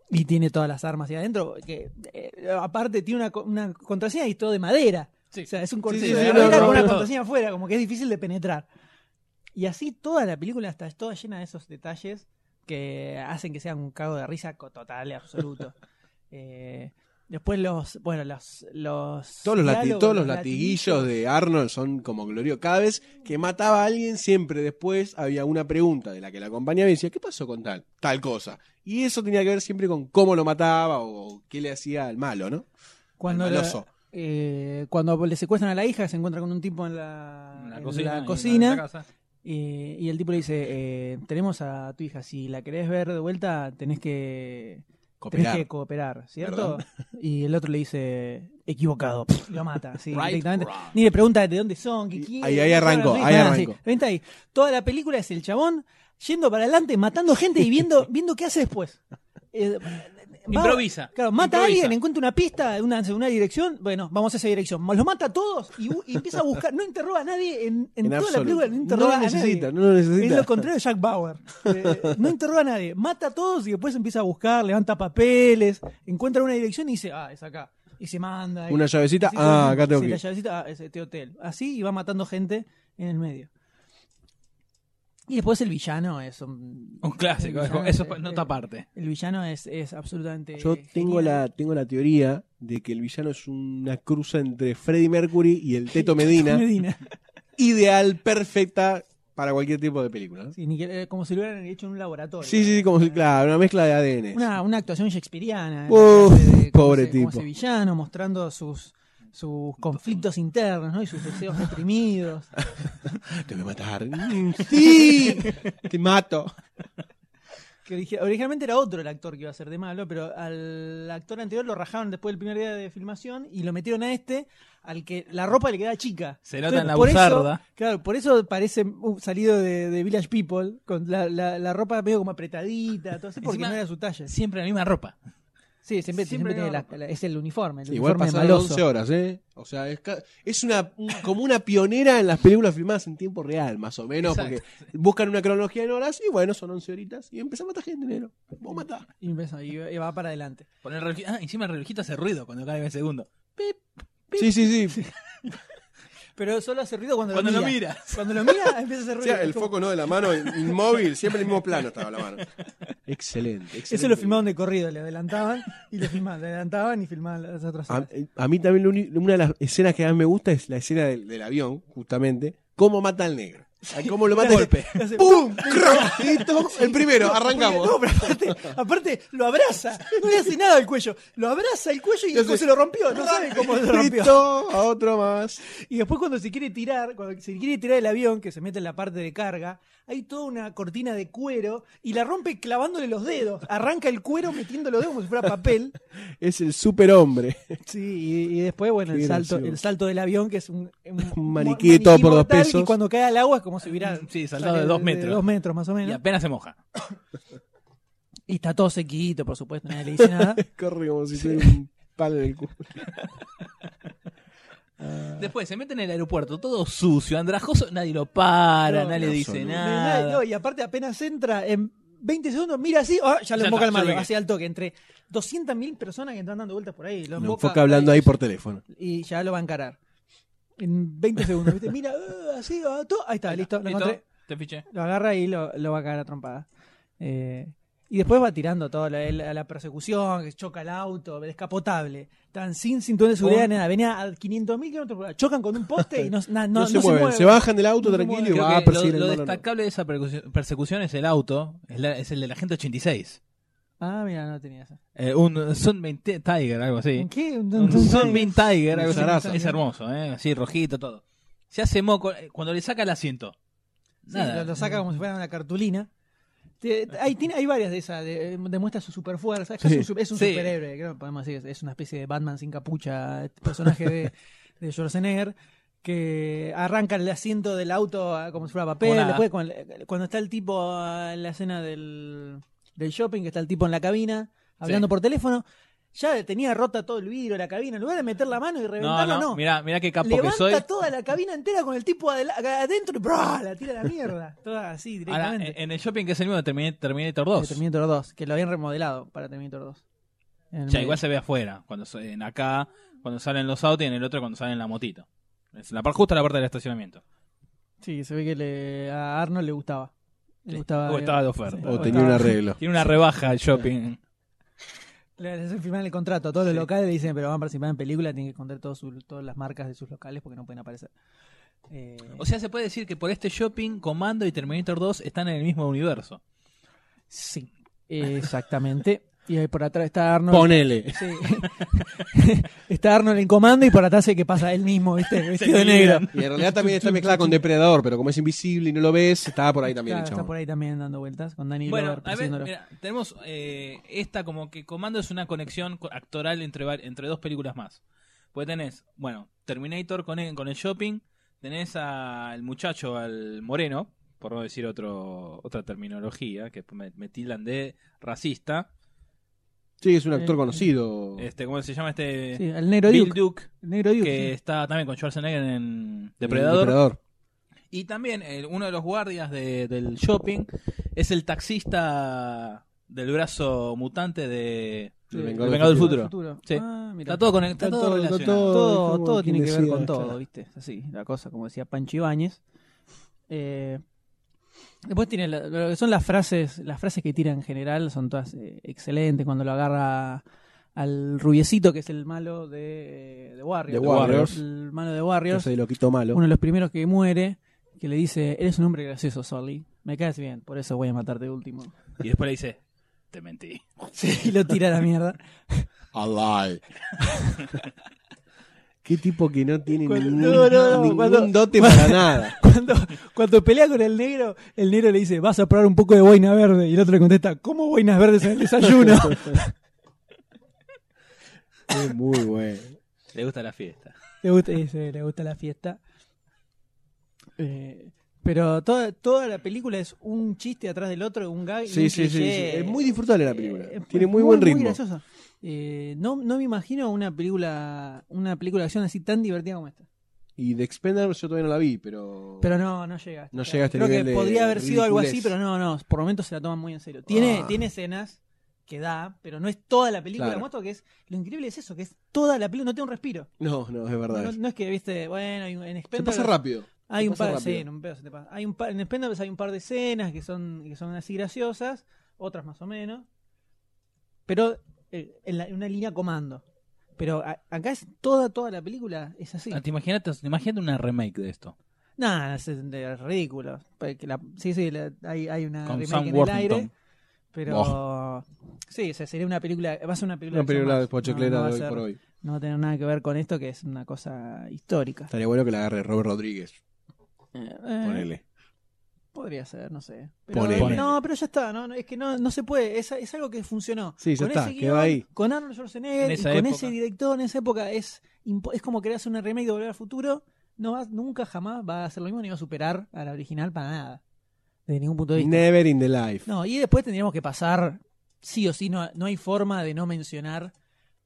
Speaker 2: y tiene todas las armas ahí adentro. Que, eh, aparte, tiene una, co- una contraseña y es todo de madera. O sea, es un cortillo
Speaker 5: sí,
Speaker 2: de
Speaker 5: sí,
Speaker 2: madera
Speaker 5: lo- lo-
Speaker 2: con una
Speaker 4: lo-
Speaker 2: contraseña afuera, como que es difícil de penetrar. Y así toda la película está toda llena de esos detalles que hacen que sea un cago de risa co- total y
Speaker 5: [LAUGHS]
Speaker 2: absoluto. Eh, después los, bueno, los, los
Speaker 5: Todos los, lati-
Speaker 2: diálogos,
Speaker 5: todos los latiguillos de Arnold son como gloriosos. Cada vez que mataba a alguien, siempre después había una pregunta de la que la acompañaba y decía, ¿qué pasó con tal? Tal cosa. Y eso tenía que ver siempre con cómo lo mataba o qué le hacía al malo, ¿no?
Speaker 2: cuando
Speaker 5: al
Speaker 2: la-
Speaker 5: maloso.
Speaker 2: eh, cuando le secuestran a la hija, se encuentra con un tipo en la, en la cocina.
Speaker 4: y en casa.
Speaker 2: eh, y el tipo le dice: eh, Tenemos a tu hija, si la querés ver de vuelta, tenés que
Speaker 5: Cooperar.
Speaker 2: tenés que cooperar, ¿cierto? [LAUGHS] Y el otro le dice: Equivocado, pf, lo mata. así,
Speaker 4: Right,
Speaker 2: directamente.
Speaker 4: wrong.
Speaker 2: Ni le pregunta de dónde son, qué
Speaker 5: Y
Speaker 2: quieren,
Speaker 5: ahí- ahí
Speaker 2: qué
Speaker 5: arrancó,
Speaker 2: son,
Speaker 5: ahí
Speaker 2: nada,
Speaker 5: arrancó.
Speaker 2: sí. Vente ahí. Toda la película es el chabón yendo para adelante, matando gente y viendo,
Speaker 5: [LAUGHS]
Speaker 2: viendo qué hace después. Eh, va-
Speaker 4: Improvisa.
Speaker 2: Claro, mata a
Speaker 4: Improvisa.
Speaker 2: alguien, encuentra una pista, una, una dirección, bueno, vamos a esa dirección. Los mata a todos y, bu- y empieza a buscar, no interroga a nadie en, en
Speaker 5: En
Speaker 2: toda la
Speaker 5: absoluto.
Speaker 2: película, no
Speaker 5: No
Speaker 2: interroga
Speaker 5: lo
Speaker 2: a
Speaker 5: necesita,
Speaker 2: nadie.
Speaker 5: no lo necesita.
Speaker 2: Es lo contrario de Jack Bauer.
Speaker 5: [LAUGHS]
Speaker 2: Eh, no interroga a nadie, mata a todos y después empieza a buscar, levanta papeles, encuentra una dirección y dice, ah, es acá. Y se manda. y-
Speaker 5: Una llavecita,
Speaker 2: Sí,
Speaker 5: ah,
Speaker 2: sí,
Speaker 5: acá tengo
Speaker 2: sí,
Speaker 5: que
Speaker 2: la
Speaker 5: ir.
Speaker 2: llavecita, ah, es este hotel. Así y va matando gente en el medio. Y después el villano es un,
Speaker 4: Un clásico,
Speaker 2: El
Speaker 4: eso,
Speaker 2: villano
Speaker 4: [LAUGHS] eso
Speaker 2: es- eh,
Speaker 4: fue nota aparte.
Speaker 2: el villano es, es absolutamente
Speaker 5: Yo
Speaker 2: [LAUGHS]
Speaker 5: tengo
Speaker 2: genial.
Speaker 5: la, tengo la teoría de que el villano es una cruza entre Freddie Mercury y el
Speaker 2: [LAUGHS]
Speaker 5: Teto Medina,
Speaker 2: Medina.
Speaker 5: ideal, perfecta para cualquier tipo de película. ¿no?
Speaker 2: Sí, ni que- eh, como si lo hubieran hecho en un laboratorio.
Speaker 5: Sí, sí, sí, como si- claro, una mezcla de ADN.
Speaker 2: Una, una actuación shakespeariana.
Speaker 5: Uf,
Speaker 2: una clase de- como
Speaker 5: pobre
Speaker 2: ese- como
Speaker 5: tipo.
Speaker 2: ese villano mostrando sus sus conflictos internos, ¿no? Y sus deseos reprimidos.
Speaker 5: Te voy a matar. [LAUGHS] Mm, ¡Sí! Te mato.
Speaker 2: Que origi- originalmente era otro el actor que iba a ser de malo, pero al actor anterior lo rajaron después del primer día de filmación y lo metieron a este, al que la ropa le queda chica.
Speaker 4: Se nota en la
Speaker 2: por eso-
Speaker 4: buzarda.
Speaker 2: claro, por eso parece un salido de, de Village People, con la, la- la ropa medio como apretadilla, todo así, porque
Speaker 4: Encima-
Speaker 2: no era su talla.
Speaker 4: Siempre la misma ropa.
Speaker 2: Sí, siempre, siempre
Speaker 4: Siempre
Speaker 2: tiene
Speaker 4: no.
Speaker 2: la- la- es el uniforme, el
Speaker 5: Igual
Speaker 2: uniforme
Speaker 5: pasaron
Speaker 2: maloso.
Speaker 5: 11 horas, ¿eh? O sea, es, ca- es una, un- como una pionera en las películas filmadas en tiempo real, más o menos,
Speaker 4: Exacto.
Speaker 5: porque buscan una cronología en horas y bueno, son 11 horitas y empezás a matar gente, negro. Vos matás.
Speaker 2: Y empieza- y va- y va para adelante.
Speaker 4: Con el reloj- ah, encima el relojito hace ruido cuando cae el segundo.
Speaker 5: Sí, sí, sí.
Speaker 2: Pero solo hace ruido cuando,
Speaker 4: Cuando
Speaker 2: lo
Speaker 4: lo
Speaker 2: mira.
Speaker 4: mira.
Speaker 2: Cuando lo mira, empieza a hacer
Speaker 1: O
Speaker 2: ruido.
Speaker 1: sea, el
Speaker 2: Es como-
Speaker 1: foco no de la mano, inmóvil, siempre en el mismo plano estaba la mano.
Speaker 5: excelente, excelente.
Speaker 2: Eso lo filmaban de corrido, le adelantaban y le filmaban, le adelantaban y filmaban las otras
Speaker 5: A,
Speaker 2: escenas.
Speaker 5: a mí también lo uni- una de las escenas que más me gusta es la escena del, del avión, justamente. Cómo mata al negro. A Cómo
Speaker 2: [LAUGHS]
Speaker 5: lo mata.
Speaker 4: golpe.
Speaker 5: ese- ¡Pum! ¡Croc! Listo, El primero, arrancamos.
Speaker 2: No, pero aparte, aparte lo abraza, no le hace nada al cuello, lo abraza el cuello y
Speaker 5: Entonces-
Speaker 2: después se lo rompió, no sabe cómo se lo rompió.
Speaker 5: Listo, a otro más.
Speaker 2: Y después cuando se quiere tirar, cuando se quiere tirar el avión, que se mete en la parte de carga, hay toda una cortina de cuero y la rompe clavándole los dedos, arranca el cuero metiendo los dedos como si fuera papel.
Speaker 5: Es el superhombre. [LAUGHS]
Speaker 2: Sí, y, y después, bueno,
Speaker 5: Qué
Speaker 2: el salto,
Speaker 5: gracioso.
Speaker 2: el salto del avión, que es un, un-
Speaker 5: Un maniquí todo por dos
Speaker 2: mortal,
Speaker 5: pesos.
Speaker 2: Y cuando cae al agua es como si hubiera
Speaker 4: Sí, saltado de dos metros.
Speaker 2: dos metros más o
Speaker 4: Y
Speaker 2: menos.
Speaker 4: apenas se moja.
Speaker 2: Y está todo sequito, por supuesto, nadie le [LAUGHS] dice nada.
Speaker 5: Corre como si fuera un palo en el culo.
Speaker 4: Después se mete en el aeropuerto, todo sucio, andrajoso, nadie lo para,
Speaker 2: No,
Speaker 4: nadie le
Speaker 2: no,
Speaker 4: dice
Speaker 2: No,
Speaker 4: nada.
Speaker 2: no, y aparte apenas entra en 20 segundos, mira así, ah, ya lo
Speaker 4: Ya
Speaker 2: emboca
Speaker 4: está,
Speaker 2: el
Speaker 4: ya lo
Speaker 2: malo,
Speaker 4: vi.
Speaker 2: así al toque, entre 200.000 personas que están dando vueltas por ahí. Lo
Speaker 5: Lo
Speaker 2: emboca,
Speaker 5: enfoca hablando ahí por teléfono.
Speaker 2: Y ya lo va a encarar. En 20 segundos, ¿viste? Mira, [LAUGHS] ah, así, ah, todo. ahí está, listo, lo
Speaker 4: ¿Listo?
Speaker 2: encontré.
Speaker 4: Te fiché.
Speaker 2: Lo agarra y lo, lo va a cagar a trompada. Eh, y después va tirando todo, la, la- la persecución, que choca el auto, el descapotable. Están sin cinturón de seguridad,
Speaker 4: Con-
Speaker 2: nada. Venía a 500.000 kilómetros por hora. Chocan con un poste y no, na- no-
Speaker 5: No, se, mueven. se bajan del auto
Speaker 2: No se
Speaker 5: tranquilo y
Speaker 4: Creo
Speaker 5: va a
Speaker 4: que
Speaker 5: perseguir
Speaker 4: lo, lo
Speaker 5: el malo.
Speaker 4: destacable de esa persecución, persecución es el auto, es, la- es el de la gente 86.
Speaker 2: Ah, mira, no tenía eso.
Speaker 4: Eh, un Sunbeam Ti- Tiger, algo así.
Speaker 2: ¿En qué? [LAUGHS] Un-
Speaker 4: Un
Speaker 2: un-
Speaker 4: Sunbeam Tiger, algo
Speaker 5: Un zarazo.
Speaker 4: así. Es hermoso, ¿eh? así rojito, todo. Se hace moco eh, cuando le saca el asiento.
Speaker 2: Sí,
Speaker 4: Nada.
Speaker 2: lo, lo saca como si fuera una cartulina. Te- Hay, tiene- hay varias de esas, de- demuestra su superfuerza. Es, casi
Speaker 5: Sí.
Speaker 2: un, su- es un
Speaker 4: Sí.
Speaker 2: superhéroe, creo que podemos decir. Es una especie de Batman sin capucha, este personaje
Speaker 4: [LAUGHS]
Speaker 2: de, de Schwarzenegger, que arranca el asiento del auto ah, como si fuera papel.
Speaker 4: Hola.
Speaker 2: Después, cuando, cuando está el tipo ah, en la escena del, del shopping, que está el tipo en la cabina, hablando
Speaker 4: Sí.
Speaker 2: por teléfono, ya tenía rota todo el vidrio de la cabina. En lugar de meter la mano y
Speaker 4: no,
Speaker 2: reventarlo,
Speaker 4: no,
Speaker 2: no.
Speaker 4: Mirá, mirá qué capo
Speaker 2: Levanta
Speaker 4: que soy.
Speaker 2: toda la cabina entera con el tipo adela- adentro y ¡bra! la tira a la mierda. [LAUGHS] Toda así
Speaker 4: Ahora, en
Speaker 2: directamente.
Speaker 4: en el shopping que es el mismo de Termin- Terminator
Speaker 2: De
Speaker 4: 2.
Speaker 2: Terminator 2, que lo habían remodelado para Terminator 2. En el
Speaker 4: O sea,
Speaker 2: medio.
Speaker 4: igual se ve afuera, cuando sa- en acá, cuando salen los autos y en el otro cuando salen la motito. Es la par, justo la parte del estacionamiento.
Speaker 2: Sí, se ve que le- a Arnold le gustaba. Le
Speaker 4: Sí.
Speaker 2: gustaba.
Speaker 4: O estaba de oferta.
Speaker 2: Sí.
Speaker 5: O tenía un arreglo.
Speaker 4: Tiene una rebaja el shopping.
Speaker 2: [LAUGHS] Le hacen firmar el contrato a todos los locales, le dicen, pero van a participar en película, tienen que esconder todos su- todas las marcas de sus locales porque no pueden aparecer. Eh,
Speaker 4: O sea, se puede decir que por este shopping, Comando y Terminator 2 están en el mismo universo.
Speaker 2: sí, exactamente. y ahí por atrás está Arnold.
Speaker 5: Ponele.
Speaker 2: Sí. [LAUGHS] está Arnold en comando y por atrás sé que pasa él mismo, [LAUGHS] ¿viste? Vestido de negro.
Speaker 5: Y en realidad también está mezclada con Depredador, pero como es invisible y no lo ves, estaba por ahí también
Speaker 2: Claro,
Speaker 5: el
Speaker 2: está
Speaker 5: chabón.
Speaker 2: por ahí también dando vueltas con Danny
Speaker 4: Bueno,
Speaker 2: Glover
Speaker 4: a ver,
Speaker 2: persiguiéndolo.
Speaker 4: mira, tenemos eh, esta como que Comando es una conexión co- actoral entre, var- entre dos películas más. Porque tenés, bueno, Terminator con el, con el shopping, tenés al muchacho, al moreno, por no decir otro, otra terminología, que me, me tildan de racista.
Speaker 5: Sí, es un
Speaker 2: Eh,
Speaker 5: actor conocido.
Speaker 4: Este, ¿Cómo se llama este?
Speaker 2: Sí, el negro
Speaker 4: Bill
Speaker 2: Duke.
Speaker 4: Duke,
Speaker 2: El negro Duke.
Speaker 4: que
Speaker 2: sí.
Speaker 4: está también con Schwarzenegger en
Speaker 5: El
Speaker 4: Depredador. Y también el- uno de los guardias de- del shopping es el taxista del brazo mutante de
Speaker 2: Sí,
Speaker 5: El
Speaker 2: el
Speaker 5: Vengador
Speaker 4: Vengador del
Speaker 5: del
Speaker 4: Futuro. Sí.
Speaker 2: Ah, mira.
Speaker 4: Está todo conectado,
Speaker 5: Está
Speaker 4: todo,
Speaker 5: todo-
Speaker 4: relacionado.
Speaker 5: todo-
Speaker 2: todo,
Speaker 5: como
Speaker 2: todo
Speaker 5: quien
Speaker 2: tiene que ver
Speaker 5: decía,
Speaker 2: con todo,
Speaker 5: claro.
Speaker 2: ¿viste? Así, la cosa, como decía Pancho Ibáñez. Eh, después tiene la- lo que son las frases, las frases que tira en general son todas eh, excelentes. Cuando lo agarra al rubiecito, que es el malo de, de Warriors.
Speaker 5: De Warriors.
Speaker 2: El malo de
Speaker 5: Yo
Speaker 2: Warriors.
Speaker 5: soy loquito malo.
Speaker 2: Uno de los primeros que muere, que le dice, eres un hombre gracioso, Sully. Me caes bien, por eso voy a matarte de último. [LAUGHS]
Speaker 4: Y después le dice, te mentí.
Speaker 2: y lo tira a la mierda. [LAUGHS]
Speaker 1: Alive.
Speaker 5: Qué tipo que no tiene
Speaker 2: Cuando-
Speaker 5: ningún,
Speaker 2: no, no, no,
Speaker 5: ningún
Speaker 2: cuando-
Speaker 5: dote para nada.
Speaker 2: Cuando, cuando pelea con el negro, el negro le dice, vas a probar un poco de boina verde. Y el otro le contesta, ¿cómo boinas verdes en el
Speaker 5: [LAUGHS]
Speaker 2: desayuno?
Speaker 5: [LAUGHS] Es muy bueno.
Speaker 4: Le gusta la fiesta.
Speaker 2: le, gusta, dice, le gusta la fiesta. Eh, Pero toda, toda la película es un chiste atrás del otro, un gag. y
Speaker 5: Sí,
Speaker 2: un
Speaker 5: sí, sí, sí.
Speaker 2: cliché.
Speaker 5: Es muy disfrutable la película.
Speaker 2: Eh, es
Speaker 5: Tiene muy buen ritmo.
Speaker 2: graciosa. Eh, no, no me imagino una película una película de acción así tan divertida como esta.
Speaker 5: Y The Expendables yo todavía no la vi, pero.
Speaker 2: Pero no, no llega.
Speaker 5: No llega a este
Speaker 2: Creo
Speaker 5: nivel
Speaker 2: que
Speaker 5: de
Speaker 2: podría haber sido algo así,
Speaker 5: ridiculez.
Speaker 2: pero no, no. Por momentos se la toman muy en serio. Tiene,
Speaker 5: Ah.
Speaker 2: tiene escenas que da, pero no es toda la película.
Speaker 5: Claro.
Speaker 2: Muestro que es, lo increíble es eso, que es toda la película, no tiene un respiro.
Speaker 5: No, no, es
Speaker 2: No,
Speaker 5: verdad.
Speaker 2: no es que, viste, bueno, hay un- en
Speaker 5: Se
Speaker 2: Expendables
Speaker 5: pasa rápido.
Speaker 2: hay
Speaker 5: se
Speaker 2: un
Speaker 5: pasa
Speaker 2: par de
Speaker 5: rápido.
Speaker 2: escenas, un pedo se te pasa. Hay un par, en Expendables hay un par de escenas que son, que son así graciosas, otras más o menos. Pero eh, en, la- en una línea comando. Pero a- acá es toda, toda la película es así.
Speaker 4: Ah, te Imagínate imagínate una remake de esto.
Speaker 2: Nada, es, es ridículo. Porque la- sí, sí, la- hay, hay una
Speaker 4: Con
Speaker 2: remake
Speaker 4: Sam
Speaker 2: en el
Speaker 4: Worthington.
Speaker 2: aire. Pero sí, o sea, sería una película, va a ser una película,
Speaker 5: Oh.
Speaker 2: de
Speaker 5: Una
Speaker 2: acción
Speaker 5: película
Speaker 2: más.
Speaker 5: de pochoclera
Speaker 2: no, no
Speaker 5: de
Speaker 2: va a
Speaker 5: hoy
Speaker 2: ser-
Speaker 5: por hoy.
Speaker 2: no va a tener nada que ver con esto que es una cosa histórica.
Speaker 5: Estaría bueno que la agarre Robert Rodríguez.
Speaker 2: Eh,
Speaker 5: Ponele.
Speaker 2: Podría ser, no sé. Pero-
Speaker 5: Ponele.
Speaker 2: No, pero ya está, no, no, es que no, no se puede, es, es algo que funcionó.
Speaker 5: Sí, ya
Speaker 2: con
Speaker 5: está,
Speaker 2: ese
Speaker 5: quedó
Speaker 2: guión,
Speaker 5: ahí.
Speaker 2: Con Arnold Schwarzenegger,
Speaker 4: En
Speaker 2: y
Speaker 4: esa
Speaker 2: con
Speaker 4: época.
Speaker 2: ese director en esa época, es, impo- es como querer hacer una remake de Volver al Futuro, no va, nunca jamás va a hacer lo mismo ni va a superar a la original para nada, de ningún punto de vista.
Speaker 5: Never in the life.
Speaker 2: No, y después tendríamos que pasar, sí o sí, no, no hay forma de no mencionar,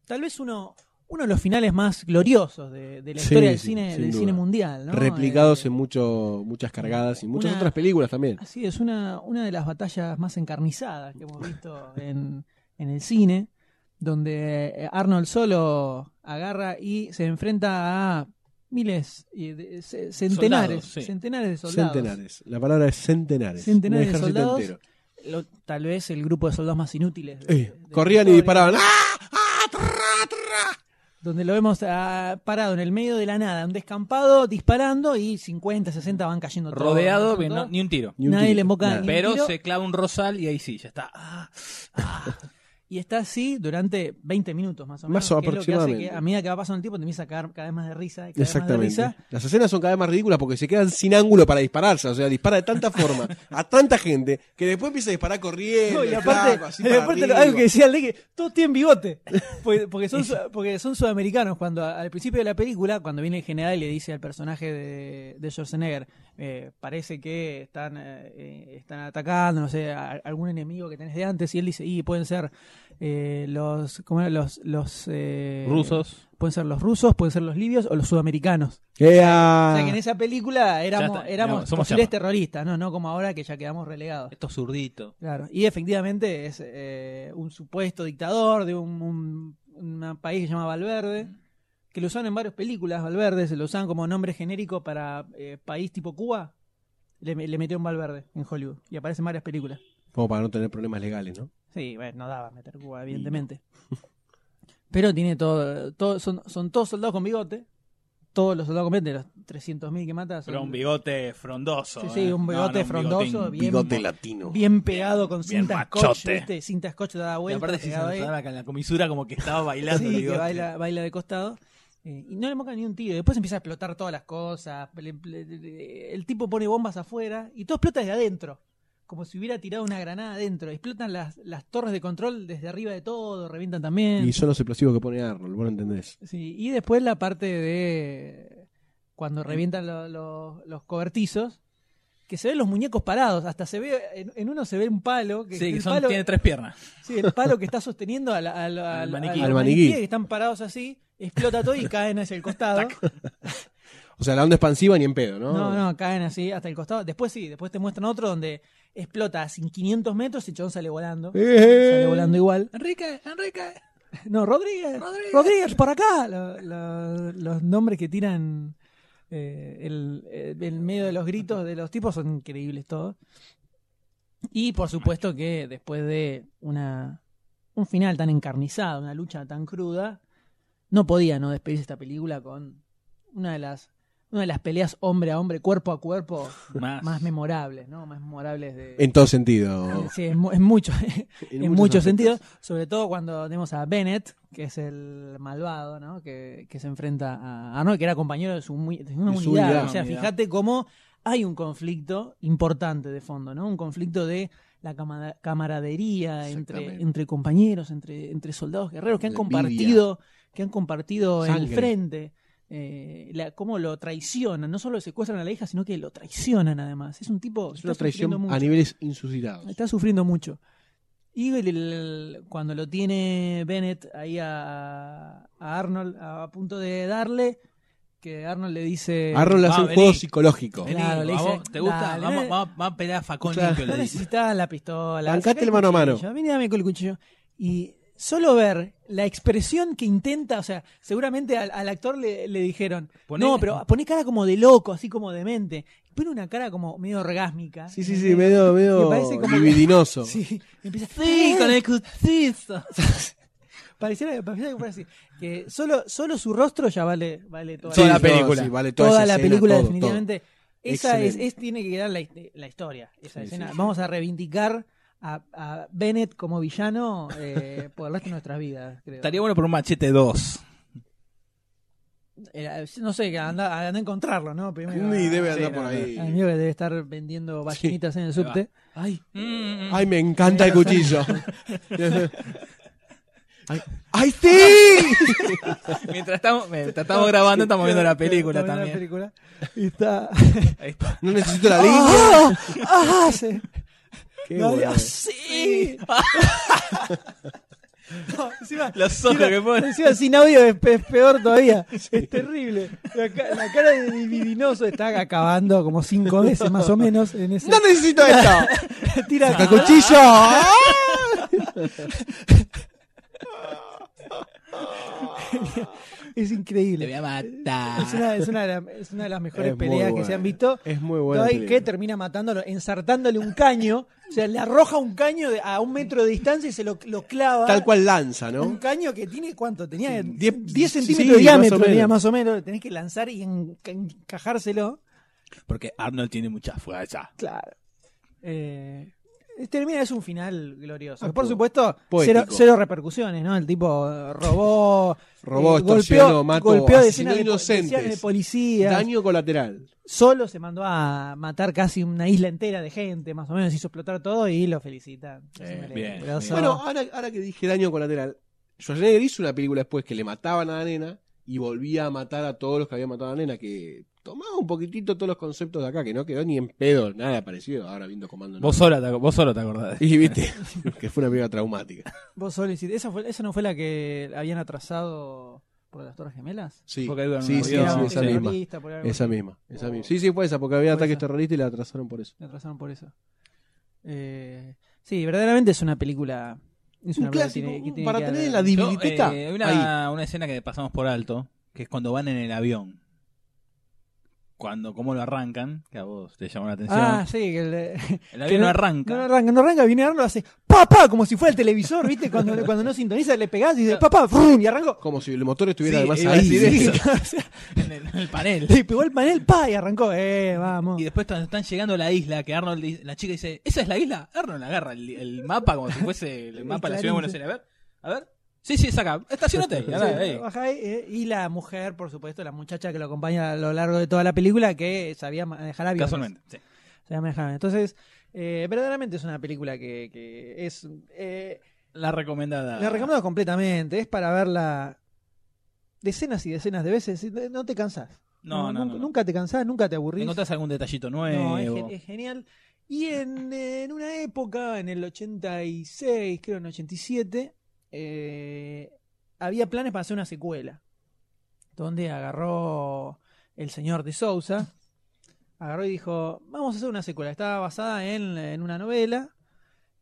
Speaker 2: tal vez uno... Uno de los finales más gloriosos de, de la
Speaker 5: Sí,
Speaker 2: historia del,
Speaker 5: sí,
Speaker 2: cine,
Speaker 5: sin
Speaker 2: del
Speaker 5: duda.
Speaker 2: cine mundial. ¿no?
Speaker 5: Replicados
Speaker 2: Eh,
Speaker 5: en mucho, muchas cargadas y muchas
Speaker 2: una-
Speaker 5: otras películas también.
Speaker 2: Así Ah, es, una, una de las batallas más encarnizadas que hemos visto en, en el cine, donde eh, Arnold solo agarra y se enfrenta a miles, y de- ce- centenares,
Speaker 4: Soldados, sí.
Speaker 2: centenares de soldados.
Speaker 5: Centenares. La palabra es centenares.
Speaker 2: Centenares
Speaker 5: Un
Speaker 2: de
Speaker 5: ejército
Speaker 2: soldados.
Speaker 5: entero.
Speaker 2: Lo- tal vez el grupo de soldados más inútiles. de-
Speaker 5: Eh,
Speaker 2: de la
Speaker 5: corrían y
Speaker 2: historia,
Speaker 5: disparaban. ¡Ah! ¡Ah! ¡Tra! ¡Tra!
Speaker 2: Donde lo vemos ah, parado en el medio de la nada, un descampado disparando y 50, 60 van cayendo todos,
Speaker 4: Rodeado,
Speaker 2: van
Speaker 4: pero
Speaker 2: cayendo
Speaker 4: no- ni un tiro.
Speaker 5: Ni un
Speaker 2: Nadie
Speaker 5: tiro,
Speaker 2: le emboca ni
Speaker 5: nada.
Speaker 2: un
Speaker 4: Pero
Speaker 2: tiro.
Speaker 4: se clava un rosal y ahí sí, ya está. Ah, ah.
Speaker 2: Y está así durante 20 minutos más o menos.
Speaker 5: Más
Speaker 2: que
Speaker 5: o
Speaker 2: es lo que hace
Speaker 5: aproximadamente.
Speaker 2: que a medida que va pasando el tiempo te empieza a caer cada vez más de risa. y Cada Vez
Speaker 5: Exactamente.
Speaker 2: más de risa.
Speaker 5: Las escenas son cada vez más ridículas porque se quedan sin ángulo para dispararse. O sea, dispara de
Speaker 2: [LAUGHS]
Speaker 5: tanta forma a tanta gente que después empieza a disparar corriendo.
Speaker 2: No, y
Speaker 5: el
Speaker 2: aparte, [LAUGHS]
Speaker 5: flaco, así
Speaker 2: y
Speaker 5: para
Speaker 2: aparte lo-
Speaker 5: arriba.
Speaker 2: algo que decía el de que todos tienen
Speaker 5: [LAUGHS]
Speaker 2: bigote. Porque, porque son, su- porque son sudamericanos. Cuando a- al principio de la película, cuando viene el general y le dice al personaje de, de Schwarzenegger, eh, parece que están, eh, eh, están atacando, no sé, a- a algún enemigo que tenés de antes. Y él dice, y pueden ser eh, los, ¿cómo era? los, los eh,
Speaker 4: Rusos.
Speaker 2: Pueden ser los rusos, pueden ser los libios o los sudamericanos.
Speaker 5: ¡Ea!
Speaker 2: O sea que en esa película éramos,
Speaker 4: Ya está,
Speaker 2: éramos
Speaker 4: no, somos
Speaker 2: posibles
Speaker 4: llamas.
Speaker 2: terroristas, ¿no? No como ahora que ya quedamos relegados.
Speaker 4: Esto es zurdito.
Speaker 2: Claro. Y efectivamente es eh, un supuesto dictador de un, un- un país que se llama Valverde, que lo usan en varias películas, Valverde, se lo usan como nombre genérico para eh, país tipo Cuba. Le, le metieron Valverde en Hollywood y aparecen varias películas.
Speaker 5: Como para no tener problemas legales, ¿no?
Speaker 2: Sí, bueno, no daba meter Cuba,
Speaker 4: [LAUGHS]
Speaker 2: evidentemente. Pero tiene todo, todo son, son todos soldados con bigote. Todos los soldados con bigote, los 300.000 que mata. son-
Speaker 4: Pero un bigote frondoso.
Speaker 2: Sí, sí, un
Speaker 4: ¿eh?
Speaker 2: bigote
Speaker 4: No, no, un bigotín.
Speaker 2: frondoso, bien,
Speaker 5: Bigote latino.
Speaker 2: bien pegado con
Speaker 4: Bien
Speaker 2: cinta scotch,
Speaker 4: machote.
Speaker 2: ¿viste? cinta scotch da
Speaker 4: Y
Speaker 2: vuelta,
Speaker 4: aparte si se
Speaker 2: pegado ahí.
Speaker 4: notaba con la comisura como que estaba bailando. el
Speaker 2: Sí, que
Speaker 4: bigote.
Speaker 2: baila, baila de costado. Eh, y no le moca ni un tiro. Después empieza a explotar todas las cosas. Le- le- le- el tipo pone bombas afuera y todo explota desde adentro. Como si hubiera tirado una granada adentro. Explotan las, las torres de control desde arriba de todo, revientan también.
Speaker 5: Y son los explosivos que pone Arnold, vos lo entendés.
Speaker 2: Sí, y después la parte de cuando revientan lo- lo- los cobertizos, que se ven los muñecos parados, hasta se ve, en, en uno se ve un palo, que,
Speaker 4: Sí, que
Speaker 2: el,
Speaker 4: son-
Speaker 2: palo
Speaker 4: tiene tres piernas.
Speaker 2: sí, el palo que está sosteniendo al, al- al-
Speaker 4: Al maniquí.
Speaker 2: al
Speaker 5: Al maniquí.
Speaker 2: que están parados así, explota todo y caen hacia el costado.
Speaker 5: O sea, la onda expansiva ni en pedo, ¿no?
Speaker 2: No, no, caen así hasta el costado. Después sí, después te muestran otro donde explota a 500 metros y el chabón sale volando.
Speaker 5: Eh.
Speaker 2: Sale volando igual.
Speaker 4: Enrique, Enrique.
Speaker 2: No, Rodríguez. Rodríguez,
Speaker 4: Rodríguez.
Speaker 2: por acá. Lo- lo- los nombres que tiran eh, el, el- en medio de los gritos de los tipos son increíbles todos. Y por supuesto que después de una un final tan encarnizado, una lucha tan cruda, no podía no despedirse esta película con una de las una de las peleas hombre a hombre, cuerpo a cuerpo
Speaker 4: Más.
Speaker 2: más memorables, ¿no? Más memorables de
Speaker 5: En todo sentido.
Speaker 2: Sí, en mu- en mucho [LAUGHS] en, muchos
Speaker 5: muchos
Speaker 2: sentidos, sobre todo cuando tenemos a Bennett, que es el malvado, ¿no? Que, que se enfrenta a Arnold, que era compañero de su, mu- de una
Speaker 5: De su
Speaker 2: unidad.
Speaker 5: unidad.
Speaker 2: O sea,
Speaker 4: Unidad.
Speaker 2: fíjate cómo hay un conflicto importante de fondo, ¿no? Un conflicto de la camada- camaradería entre,
Speaker 5: Exactamente.
Speaker 2: entre compañeros, entre, entre soldados guerreros que han
Speaker 5: La envidia.
Speaker 2: compartido, que han compartido el
Speaker 5: Sangre.
Speaker 2: frente. eh, la- cómo lo traicionan. No solo secuestran a la hija, sino que lo traicionan además. Es un tipo.
Speaker 5: Es
Speaker 2: está
Speaker 5: una
Speaker 2: sufriendo
Speaker 5: traición
Speaker 2: mucho.
Speaker 5: a niveles insuscitados.
Speaker 2: Está sufriendo mucho. Y el- el- cuando lo tiene Bennett ahí a, a Arnold a, punto de darle, que Arnold le dice...
Speaker 5: Eh, Arnold hace
Speaker 4: va,
Speaker 5: un
Speaker 4: vení.
Speaker 5: juego psicológico.
Speaker 4: Vení,
Speaker 2: Claro, le
Speaker 4: a vos,
Speaker 2: dice,
Speaker 4: ¿Te gusta?
Speaker 2: dale,
Speaker 4: vamos,
Speaker 2: eh.
Speaker 4: vamos- vamos a pelear a Facón
Speaker 5: Claro.
Speaker 4: limpio,
Speaker 2: No [LAUGHS]
Speaker 4: le dice.
Speaker 2: necesitas la pistola.
Speaker 5: Bancate
Speaker 2: sacá
Speaker 5: el mano a mano.
Speaker 2: cuchillo, Vení, dame con el cuchillo. Y solo ver la expresión que intenta, o sea, seguramente al, al actor le, le dijeron,
Speaker 4: Poné-
Speaker 2: no, pero poné cara como de loco, así como demente. Pone una cara como medio orgásmica.
Speaker 5: Sí, sí, sí, medio,
Speaker 2: Me
Speaker 5: medio
Speaker 2: parece como-
Speaker 5: libidinoso.
Speaker 2: [LAUGHS] Sí, y empieza sí, con el cuchillo. [LAUGHS] pareciera, pareciera que fuera así. Que solo, solo su rostro ya vale, vale toda
Speaker 5: Sí,
Speaker 2: la
Speaker 5: no,
Speaker 2: película.
Speaker 5: sí, vale
Speaker 2: Toda,
Speaker 5: toda, esa
Speaker 2: la
Speaker 5: escena,
Speaker 2: película,
Speaker 5: todo,
Speaker 2: definitivamente. Esa es,
Speaker 5: Excelente.
Speaker 2: es- tiene que quedar la, la historia. Esa
Speaker 5: Sí,
Speaker 2: escena.
Speaker 5: sí, sí.
Speaker 2: Vamos a reivindicar a, a Bennett como villano eh, [LAUGHS] por el resto de nuestras vidas, creo.
Speaker 4: Estaría bueno por un machete 2.
Speaker 2: Eh, no sé, anda, anda a encontrarlo, ¿no? Primero,
Speaker 5: todo. Y debe
Speaker 2: Sí,
Speaker 5: andar
Speaker 2: no,
Speaker 5: por ahí.
Speaker 2: no. Amigo que debe estar vendiendo ballenitas en el subte.
Speaker 5: Ay,
Speaker 4: Mm,
Speaker 5: ay, me encanta el cuchillo. ay, ¡ay, sí!
Speaker 4: Mientras estamos, mientras estamos grabando, estamos viendo la película
Speaker 2: Estamos
Speaker 4: también.
Speaker 2: viendo la película. Y está.
Speaker 4: Ahí está.
Speaker 5: No necesito la línea.
Speaker 2: ¡Ah! ¡Ah! Sí.
Speaker 5: Qué
Speaker 2: No,
Speaker 5: bueno.
Speaker 2: Dios,
Speaker 4: [LAUGHS]
Speaker 2: sí. No, encima,
Speaker 4: Los ojos que
Speaker 2: [LAUGHS]
Speaker 4: pone.
Speaker 2: encima sin audio es, pe- es peor
Speaker 5: [LAUGHS]
Speaker 2: todavía. Es terrible. La, ca- la cara de Divinoso está acabando como cinco veces más o menos en ese.
Speaker 5: No necesito esto.
Speaker 2: [LAUGHS] tira
Speaker 5: ¡El cuchillo! ¡Ah!
Speaker 2: Es
Speaker 4: Te voy
Speaker 2: increíble.
Speaker 4: a matar.
Speaker 2: Es una, es una de la- es una de las mejores
Speaker 5: Es muy
Speaker 2: peleas que se
Speaker 5: buena.
Speaker 2: han visto.
Speaker 5: Es muy buena
Speaker 2: Todavía
Speaker 5: película.
Speaker 2: que termina matándolo, ensartándole un caño. O sea, le arroja un caño de- a un metro de distancia y se lo, lo clava.
Speaker 5: Tal cual lanza,
Speaker 2: Un
Speaker 5: ¿no?
Speaker 2: caño que tiene cuánto? Tenía
Speaker 5: Diez-
Speaker 2: 10
Speaker 5: sí,
Speaker 2: centímetros de
Speaker 5: más o
Speaker 2: diámetro,
Speaker 5: menos.
Speaker 2: tenía más o menos. Tenés que lanzar y enca- encajárselo.
Speaker 4: Porque Arnold tiene mucha fuerza.
Speaker 2: Claro. Eh, termina, es un final glorioso.
Speaker 5: Ah,
Speaker 2: Por
Speaker 5: po-
Speaker 2: supuesto,
Speaker 5: poético.
Speaker 2: cero, cero repercusiones, ¿no? El tipo eh, robó,
Speaker 5: [LAUGHS] Robó,
Speaker 2: eh, golpeó,
Speaker 5: extorsionó, mató,
Speaker 2: golpeó
Speaker 5: asesinó
Speaker 2: decenas de, po-
Speaker 5: inocentes.
Speaker 2: decenas de policías.
Speaker 5: Daño colateral.
Speaker 2: Solo se mandó a matar casi una isla entera de gente, más o menos, hizo explotar todo y lo felicitan. Eso
Speaker 4: Eh,
Speaker 2: me alegra.
Speaker 4: bien,
Speaker 2: Grosso.
Speaker 4: bien.
Speaker 5: Bueno, ahora, ahora que dije daño colateral, Schwarzenegger hizo una película después que le mataban a la nena y volvía a matar a todos los que habían matado a la nena, que tomaba un poquitito todos los conceptos de acá, que no quedó ni en pedo, nada parecido, ahora viendo Comando.
Speaker 4: Vos solo te, vos solo te acordás.
Speaker 2: [LAUGHS]
Speaker 5: Y viste, [LAUGHS] que fue una película traumática.
Speaker 2: Vos solo hiciste- ¿Esa, fue- esa no fue la que habían atrasado por las Torres Gemelas?
Speaker 5: Sí,
Speaker 4: Porque algo
Speaker 5: sí,
Speaker 4: no
Speaker 5: sí,
Speaker 4: había-
Speaker 5: sí,
Speaker 4: no,
Speaker 5: esa
Speaker 4: sí.
Speaker 5: misma.
Speaker 2: terrorista, por algo
Speaker 5: Esa
Speaker 2: así.
Speaker 5: misma, esa misma. Sí, sí, fue esa, porque había
Speaker 2: Fue
Speaker 5: ataques
Speaker 2: esa.
Speaker 5: terroristas y la atrasaron por eso.
Speaker 2: Me atrasaron por eso. Eh, sí, verdaderamente es una película. Es
Speaker 5: Un
Speaker 2: una película que
Speaker 5: clásico,
Speaker 2: tiene- que
Speaker 5: un-
Speaker 2: tiene
Speaker 5: para
Speaker 2: que
Speaker 5: tener
Speaker 2: haber-
Speaker 5: en la diviniteta.
Speaker 4: Yo, eh, hay una, una escena que pasamos por alto, que es cuando van en el avión. Cuando, cómo lo arrancan, que a vos te llamó la atención.
Speaker 2: Ah, sí, que el,
Speaker 4: el
Speaker 2: que
Speaker 4: avión arranca.
Speaker 2: No, no arranca, no arranca, viene Arnold, hace papá, como si fuera el televisor, ¿viste? Cuando, [LAUGHS] cuando no sintoniza, le pegás y dice papá, y arrancó. [LAUGHS]
Speaker 5: Como si el motor estuviera
Speaker 4: Sí,
Speaker 5: además
Speaker 4: iba a
Speaker 5: ahí. [LAUGHS]
Speaker 4: decir
Speaker 5: ¿viste?
Speaker 4: eso.
Speaker 2: O sea,
Speaker 4: [LAUGHS] en, el, en el panel.
Speaker 2: le pegó el panel, pa, y arrancó. Eh, vamos.
Speaker 4: Y después cuando están llegando a la isla, que Arnold dice- la chica dice, ¿esa es la isla? Arnold agarra el, el mapa como si fuese el mapa de la ciudad de Buenos Aires. A ver, a ver. Sí, sí, es acá.
Speaker 2: Ah,
Speaker 4: Estacionate. ahí, andá, ahí.
Speaker 2: Baja ahí, eh, y la mujer, por supuesto, la muchacha que lo acompaña a lo largo de toda la película, que sabía manejar aviones.
Speaker 4: Casualmente. sí.
Speaker 2: Se llama Hammer. Entonces, eh, verdaderamente es una película que, que es. eh,
Speaker 4: La recomendada.
Speaker 2: la recomiendo completamente. Es para verla decenas y decenas de veces. y No no te cansás.
Speaker 4: No, no,
Speaker 2: nunca,
Speaker 4: no.
Speaker 2: nunca te cansás, nunca te aburrís.
Speaker 4: ¿Encontrás algún detallito nuevo?
Speaker 2: No, es, gen- es genial. Y en, eh, en una época, en el 86, creo en el 87, eh, había planes para hacer una secuela. Donde agarró el señor de Sousa, agarró y dijo, vamos a hacer una secuela. Estaba basada en, en una novela.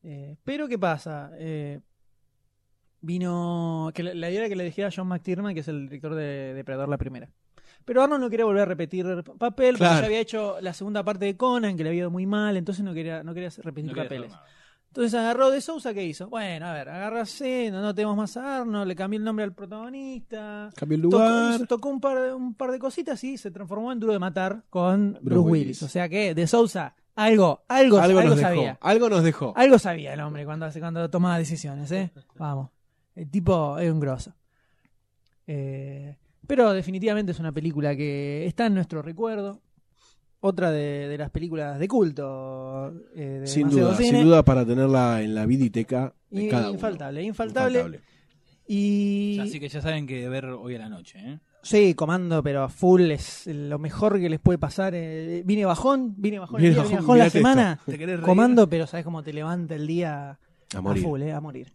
Speaker 2: eh, pero ¿qué pasa? Eh, vino... que La la idea era que le dijera a John McTiernan, que es el director de Depredador la primera. Pero Arnold no quería volver a repetir papel, porque
Speaker 5: Claro.
Speaker 2: ya había hecho la segunda parte de Conan, que le había ido muy mal, entonces no quería, no quería repetir
Speaker 4: No quería hacer
Speaker 2: papeles.
Speaker 4: nada.
Speaker 2: Entonces agarró de Sousa, ¿qué hizo? Bueno, a ver, agarrase, no, no tenemos más a Arnold, le cambié el nombre al protagonista.
Speaker 5: Cambió el
Speaker 2: Tocó,
Speaker 5: lugar.
Speaker 2: hizo- tocó un, par de, un par de cositas y se transformó en Duro de Matar con Bruce,
Speaker 5: Bruce
Speaker 2: Willis.
Speaker 5: Willis.
Speaker 2: O sea que de Sousa, algo, algo, algo,
Speaker 5: Algo nos dejó.
Speaker 2: sabía.
Speaker 5: Algo nos dejó.
Speaker 2: Algo sabía el hombre cuando, hace- cuando tomaba decisiones, ¿eh? Vamos. El tipo es un grosso. Eh, pero definitivamente es una película que está en nuestro recuerdo. Otra de, de las películas de culto. eh, de
Speaker 5: Sin
Speaker 2: Demasiado
Speaker 5: duda,
Speaker 2: Cine.
Speaker 5: sin duda para tenerla en la viditeca de
Speaker 2: Y-
Speaker 5: cada uno.
Speaker 2: infaltable, infaltable.
Speaker 5: Infaltable.
Speaker 2: Y [LAUGHS]
Speaker 4: Así que ya saben que ver hoy a la noche, ¿eh?
Speaker 2: Sí, comando, pero a full es lo mejor que les puede pasar. eh, Vine bajón, vine bajón, el
Speaker 5: Vine
Speaker 2: día, vine
Speaker 5: bajón,
Speaker 2: bajón la
Speaker 5: mirate
Speaker 2: semana.
Speaker 4: ¿Te querés reír?
Speaker 2: Comando, pero sabes cómo te levanta el día
Speaker 5: A
Speaker 2: a
Speaker 5: morir.
Speaker 2: full, eh, a morir.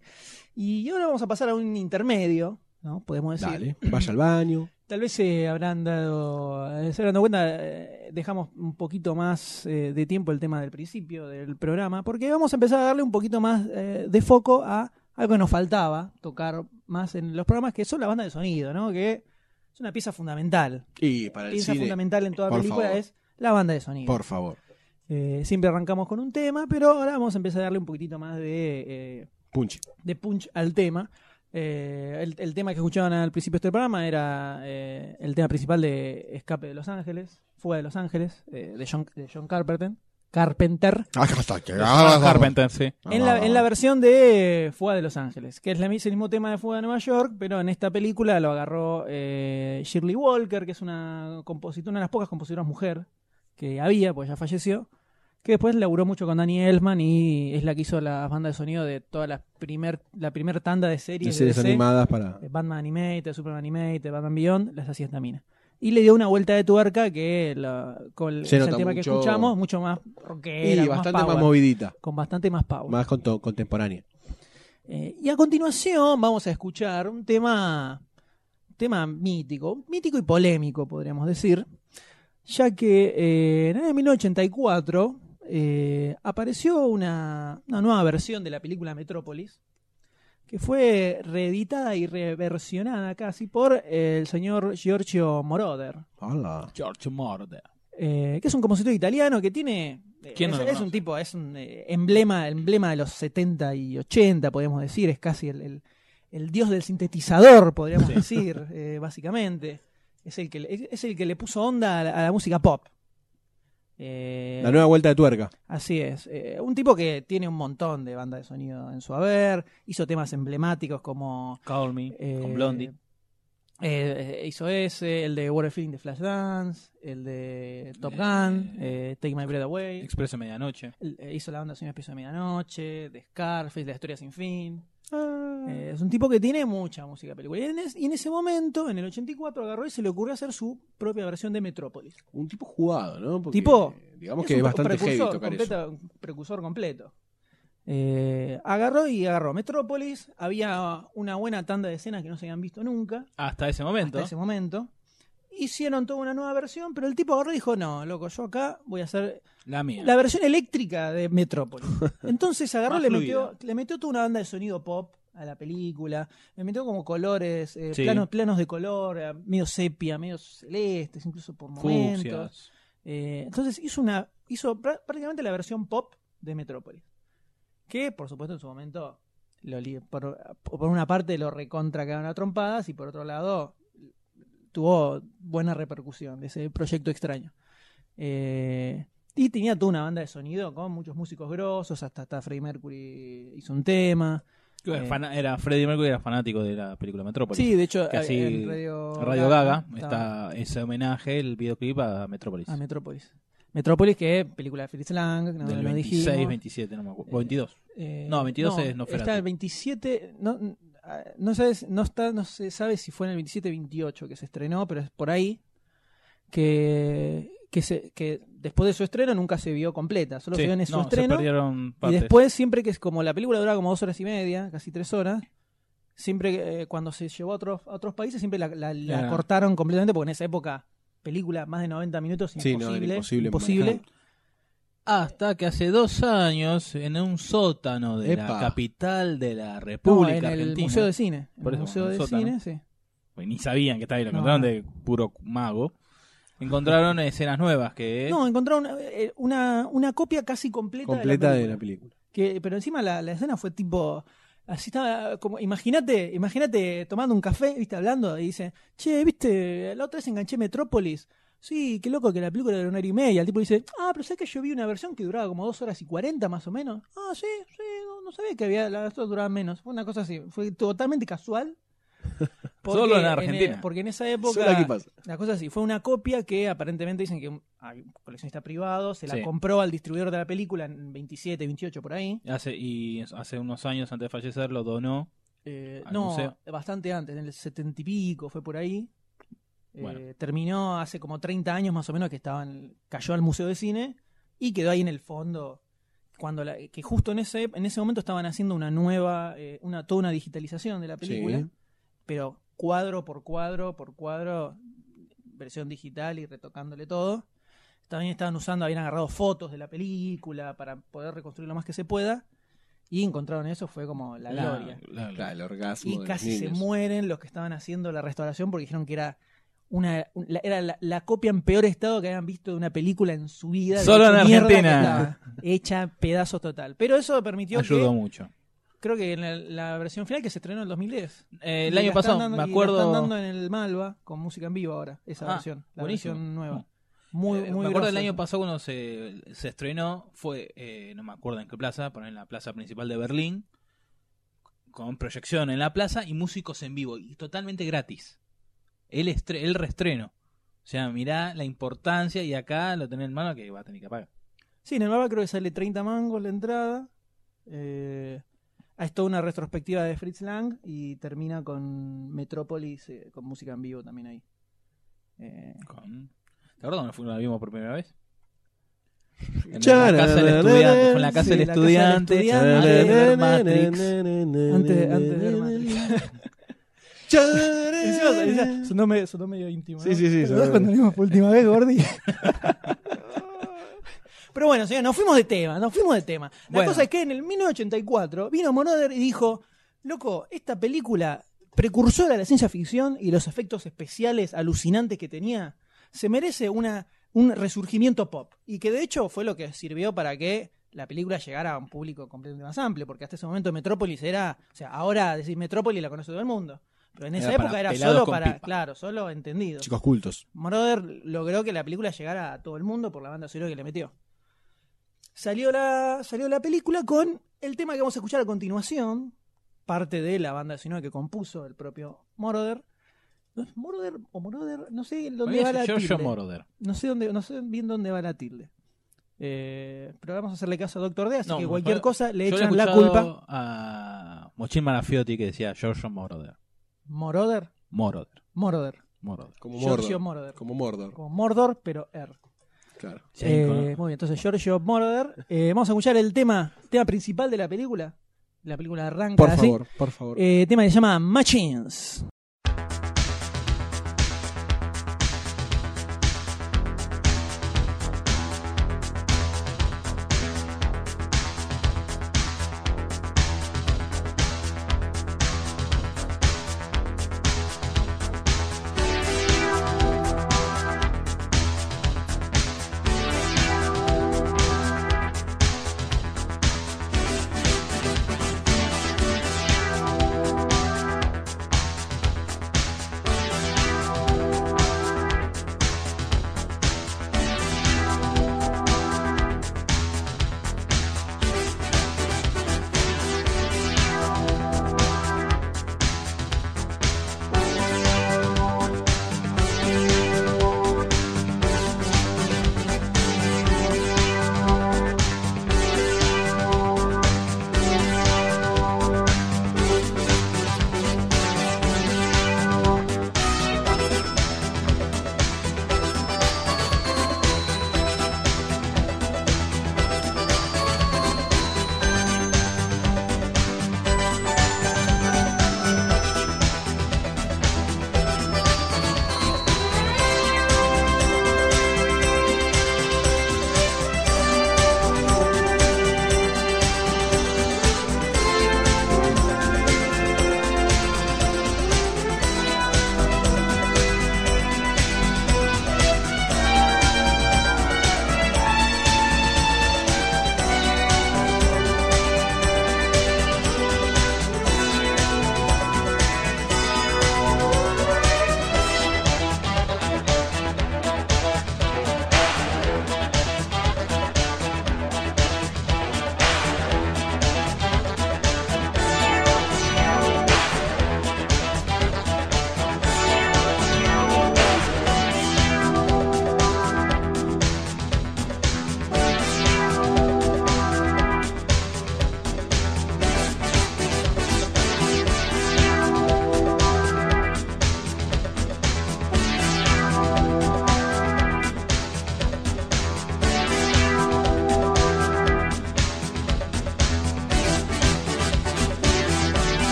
Speaker 2: Y ahora vamos a pasar a un intermedio, ¿no? Podemos decir.
Speaker 5: Dale, vaya al baño.
Speaker 2: Tal vez se habrán dado, se habrán dado cuenta, eh, dejamos un poquito más eh, de tiempo el tema del principio del programa, porque vamos a empezar a darle un poquito más eh, de foco a algo que nos faltaba tocar más en los programas, que son la banda de sonido, ¿no? Que es una pieza fundamental.
Speaker 5: Y para el
Speaker 2: Pieza
Speaker 5: cine,
Speaker 2: fundamental en toda
Speaker 5: por
Speaker 2: película
Speaker 5: favor.
Speaker 2: es la banda de sonido.
Speaker 5: por favor.
Speaker 2: Eh, siempre arrancamos con un tema, pero ahora vamos a empezar a darle un poquitito más de... eh,
Speaker 5: Punchi.
Speaker 2: de punch al tema. Eh, el, el tema que escuchaban al principio de este programa era eh, el tema principal de Escape de Los Ángeles, Fuga de Los Ángeles, eh, de, John, de John Carpenter. Carpenter
Speaker 4: Carpenter, sí.
Speaker 2: en, la, en la versión de eh, Fuga de Los Ángeles, que es la, mis- el mismo tema de Fuga de Nueva York, pero en esta película lo agarró eh, Shirley Walker, que es una compositora, una de las pocas compositoras mujer que había, pues ya falleció, que después laburó mucho con Danny Elfman y es la que hizo las bandas de sonido de toda la primer, la primer tanda de
Speaker 5: De
Speaker 2: series de
Speaker 5: series
Speaker 2: DC.
Speaker 5: animadas para.
Speaker 2: Eh, Batman Animated, Superman Animated, Batman Beyond, las hacía esta mina. Y le dio una vuelta de tuerca que la- con el
Speaker 5: Se nota
Speaker 2: tema que
Speaker 5: mucho-
Speaker 2: escuchamos, mucho más
Speaker 5: Y
Speaker 2: rockera, más
Speaker 5: bastante más,
Speaker 2: power,
Speaker 5: movidita.
Speaker 2: con bastante más power.
Speaker 5: Más conto- contemporánea.
Speaker 2: Eh, y a continuación vamos a escuchar un tema, un tema mítico, mítico y polémico, podríamos decir, ya que eh, en el año 1984 eh, apareció una, una nueva versión de la película Metrópolis, que fue reeditada y reversionada casi por el señor Giorgio Moroder,
Speaker 5: Hola.
Speaker 4: George Morde.
Speaker 2: eh, que es un compositor italiano que tiene... eh,
Speaker 4: ¿Quién no
Speaker 2: es,
Speaker 4: lo
Speaker 2: es un
Speaker 4: conoce?
Speaker 2: tipo, es un eh, emblema, emblema de los 70 y 80, podríamos decir, es casi el, el- el dios del sintetizador, podríamos
Speaker 4: [LAUGHS]
Speaker 2: decir, eh, básicamente. Es el, que le, es- es el que le puso onda a la, a la música pop. Eh,
Speaker 5: La nueva vuelta de tuerca.
Speaker 2: Así es. Eh, un tipo que tiene un montón de bandas de sonido en su haber, hizo temas emblemáticos como
Speaker 4: Call Me,
Speaker 2: eh,
Speaker 4: con Blondie.
Speaker 2: eh, eh, hizo ese, el de What a Feeling de Flashdance, el de Top Gun, eh, Take My Breath Away.
Speaker 4: Expreso Medianoche.
Speaker 2: el- eh, hizo la banda sonora de Piso de Medianoche, de Scarface, La Historia Sin Fin.
Speaker 5: Ah.
Speaker 2: Eh, es un tipo que tiene mucha música película. Y en, es- y en ese momento, en el 84, agarró y se le ocurrió hacer su propia versión de Metrópolis.
Speaker 5: Un tipo jugado, ¿no? Porque,
Speaker 2: Tipo,
Speaker 5: Digamos
Speaker 2: Es
Speaker 5: que es
Speaker 2: un
Speaker 5: bastante heavy
Speaker 2: precursor
Speaker 5: tocar eso.
Speaker 2: completo, un precursor completo. Eh, agarró y agarró Metrópolis. Había una buena tanda de escenas que no se habían visto nunca
Speaker 4: Hasta ese momento.
Speaker 2: hasta ese momento. Hicieron toda una nueva versión, pero el tipo agarró y dijo: No, loco, yo acá voy a hacer
Speaker 4: La mía.
Speaker 2: la versión eléctrica de
Speaker 4: [LAUGHS]
Speaker 2: Metrópolis. Entonces agarró,
Speaker 4: Más
Speaker 2: le
Speaker 4: fluida.
Speaker 2: metió, le metió toda una banda de sonido pop a la película, le metió como colores, eh,
Speaker 4: Sí.
Speaker 2: planos, planos de color, eh, medio sepia, medio celestes, incluso por momentos.
Speaker 4: Fucsias.
Speaker 2: Eh, entonces hizo una hizo prá- prácticamente la versión pop de Metrópolis. Que, por supuesto, en su momento, lo li- por, por una parte lo recontra cagaron a trompadas y por otro lado tuvo buena repercusión de ese proyecto extraño. Eh, y tenía toda una banda de sonido con muchos músicos grosos, hasta, hasta Freddie Mercury hizo un tema.
Speaker 4: Que era
Speaker 2: Eh.
Speaker 4: fana- Era Freddie Mercury era fanático de la película Metrópolis.
Speaker 2: Sí, de hecho,
Speaker 4: que así,
Speaker 2: en Radio,
Speaker 4: Radio Gaga
Speaker 2: estaba-
Speaker 4: está ese homenaje, el videoclip a Metrópolis.
Speaker 2: Ah, Metrópolis. Metrópolis, que es película de Fritz Lang, no,
Speaker 4: del
Speaker 2: no
Speaker 4: 26,
Speaker 2: dijimos.
Speaker 4: 27, no me acuerdo.
Speaker 2: Eh,
Speaker 4: O 22.
Speaker 2: Eh,
Speaker 4: No, 22 es Nosferatu.
Speaker 2: Está el 27, no, n- ah, no sabes, no está, no se sabe si fue en el 27 28 que se estrenó, pero es por ahí que que, se, que después de su estreno nunca se vio completa, solo
Speaker 4: Sí,
Speaker 2: se vio en su
Speaker 4: no,
Speaker 2: estreno
Speaker 4: Se perdieron
Speaker 2: y
Speaker 4: partes.
Speaker 2: después siempre que es como la película duraba como dos horas y media, casi tres horas. Siempre que, eh, cuando se llevó a otros, a otros países, siempre la, la- la
Speaker 4: Era.
Speaker 2: cortaron completamente, porque en esa época, película más de 90 minutos,
Speaker 5: Sí, no, era
Speaker 2: imposible.
Speaker 5: imposible
Speaker 2: imposible.
Speaker 5: manejar.
Speaker 4: Hasta que hace dos años, en un sótano de
Speaker 5: Epa.
Speaker 4: la capital de la
Speaker 2: No,
Speaker 4: República
Speaker 2: en el
Speaker 4: Argentina.
Speaker 2: Museo de Cine. En
Speaker 4: Por
Speaker 2: el
Speaker 4: eso,
Speaker 2: Museo
Speaker 4: en el
Speaker 2: de
Speaker 4: sótano.
Speaker 2: Cine, sí.
Speaker 4: Pues Ni sabían que estaba ahí, lo
Speaker 2: No,
Speaker 4: encontraron
Speaker 2: no.
Speaker 4: de puro mago. Encontraron escenas nuevas que...
Speaker 2: No, encontraron eh, una, una copia casi completa,
Speaker 5: Completa
Speaker 2: de
Speaker 5: de
Speaker 2: la película.
Speaker 5: la película.
Speaker 2: Que, pero encima la, la escena fue tipo. Así estaba, como, imagínate, imagínate tomando un café, viste, hablando, y dice, che, viste, la otra vez enganché Metrópolis. Sí, qué loco que la película era una hora y media. El tipo dice, ah, pero sabes que yo vi una versión que duraba como dos horas y cuarenta más o menos. Ah, sí, sí, no, no sabía que había, las otras duraban menos. Fue una cosa así, fue totalmente casual. Porque
Speaker 4: Solo en
Speaker 2: eh,
Speaker 4: Argentina.
Speaker 2: porque en esa época.
Speaker 5: Solo aquí pasa.
Speaker 2: La cosa así, fue una copia que aparentemente dicen que un, hay un coleccionista privado se la
Speaker 4: Sí.
Speaker 2: compró al distribuidor de la película en 27, 28, por ahí.
Speaker 4: Hace, y hace unos años antes de fallecer lo donó
Speaker 2: Eh,
Speaker 4: Al
Speaker 2: no,
Speaker 4: museo.
Speaker 2: bastante antes, en el 70 y pico, fue por ahí. Eh,
Speaker 4: Bueno.
Speaker 2: terminó hace como 30 años más o menos que estaba en- cayó al Museo de Cine y quedó ahí en el fondo. Cuando la- que justo en ese, en ese momento estaban haciendo una nueva, eh, una, toda una digitalización de la película,
Speaker 5: Sí.
Speaker 2: pero cuadro por cuadro por cuadro, versión digital y retocándole todo. También estaban usando, habían agarrado fotos de la película para poder reconstruir lo más que se pueda. Y encontraron eso, fue como la gloria.
Speaker 4: la- la-
Speaker 5: Claro, el orgasmo. de
Speaker 2: Y
Speaker 5: los
Speaker 2: casi se
Speaker 5: niños.
Speaker 2: mueren los que estaban haciendo la restauración porque dijeron que era una un- la- era la, la copia en peor estado que habían visto de una película en su vida. de
Speaker 4: Solo
Speaker 2: lo
Speaker 4: en
Speaker 2: mierda que
Speaker 4: Argentina.
Speaker 2: estaba. Hecha pedazos total. Pero eso permitió
Speaker 4: ayudó
Speaker 2: que,
Speaker 4: mucho.
Speaker 2: creo que en la, la versión final que se estrenó en el 2010.
Speaker 4: Eh,
Speaker 2: Y
Speaker 4: el
Speaker 2: la
Speaker 4: año
Speaker 2: están
Speaker 4: pasado,
Speaker 2: dando-
Speaker 4: me
Speaker 2: y la están dando
Speaker 4: acuerdo.
Speaker 2: en el Malva con música en vivo ahora, esa
Speaker 4: Ah,
Speaker 2: versión. La
Speaker 4: buenísimo.
Speaker 2: versión nueva. Muy,
Speaker 4: eh,
Speaker 2: muy
Speaker 4: me acuerdo
Speaker 2: grosa
Speaker 4: el año
Speaker 2: esa.
Speaker 4: pasado cuando se, se estrenó, fue, eh, no me acuerdo en qué plaza, pero en la plaza principal de Berlín, con proyección en la plaza y músicos en vivo, y totalmente gratis. El, estre- el reestreno. O sea, mirá la importancia y acá lo tenés en mano que va a tener que pagar.
Speaker 2: Sí, en el mapa creo que sale 30 mangos la entrada. Eh, es toda una retrospectiva de Fritz Lang y termina con Metrópolis, eh, con música en vivo también ahí. Eh,
Speaker 4: Con... ¿Te acuerdas cuando fuimos- la vimos por primera vez? En la
Speaker 5: Charararara.
Speaker 4: casa del estudiante. Con la casa
Speaker 2: Sí,
Speaker 4: del
Speaker 2: la casa del
Speaker 4: estudiante.
Speaker 2: estudiante.
Speaker 4: antes de ver Matrix.
Speaker 5: Eh,
Speaker 2: antes, antes de ver Matrix. Encima, encima, sonó medio, sonó medio íntimo. ¿no?
Speaker 5: Sí, sí, sí,
Speaker 2: ¿Te
Speaker 5: sonó
Speaker 2: acordás
Speaker 5: medio-
Speaker 2: cuando vimos por última vez, Gordy? [LAUGHS] Pero bueno, señor, nos fuimos de tema, nos fuimos de tema. La
Speaker 4: Bueno.
Speaker 2: cosa es que en el 1984 vino Monoder y dijo, loco, esta película precursora de la ciencia ficción y los efectos especiales alucinantes que tenía, se merece una, un resurgimiento pop. Y que de hecho fue lo que sirvió para que la película llegara a un público completamente más amplio, porque hasta ese momento Metrópolis era, o sea, ahora decís Metrópolis la conoce todo el mundo. Pero en esa
Speaker 4: Era para
Speaker 2: época era
Speaker 4: pelados
Speaker 2: solo
Speaker 4: con
Speaker 2: para,
Speaker 4: pipa.
Speaker 2: claro, solo entendido.
Speaker 5: Chicos cultos.
Speaker 2: Moroder logró que la película llegara a todo el mundo por la banda sonora que le metió. Salió la, salió la película con el tema que vamos a escuchar a continuación, parte de la banda sonora que compuso el propio Moroder. ¿No es Moroder o Moroder? No sé dónde va
Speaker 4: Bueno,
Speaker 2: la
Speaker 4: es Giorgio
Speaker 2: tilde.
Speaker 4: Moroder.
Speaker 2: No sé dónde, no sé bien dónde va la tilde. Eh, pero vamos a hacerle caso a Doctor D, así
Speaker 4: No,
Speaker 2: que
Speaker 4: mejor-
Speaker 2: cualquier cosa le
Speaker 4: Yo he
Speaker 2: echan la
Speaker 4: escuchado
Speaker 2: culpa.
Speaker 4: A Mochín Marafiotti que decía Giorgio Moroder.
Speaker 2: Moroder,
Speaker 4: Moroder.
Speaker 2: Moroder,
Speaker 4: Moroder.
Speaker 5: Como
Speaker 2: Giorgio
Speaker 5: Mordor.
Speaker 2: Moroder.
Speaker 5: Como Mordor,
Speaker 2: Como Mordor, pero R.
Speaker 5: claro.
Speaker 4: Sí,
Speaker 2: Eh,
Speaker 4: con-
Speaker 2: muy bien, entonces Giorgio Moroder. Eh, vamos a escuchar el tema, tema principal de la película. La película arranca
Speaker 5: Por
Speaker 2: así.
Speaker 5: favor, por favor.
Speaker 2: Ah, Eh, tema que se llama Machines.
Speaker 6: Machines,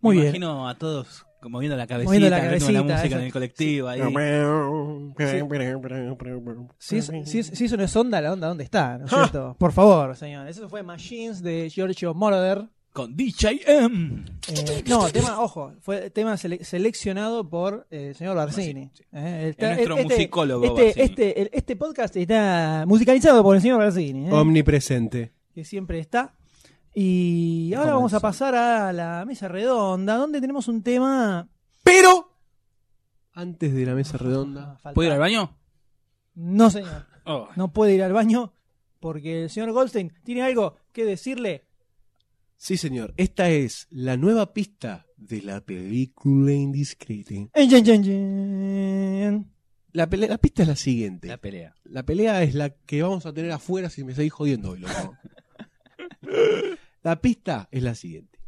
Speaker 2: Muy
Speaker 4: Me
Speaker 2: bien.
Speaker 4: Imagino a todos moviendo la cabecita,
Speaker 2: Moviendo la
Speaker 4: al ritmo de la
Speaker 2: cabecita,
Speaker 4: música
Speaker 2: eso.
Speaker 4: en el colectivo. Ahí.
Speaker 2: Si, es- si es- si eso no es onda, la onda, ¿dónde está?
Speaker 4: [LAUGHS]
Speaker 2: ¿No es cierto? Por favor, señores. Eso fue Machines de Giorgio Moroder.
Speaker 4: Con DJM.
Speaker 2: Eh, no, tema, ojo, fue tema sele- seleccionado por eh, el señor Barcini. Eh, está-
Speaker 4: nuestro musicólogo
Speaker 2: Este,
Speaker 4: Barcini.
Speaker 2: este, el- este podcast está musicalizado por el señor Barcini, eh,
Speaker 5: Omnipresente.
Speaker 2: que siempre está. Y ahora vamos a pasar a la mesa redonda, donde tenemos un tema.
Speaker 5: Pero, antes de la mesa redonda,
Speaker 2: Ah, falta-
Speaker 4: ¿Puedo ir al baño?
Speaker 2: No, señor.
Speaker 4: Oh.
Speaker 2: No puede ir al baño porque el señor Goldstein tiene algo que decirle.
Speaker 5: sí señor, esta es la nueva pista de la película indiscreta.
Speaker 2: En, en, en, en.
Speaker 5: La, pele- la pista es la siguiente.
Speaker 4: La
Speaker 5: La,
Speaker 4: pelea.
Speaker 5: pelea es la que vamos a tener afuera si me seguís jodiendo
Speaker 2: [LAUGHS]
Speaker 5: hoy, loco. la pista es la siguiente.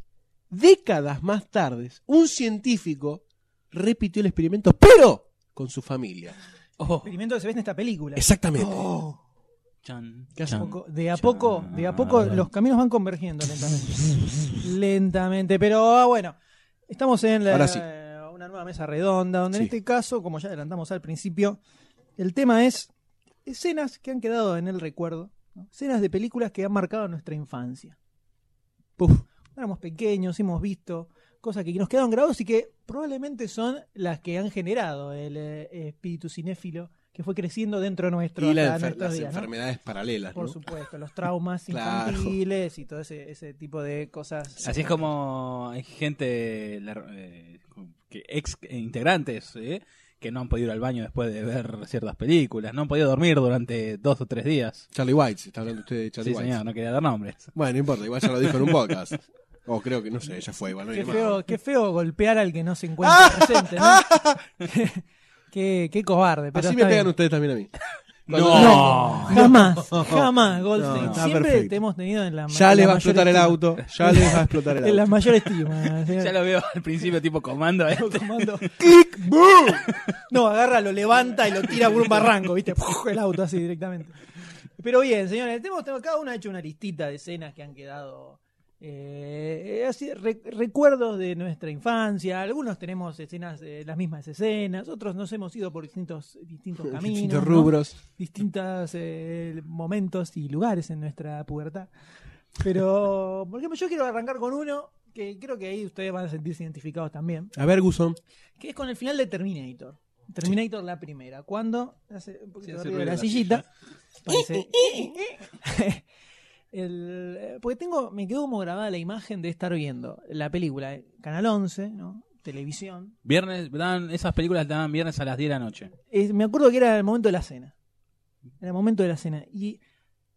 Speaker 5: Décadas más tarde, un científico repitió el experimento, pero con su familia.
Speaker 4: Oh.
Speaker 2: Experimento que se ve en esta película.
Speaker 5: Exactamente.
Speaker 2: Oh.
Speaker 4: Chan,
Speaker 5: ¿Qué hace?
Speaker 4: chan.
Speaker 2: Poco- de a poco, de a poco
Speaker 4: Chan.
Speaker 2: los caminos van convergiendo lentamente. lentamente, pero ah, bueno, estamos en la-
Speaker 5: Ahora sí.
Speaker 2: una nueva mesa redonda, donde en
Speaker 5: Sí.
Speaker 2: este caso, como ya adelantamos al principio, el tema es escenas que han quedado en el recuerdo, ¿no? escenas de películas que han marcado nuestra infancia. Cuando Éramos pequeños, hemos visto cosas que nos quedaron grabados y que probablemente son las que han generado el eh, espíritu cinéfilo que fue creciendo dentro nuestro.
Speaker 5: Y la
Speaker 2: hasta
Speaker 5: enfer-
Speaker 2: nuestros
Speaker 5: las
Speaker 2: días, ¿no?
Speaker 5: enfermedades paralelas.
Speaker 2: Por
Speaker 5: ¿no?
Speaker 2: supuesto, los traumas
Speaker 5: Claro.
Speaker 2: infantiles y todo ese, ese tipo de cosas.
Speaker 4: Así es como hay gente, la- eh, que ex integrantes, ¿eh? que no han podido ir al baño después de ver ciertas películas, no han podido dormir durante dos o tres días.
Speaker 5: Charlie White, se está hablando usted de Charlie
Speaker 4: Sí,
Speaker 5: White.
Speaker 4: señor, no quería dar nombres.
Speaker 5: Bueno, no importa, igual ya lo dijo en un
Speaker 4: [LAUGHS]
Speaker 5: podcast. O creo que, no sé, ya fue igual. no hay
Speaker 2: Qué
Speaker 5: más.
Speaker 2: feo, qué feo golpear al que no se
Speaker 5: Ah.
Speaker 2: encuentra presente, ¿no?
Speaker 5: [LAUGHS]
Speaker 2: qué, qué cobarde. Pero
Speaker 5: Así me
Speaker 2: está
Speaker 5: pegan
Speaker 2: bien.
Speaker 5: ustedes también a mí.
Speaker 2: [LAUGHS] No, jamás, jamás, Goldstein.
Speaker 5: No, está
Speaker 2: Siempre
Speaker 5: perfecto.
Speaker 2: te hemos tenido en la
Speaker 5: Ya
Speaker 2: en
Speaker 5: le
Speaker 2: la
Speaker 5: va a
Speaker 2: mayor
Speaker 5: explotar el
Speaker 2: estima.
Speaker 5: auto. Ya le va a explotar el auto.
Speaker 2: En la mayor estima. señor.
Speaker 4: [LAUGHS] Ya lo veo al principio tipo comando.
Speaker 5: [LAUGHS]
Speaker 4: ¿eh?
Speaker 2: [LAUGHS] Comando. [LAUGHS] No, agarra, lo levanta y lo tira por un barranco, ¿viste? Puf, El auto así directamente. Pero bien, señores, tenemos, tenemos- cada uno ha hecho una listita de escenas que han quedado. eh, así, re- recuerdos de nuestra infancia. Algunos tenemos escenas, eh, las mismas escenas. Otros nos hemos ido por distintos, distintos caminos.
Speaker 5: Distintos
Speaker 2: ¿no?
Speaker 5: rubros.
Speaker 2: distintos eh, momentos y lugares en nuestra pubertad. Pero, por ejemplo, yo quiero arrancar con uno que creo que ahí ustedes van a sentirse identificados también,
Speaker 5: A ver, Guzón.
Speaker 2: que es con el final de Terminator. Terminator la primera, cuando hace un poquito
Speaker 4: Sí,
Speaker 2: de
Speaker 4: hace
Speaker 2: ruido de
Speaker 4: ruido
Speaker 2: la
Speaker 4: la
Speaker 2: sillita. parece- [LAUGHS] El, eh, porque tengo, me quedó como grabada la imagen de estar viendo la película, eh, Canal 11, ¿no? televisión,
Speaker 4: Viernes, dan, esas películas dan viernes a las 10 de la noche.
Speaker 2: Eh, me acuerdo que era el momento de la cena. Era el momento de la cena. Y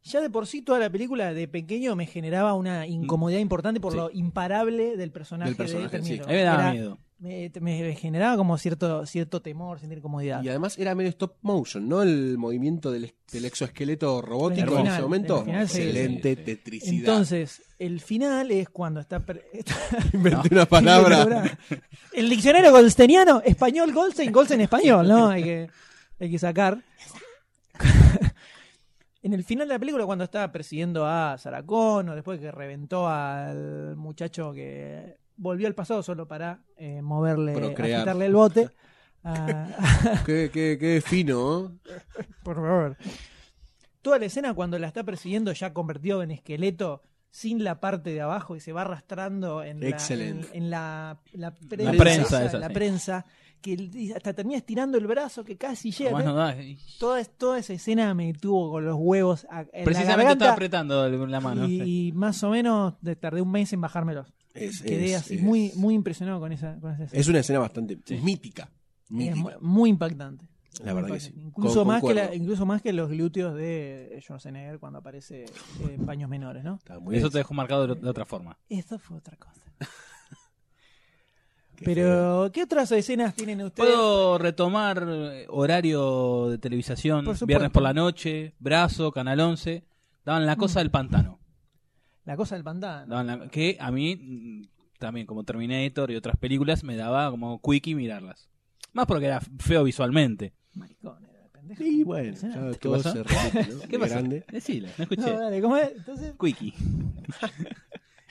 Speaker 2: ya de por sí toda la película de pequeño me generaba una incomodidad importante por
Speaker 4: Mm. Sí.
Speaker 2: lo imparable del personaje,
Speaker 5: Del personaje,
Speaker 2: de Terminator.
Speaker 4: Ahí me daba
Speaker 2: Era-
Speaker 4: miedo.
Speaker 2: me- me generaba como cierto, cierto temor, sentir incomodidad.
Speaker 5: Y además era medio stop motion, ¿no? El movimiento del, del exoesqueleto robótico
Speaker 2: En el
Speaker 5: en
Speaker 2: final,
Speaker 5: ese momento.
Speaker 2: en el final, sí.
Speaker 5: Excelente
Speaker 4: Sí, sí.
Speaker 5: tetricidad. [LAUGHS]
Speaker 2: Entonces, el final es cuando está... per- [LAUGHS] está-
Speaker 5: Inventé
Speaker 2: [LAUGHS]
Speaker 5: una palabra.
Speaker 2: El diccionario golsteniano, español Goldstein, Goldstein español, ¿no? Hay que, hay que sacar. [LAUGHS] En el final de la película, cuando estaba persiguiendo a Saracón, o después que reventó al muchacho que volvió al pasado solo para eh, moverle,
Speaker 5: Procrear.
Speaker 2: agitarle el
Speaker 5: [LAUGHS]
Speaker 2: bote. a-
Speaker 5: qué, qué, qué fino, ¿eh?
Speaker 2: por favor. Toda la escena cuando la está persiguiendo ya convertido en esqueleto sin la parte de abajo y se va arrastrando en la,
Speaker 5: Excelente.
Speaker 2: en, en la, la prensa,
Speaker 4: prensa esa,
Speaker 2: la
Speaker 4: sí.
Speaker 2: prensa, que el- hasta termina estirando el brazo que casi llega. ¿eh?
Speaker 4: Más no da.
Speaker 2: toda, toda esa escena me tuvo con los huevos a- en la
Speaker 4: Precisamente estaba
Speaker 2: garganta
Speaker 4: apretando el- la mano. sí.
Speaker 2: y, más o menos de- tardé un mes en bajármelos.
Speaker 5: Es,
Speaker 2: Quedé
Speaker 5: es-
Speaker 2: así
Speaker 5: es-
Speaker 2: muy muy impresionado con esa, con esa escena.
Speaker 5: Es una escena bastante mítica.
Speaker 2: Es mu-
Speaker 5: Mítica.
Speaker 2: muy impactante.
Speaker 5: La
Speaker 2: Muy
Speaker 5: verdad que
Speaker 2: impactante.
Speaker 5: sí.
Speaker 2: Incluso,
Speaker 5: Con-
Speaker 2: más que la-
Speaker 5: concuerdo.
Speaker 2: incluso más que los glúteos de Schwarzenegger cuando aparece eh, en paños menores, ¿no?
Speaker 5: Está muy
Speaker 4: [LAUGHS] Eso
Speaker 5: bien.
Speaker 4: te dejó marcado de, de otra forma.
Speaker 2: Eso fue otra cosa.
Speaker 5: Qué feo.
Speaker 2: Pero, ¿qué otras escenas tienen ustedes?
Speaker 4: Puedo retomar eh, horario de televisación,
Speaker 2: Por supuesto.
Speaker 4: viernes por la noche, brazo, canal 11. Daban la
Speaker 2: Mm.
Speaker 4: cosa del pantano.
Speaker 2: La cosa del pantano.
Speaker 4: Daban la- que a mí, mm, también como Terminator y otras películas, me daba como quickie mirarlas. Más porque era feo visualmente.
Speaker 2: Maricón, era de pendejo.
Speaker 5: Y bueno, ya
Speaker 2: Impresionante.
Speaker 5: todo
Speaker 4: pasó?
Speaker 5: se repite, ¿no?
Speaker 4: [LAUGHS] ¿Qué
Speaker 5: Grande.
Speaker 4: Decile, no escuché.
Speaker 5: [LAUGHS]
Speaker 2: No, dale, ¿cómo es? Entonces,
Speaker 4: Quickie. [LAUGHS]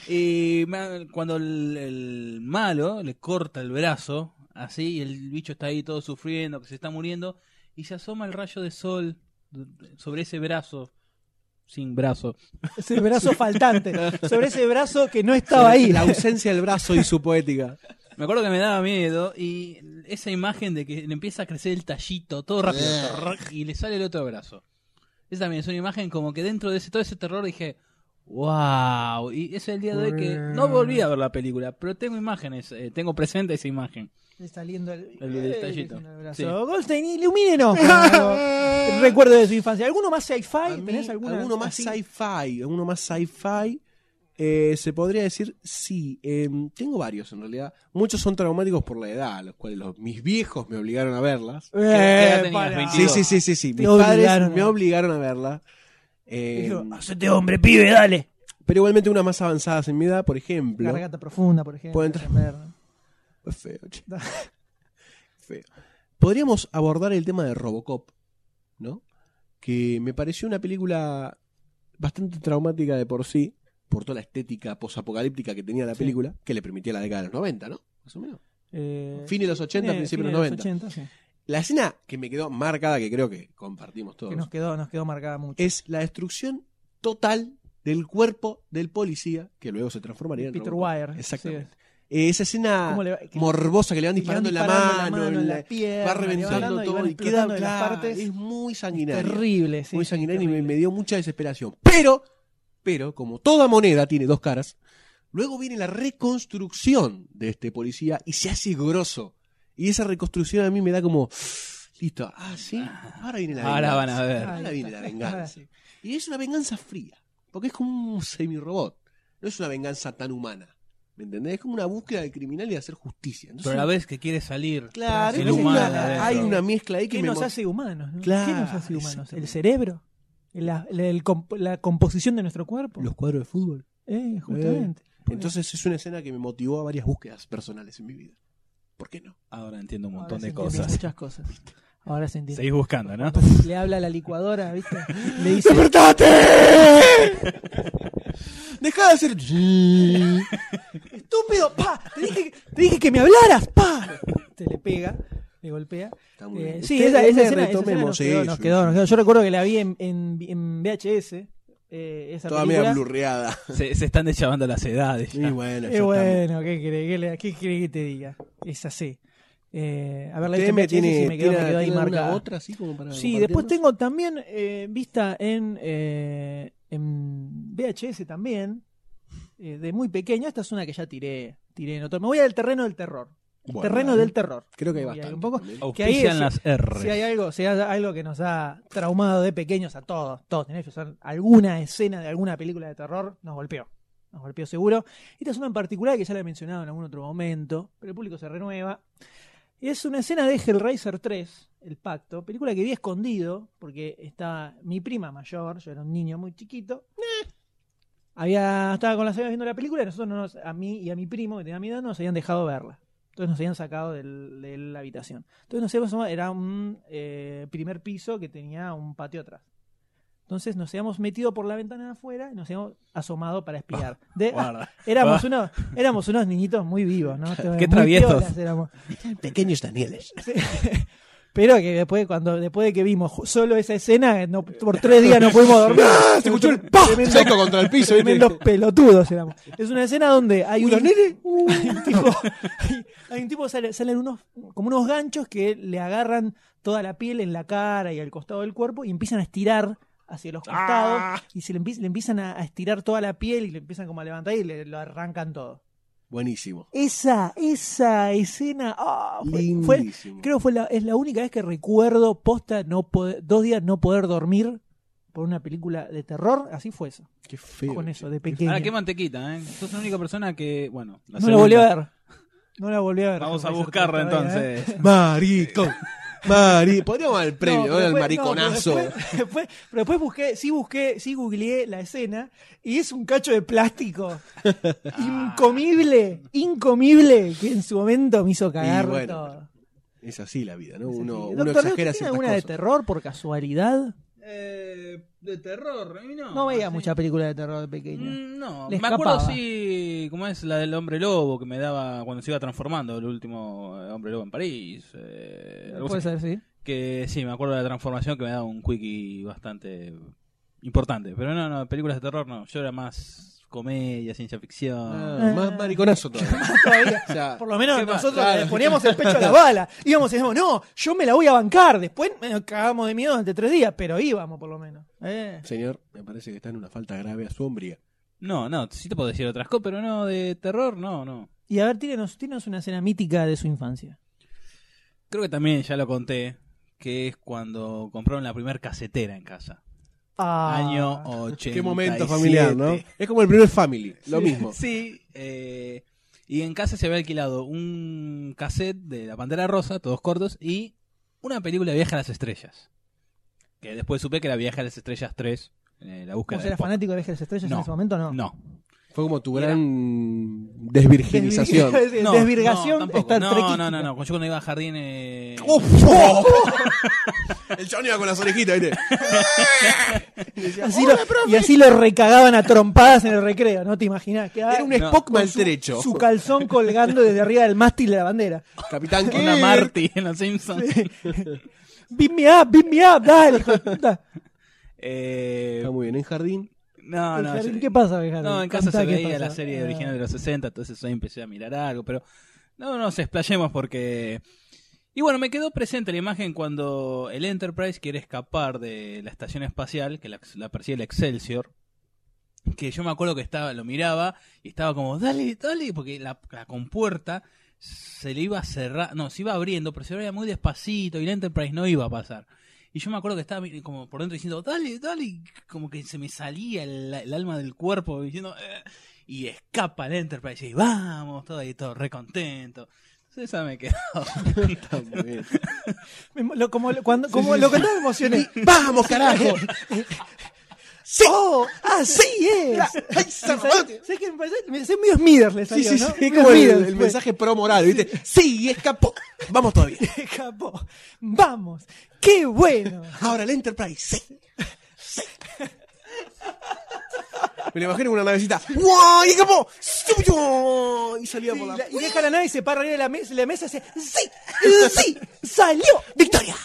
Speaker 4: Y ma- cuando el, el malo le corta el brazo, así, y el bicho está ahí todo sufriendo, que se está muriendo, y se asoma el rayo de sol sobre ese brazo, sin brazo.
Speaker 2: Ese brazo
Speaker 5: [LAUGHS]
Speaker 2: faltante. Sobre ese brazo que no estaba ahí.
Speaker 5: La ausencia del brazo y
Speaker 2: [LAUGHS]
Speaker 5: su poética.
Speaker 4: Me acuerdo que me daba miedo y esa imagen de que le empieza a crecer el tallito, todo rápido,
Speaker 2: Eh.
Speaker 4: tarrac, y le sale el otro brazo. Esa también es una imagen como que dentro de ese, todo ese terror dije, wow, y ese es el día de hoy que no volví a ver la película, pero tengo imágenes, eh, tengo presente esa imagen.
Speaker 2: Saliendo el,
Speaker 4: El detallito.
Speaker 2: Eh, el brazo.
Speaker 4: Sí.
Speaker 2: Goldstein, ilumínenos. con
Speaker 5: [LAUGHS]
Speaker 2: algo. Recuerdo de su infancia. ¿Alguno más
Speaker 5: A
Speaker 2: sci-fi?
Speaker 5: mí,
Speaker 2: ¿Tenés alguna,
Speaker 5: alguno más
Speaker 2: así? Eh,
Speaker 5: sci-fi, alguno más sci-fi. eh, se podría decir, sí, eh, tengo varios en realidad. Muchos son traumáticos por la edad, los cuales los- mis viejos me obligaron a verlas.
Speaker 2: Eh,
Speaker 4: edad tenías?
Speaker 2: para.
Speaker 4: 22.
Speaker 5: Sí, sí, sí, sí, sí.
Speaker 2: Te
Speaker 5: Mis padres
Speaker 2: obligaron a-
Speaker 5: me obligaron a verlas. Eh,
Speaker 2: Dijo, hacete hombre, pibe, dale.
Speaker 5: pero igualmente unas más avanzadas en mi edad, por ejemplo.
Speaker 2: La regata profunda, por ejemplo.
Speaker 5: Puedo entrar.
Speaker 2: Verna.
Speaker 5: Es Feo,
Speaker 2: [LAUGHS]
Speaker 5: che. Feo. Podríamos abordar el tema de Robocop, ¿no? Que me pareció una película bastante traumática de por sí, por toda la estética posapocalíptica que tenía la
Speaker 2: Sí.
Speaker 5: película, que le permitía la década de los 90, ¿no? Más o menos.
Speaker 2: Eh,
Speaker 5: Fin de los 80,
Speaker 2: fines-
Speaker 5: principio de
Speaker 2: fines
Speaker 5: los 90.
Speaker 2: 80, sí.
Speaker 5: La escena que me quedó marcada, que creo que compartimos todos,
Speaker 2: Que nos quedó, nos quedó marcada mucho.
Speaker 5: es la destrucción total del cuerpo del policía, que luego se transformaría en
Speaker 2: Peter
Speaker 5: Robocop.
Speaker 2: Wire.
Speaker 5: Exactamente. Eh, Esa escena
Speaker 2: ¿Cómo le va- que-
Speaker 5: morbosa que le van
Speaker 2: que le van
Speaker 5: disparando, en la mano, en la-
Speaker 2: pierna,
Speaker 5: va
Speaker 2: le van dando
Speaker 5: reventando
Speaker 2: y
Speaker 5: todo
Speaker 2: van
Speaker 5: y, queda
Speaker 2: explotando de las
Speaker 5: claro,
Speaker 2: partes.
Speaker 5: es muy sanguinario
Speaker 2: Terrible, sí.
Speaker 5: muy
Speaker 2: sí,
Speaker 5: sanguinario y me,
Speaker 2: terrible.
Speaker 5: me dio mucha desesperación pero pero como toda moneda tiene dos caras luego viene la reconstrucción de este policía y se hace grosso y esa reconstrucción a mí me da como listo ah sí ahora viene la
Speaker 4: Ahora
Speaker 5: venganza.
Speaker 4: van a ver.
Speaker 5: ahora
Speaker 2: Ahí
Speaker 5: viene
Speaker 2: está.
Speaker 5: la venganza y es una venganza fría porque es como un semirobot no es una venganza tan humana ¿Me entendés? Es como una búsqueda del criminal y de hacer justicia. Entonces,
Speaker 4: Pero a la vez que quiere salir,
Speaker 5: Claro,
Speaker 4: sin
Speaker 5: es como
Speaker 4: humano
Speaker 5: una-
Speaker 4: adentro.
Speaker 5: hay una mezcla ahí que
Speaker 2: ¿Qué
Speaker 5: me
Speaker 2: nos
Speaker 5: mo-
Speaker 2: hace humanos? no? ¿Qué
Speaker 5: Claro,
Speaker 2: nos hace humanos? ¿El
Speaker 5: exactamente.
Speaker 2: cerebro? ¿La, la- el comp- la composición de nuestro cuerpo?
Speaker 5: los cuadros de fútbol.
Speaker 2: Eh, justamente.
Speaker 5: Entonces es una escena que me motivó a varias búsquedas personales en mi vida. ¿Por qué no?
Speaker 4: Ahora entiendo un
Speaker 2: Ahora
Speaker 4: montón
Speaker 2: se
Speaker 4: de
Speaker 2: entiende
Speaker 4: cosas.
Speaker 2: Muchas cosas. Ahora se entiende.
Speaker 4: Seguís buscando, ¿no?
Speaker 2: Le habla a la licuadora, ¿viste?
Speaker 5: [LAUGHS]
Speaker 2: Le dice,
Speaker 5: ¡Despertate! ¡Deja de hacer!
Speaker 2: estúpido, pa, te dije, te dije que me hablaras, pa. Te le pega, le golpea.
Speaker 5: Está muy bien.
Speaker 2: Eh, sí,
Speaker 5: Ustedes
Speaker 2: esa, esa
Speaker 5: me
Speaker 2: escena, esa escena
Speaker 5: retomemos,
Speaker 2: nos, quedó,
Speaker 5: sí,
Speaker 2: nos
Speaker 5: sí,
Speaker 2: quedó,
Speaker 5: sí.
Speaker 2: nos quedó. Yo recuerdo que la vi en, en- en VHS. eh, esa
Speaker 5: Toda media
Speaker 2: película.
Speaker 5: blurreada.
Speaker 2: [LAUGHS]
Speaker 4: Se, se están deschavando las edades.
Speaker 5: Y bueno,
Speaker 2: Eh,
Speaker 5: yo también.
Speaker 2: bueno, ¿qué querés, qué le- qué querés que te diga? Es así. Eh, a ver, la
Speaker 5: ¿Usted
Speaker 2: en
Speaker 5: me
Speaker 2: VHS
Speaker 5: tiene,
Speaker 2: y me quedó, me
Speaker 5: tiene-
Speaker 2: quedó ahí
Speaker 5: tiene alguna
Speaker 2: marcada.
Speaker 5: otra así como para
Speaker 2: Sí, después
Speaker 5: compartirnos?
Speaker 2: tengo también eh, vista en, eh, en VHS también, eh, de muy pequeño. Esta es una que ya tiré, tiré en otro. Me voy al terreno del terror.
Speaker 5: Bueno,
Speaker 2: terreno
Speaker 5: dale.
Speaker 2: del terror.
Speaker 5: Creo que hay
Speaker 2: Voy a ir
Speaker 5: bastante.
Speaker 2: un poco.
Speaker 5: también.
Speaker 2: Que ahí
Speaker 4: Auspician
Speaker 2: es-
Speaker 4: las R.
Speaker 2: Si hay algo, si hay algo que nos ha traumado de pequeños a todos, todos tenés que usar alguna escena de alguna película de terror, nos golpeó. Nos golpeó seguro. Esta es una en particular que ya la he mencionado en algún otro momento, pero el público se renueva. Es una escena de Hellraiser 3, El Pacto, película que vi escondido, porque estaba mi prima mayor, yo era un niño muy chiquito. Había, estaba con las amigas viendo la película y nosotros no nos- a mí y a mi primo, que tenía mi edad, no nos habían dejado verla. Entonces nos habían sacado del- de la habitación. Entonces nos íbamos a- era un eh, primer piso que tenía un patio atrás. Entonces nos habíamos metido por la ventana de afuera y nos habíamos asomado para
Speaker 5: [LAUGHS]
Speaker 2: espiar. De- ah,
Speaker 4: Guarda.
Speaker 2: éramos, unos, éramos unos niñitos muy vivos, ¿no? Muy
Speaker 4: traviesos.
Speaker 2: piolas éramos.
Speaker 5: Pequeños Danieles.
Speaker 2: Sí. [LAUGHS] Pero que después, cuando, después de que vimos ju- solo esa escena, no- por tres días no pudimos dormir.
Speaker 5: [LAUGHS] Se escuchó el ¡pah! Seco contra el piso. ¿viste?
Speaker 2: Tremendos pelotudos éramos. Es una escena donde hay un, hay [LAUGHS] un tipo, hay, hay un tipo que sale- salen unos, como unos ganchos que le agarran toda la piel en la cara y al costado del cuerpo y empiezan a estirar hacia los costados y se le, empie- le empiezan a, a estirar toda la piel y le empiezan como a levantar y le lo arrancan todo.
Speaker 5: Buenísimo.
Speaker 2: Esa, esa escena, ah, fue, fue-
Speaker 5: Lindísimo.
Speaker 2: creo fue la, es la única vez que recuerdo posta no poder- dos días no poder dormir por una película de terror, así fue eso,
Speaker 5: Qué feo.
Speaker 2: con eso, de pequeño.
Speaker 4: Ahora qué mantequita, ¿eh? Sos la única persona que, bueno, la
Speaker 2: No la
Speaker 4: segunda.
Speaker 2: volví a ver. No la volví a ver.
Speaker 4: Vamos a
Speaker 2: Hellraiser
Speaker 4: buscarla
Speaker 2: todavía, ¿eh?
Speaker 4: entonces.
Speaker 2: [LAUGHS]
Speaker 5: Maricón. Mari... Podríamos dar el premio,
Speaker 2: No,
Speaker 5: ¿no?
Speaker 2: pero
Speaker 5: Al
Speaker 2: después- no, pero
Speaker 5: mariconazo.
Speaker 2: después, [LAUGHS] después- pero después busqué, sí busqué, sí googleé la escena y es un cacho de
Speaker 5: [LAUGHS]
Speaker 2: plástico. incomible, incomible, que en su momento me hizo cagar
Speaker 5: Y bueno,
Speaker 2: todo.
Speaker 5: Es así la vida, ¿no?
Speaker 2: Es así.
Speaker 5: Uno, uno
Speaker 2: Doctor, ¿usted
Speaker 5: exagera
Speaker 2: tiene
Speaker 5: ciertas
Speaker 2: alguna
Speaker 5: cosas.
Speaker 2: de terror por casualidad?
Speaker 4: [LAUGHS] Eh, de terror, a mí no.
Speaker 2: No veía
Speaker 4: así.
Speaker 2: mucha película de terror de pequeño.
Speaker 4: Mm, No,
Speaker 2: Le
Speaker 4: me acuerdo
Speaker 2: escapaba.
Speaker 4: si. ¿Cómo es? La del hombre lobo que me daba cuando se iba transformando el último eh, hombre lobo en París. eh, algo
Speaker 2: Puede
Speaker 4: así.
Speaker 2: ser,
Speaker 4: [LAUGHS]
Speaker 2: sí.
Speaker 4: Que sí, me acuerdo de la transformación que me daba un quickie bastante importante. Pero no, no, películas de terror no. Yo era más comedia, ciencia ficción.
Speaker 5: Ah, más mariconazo todavía.
Speaker 2: [LAUGHS] Todavía.
Speaker 5: O sea,
Speaker 2: Por lo menos
Speaker 4: ¿Qué más?
Speaker 2: nosotros
Speaker 5: Claro.
Speaker 2: le poníamos el pecho a la bala. Íbamos y decíamos, no, yo me la voy a bancar. Después nos cagamos de miedo durante tres días, pero íbamos por lo menos. Eh.
Speaker 5: señor, me parece que está en una falta grave a su hombría.
Speaker 4: No, no, sí te puedo decir otras cosas, pero no, de terror no, no.
Speaker 2: Y a ver, tírenos, tírenos una escena mítica de su infancia.
Speaker 4: Creo que también ya lo conté, que es cuando compraron la primer casetera en casa.
Speaker 2: Ah.
Speaker 4: Año 80.
Speaker 5: Qué momento familiar, ¿no? Es como el primer family, lo mismo.
Speaker 4: Sí, eh, y en casa se había alquilado un cassette de La Pantera Rosa, todos cortos, y una película de Viaje a las Estrellas. Que después supe que era Viaje a las Estrellas 3, eh, la búsqueda
Speaker 2: ¿Vos
Speaker 4: de
Speaker 2: eras
Speaker 4: Spock.
Speaker 2: fanático de Viajes a las Estrellas en
Speaker 4: No.
Speaker 2: ese momento o no?
Speaker 4: No.
Speaker 5: Fue como tu gran
Speaker 2: [LAUGHS]
Speaker 5: desvirginización.
Speaker 2: Desvirg-
Speaker 4: No,
Speaker 2: Desvirgación
Speaker 4: no, tampoco.
Speaker 2: Star
Speaker 4: no,
Speaker 2: Trekística.
Speaker 4: no, no, no, yo cuando iba a jardín... eh,
Speaker 5: [LAUGHS] El chabón iba con las orejitas, ¿viste?
Speaker 2: Así lo- y así lo recagaban a trompadas en el recreo, ¿no te imaginas? Que, ah,
Speaker 5: Era un
Speaker 4: No,
Speaker 5: Spock
Speaker 2: con su-
Speaker 5: maltrecho.
Speaker 2: Su calzón colgando desde arriba del mástil de la bandera.
Speaker 5: Capitán
Speaker 4: Onda
Speaker 5: Kirk.
Speaker 4: Marty en Los Simpsons.
Speaker 2: Beat me up, beat me up, dale, hijo de puta.
Speaker 4: Eh,
Speaker 5: Está muy bien, en jardín.
Speaker 4: no,
Speaker 2: El
Speaker 4: no,
Speaker 2: jardín,
Speaker 4: yo-
Speaker 2: ¿Qué pasa, Bejardo?
Speaker 4: No, en casa
Speaker 2: Contá
Speaker 4: se
Speaker 2: qué
Speaker 4: veía
Speaker 2: pasa.
Speaker 4: la serie
Speaker 2: Ah.
Speaker 4: original de los 60, entonces ahí empecé a mirar algo, pero no nos explayemos porque... Y bueno, me quedó presente la imagen cuando el Enterprise quiere escapar de la estación espacial, que la, la persigue el Excelsior, que yo me acuerdo que estaba, lo miraba y estaba como, dale, dale, porque la, la compuerta se le iba a cerrar, no, se iba abriendo, pero se abría muy despacito y el Enterprise no iba a pasar. Y yo me acuerdo que estaba mi- como por dentro diciendo, dale, dale, y como que se me salía el, el alma del cuerpo diciendo, "Eh", y escapa el Enterprise y vamos, todo ahí, todo re contento. Entonces esa me
Speaker 2: [LAUGHS]
Speaker 4: quedó.
Speaker 5: Está muy bien.
Speaker 2: Me- lo- como lo- cuando, como lo contaba me emocioné. [LAUGHS]
Speaker 5: ¡Vamos, [LAUGHS] carajo!
Speaker 2: ¡Sí! [LAUGHS] ¡Oh! ¡Así es!
Speaker 5: ¡Ay, zafate!
Speaker 2: ¿Sabes qué? Me parece, me pareció medio Smithers le
Speaker 5: Sí,
Speaker 2: salió,
Speaker 5: sí, sí.
Speaker 2: ¿no?
Speaker 5: Es
Speaker 2: Medio
Speaker 5: como el,
Speaker 2: Smithers
Speaker 5: el
Speaker 2: fue. [LAUGHS]
Speaker 5: mensaje pro moral, ¿viste? Sí, escapó. Vamos todavía.
Speaker 2: Escapó. ¡Vamos! ¡Qué bueno!
Speaker 5: Ahora el Enterprise. Sí. Sí. Me lo imagino en una navecita. ¡Guay! ¡Escapó! ¡Suyo! Y salía
Speaker 2: Sí,
Speaker 5: por la.
Speaker 2: la- y deja la nave y se para arriba de la mesa, la mesa hace ¡Sí! ¡Sí! ¡Salió! ¡Victoria!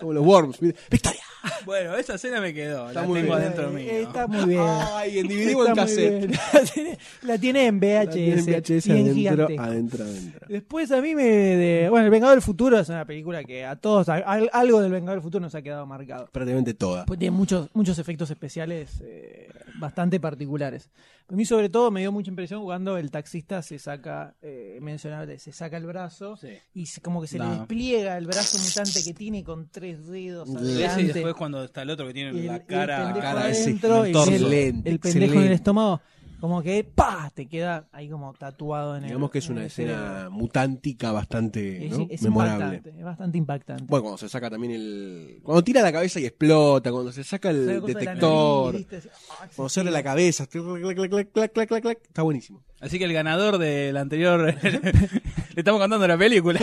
Speaker 5: Como los Worms. ¿viste? ¡Victoria!
Speaker 4: bueno, esa escena me quedó,
Speaker 5: Está
Speaker 4: la
Speaker 5: muy
Speaker 4: tengo
Speaker 5: bien.
Speaker 4: adentro mío.
Speaker 2: Eh, Está muy bien.
Speaker 5: Ay, en DVD o en
Speaker 2: Está muy
Speaker 5: cassette.
Speaker 2: bien. [LAUGHS] La tiene- La tiene en VHS. y en
Speaker 5: adentro,
Speaker 2: gigantesco.
Speaker 5: adentro, adentro.
Speaker 2: Después a mí me... de- bueno, El Vengador del Futuro es una película que a todos... a- al- algo del Vengador del Futuro nos ha quedado marcado.
Speaker 5: Prácticamente toda.
Speaker 2: Pues tiene muchos, muchos efectos especiales eh, bastante particulares. A mí sobre todo me dio mucha impresión cuando el taxista se saca, eh, mencionable, se saca el brazo y se- como que se le
Speaker 4: No.
Speaker 2: despliega el brazo mutante que tiene con tres dedos
Speaker 4: Ese y después
Speaker 2: adelante.
Speaker 4: cuando está el otro que tiene
Speaker 2: Y el- y
Speaker 4: la
Speaker 2: el
Speaker 4: cara,
Speaker 2: pendejo
Speaker 4: cara
Speaker 5: ese,
Speaker 2: adentro
Speaker 4: el
Speaker 2: y
Speaker 4: torso.
Speaker 2: el,
Speaker 5: Excelente,
Speaker 2: el pendejo en el
Speaker 5: excelente.
Speaker 2: estómago, como que ¡pa! te queda ahí como tatuado en el-
Speaker 5: Digamos que es
Speaker 2: en
Speaker 5: una
Speaker 2: el
Speaker 5: escena
Speaker 2: cerebro.
Speaker 5: mutántica bastante
Speaker 2: Es,
Speaker 5: ¿no?
Speaker 2: es
Speaker 5: memorable.
Speaker 2: impactante, es bastante impactante.
Speaker 5: Bueno, cuando se saca también el. Cuando tira la cabeza y explota, cuando se saca el
Speaker 2: Esa cosa de la
Speaker 5: detector,
Speaker 2: nariz, ¿viste? Ah,
Speaker 5: cuando se abre la cabeza, clac, clac, clac, clac, clac, clac, clac, clac, está buenísimo.
Speaker 4: Así que el ganador del anterior... [LAUGHS] Le estamos contando la película.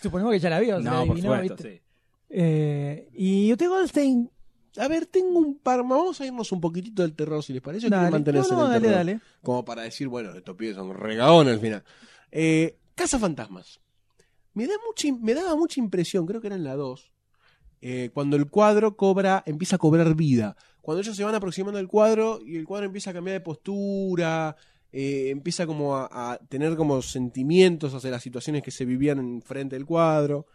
Speaker 2: Suponemos que ya la vio. se la
Speaker 4: no, por
Speaker 2: adivinó,
Speaker 4: supuesto,
Speaker 2: ¿viste?
Speaker 4: sí.
Speaker 2: Eh, y Ute Goldstein.
Speaker 5: A ver, tengo un par. Vamos a irnos un poquitito del terror, si les parece. o
Speaker 2: Dale.
Speaker 5: quieren mantenerse
Speaker 2: No, no,
Speaker 5: en el
Speaker 2: dale,
Speaker 5: terror?
Speaker 2: dale.
Speaker 5: Como para decir, bueno, estos pibes son regadones al final. Eh, Casa Fantasmas. Me, da mucha, im- me daba mucha impresión, creo que era en la 2, eh, cuando el cuadro cobra, empieza a cobrar vida. Cuando ellos se van aproximando al cuadro y el cuadro empieza a cambiar de postura, eh, empieza como a, a tener como sentimientos hacia las situaciones que se vivían enfrente del cuadro.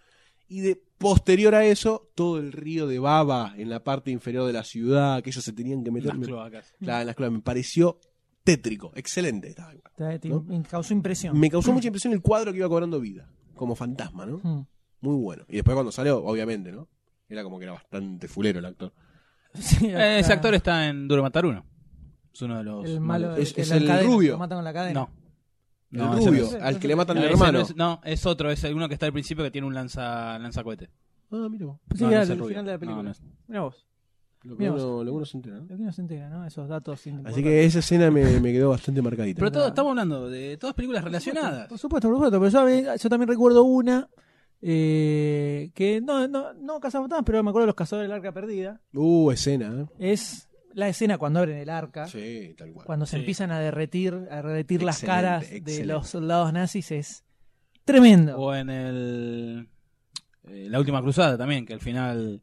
Speaker 5: Y de posterior a eso, todo el río de baba en la parte inferior de la ciudad, que ellos se tenían que meter.
Speaker 4: Las
Speaker 5: Me-
Speaker 4: cloacas.
Speaker 5: Claro, en las cloacas. Me pareció tétrico, excelente. Estaba-
Speaker 2: Te- te-
Speaker 5: ¿No?
Speaker 2: Me causó impresión.
Speaker 5: Me causó mucha impresión el cuadro que iba cobrando vida, como fantasma, ¿no?
Speaker 2: Mm. [LAUGHS]
Speaker 5: Muy bueno. Y después cuando salió, obviamente, ¿no? Era como que era bastante fulero el actor.
Speaker 2: Sí,
Speaker 4: Eh, ese
Speaker 2: hasta
Speaker 4: actor está en Duro Matar Uno. Es uno de los.
Speaker 2: El malo
Speaker 5: Es-
Speaker 2: que
Speaker 5: es
Speaker 2: la
Speaker 5: el
Speaker 2: cadena,
Speaker 5: rubio.
Speaker 2: lo matan con la
Speaker 4: malos.
Speaker 2: cadena.
Speaker 4: No. No,
Speaker 5: el
Speaker 4: ese
Speaker 5: rubio,
Speaker 4: no es.
Speaker 5: al que le matan
Speaker 4: No,
Speaker 5: al
Speaker 4: ese
Speaker 5: hermano.
Speaker 4: no es, no, es otro, es el uno que está al principio que tiene un lanza, lanzacohete.
Speaker 5: Ah, mira vos.
Speaker 2: Pues sí,
Speaker 4: No, no
Speaker 2: era
Speaker 4: es el
Speaker 2: el
Speaker 4: rubio.
Speaker 2: final de la
Speaker 4: No,
Speaker 2: película.
Speaker 4: no es.
Speaker 2: Mirá vos.
Speaker 5: Lo que
Speaker 2: Mira vos.
Speaker 5: uno, lo que uno se entera, ¿no?
Speaker 2: Lo que no se entera, ¿no? Esos datos. sin-
Speaker 5: Así que esa escena me, me quedó bastante marcadita.
Speaker 4: Pero todo, estamos hablando de todas películas relacionadas.
Speaker 2: Por supuesto, por supuesto. Pero yo, yo también recuerdo una eh, que no, no, no cazafantasmas, pero me acuerdo de los cazadores del arca perdida.
Speaker 5: Uh, escena,
Speaker 2: Es la escena cuando abren el arca.
Speaker 5: ¿eh? Sí, tal cual.
Speaker 2: cuando se
Speaker 4: Sí.
Speaker 2: empiezan a derretir, a derretir las
Speaker 5: Excelente,
Speaker 2: caras de
Speaker 5: excelente.
Speaker 2: los soldados nazis es tremendo.
Speaker 4: O en el eh, La Última Cruzada también, que al final,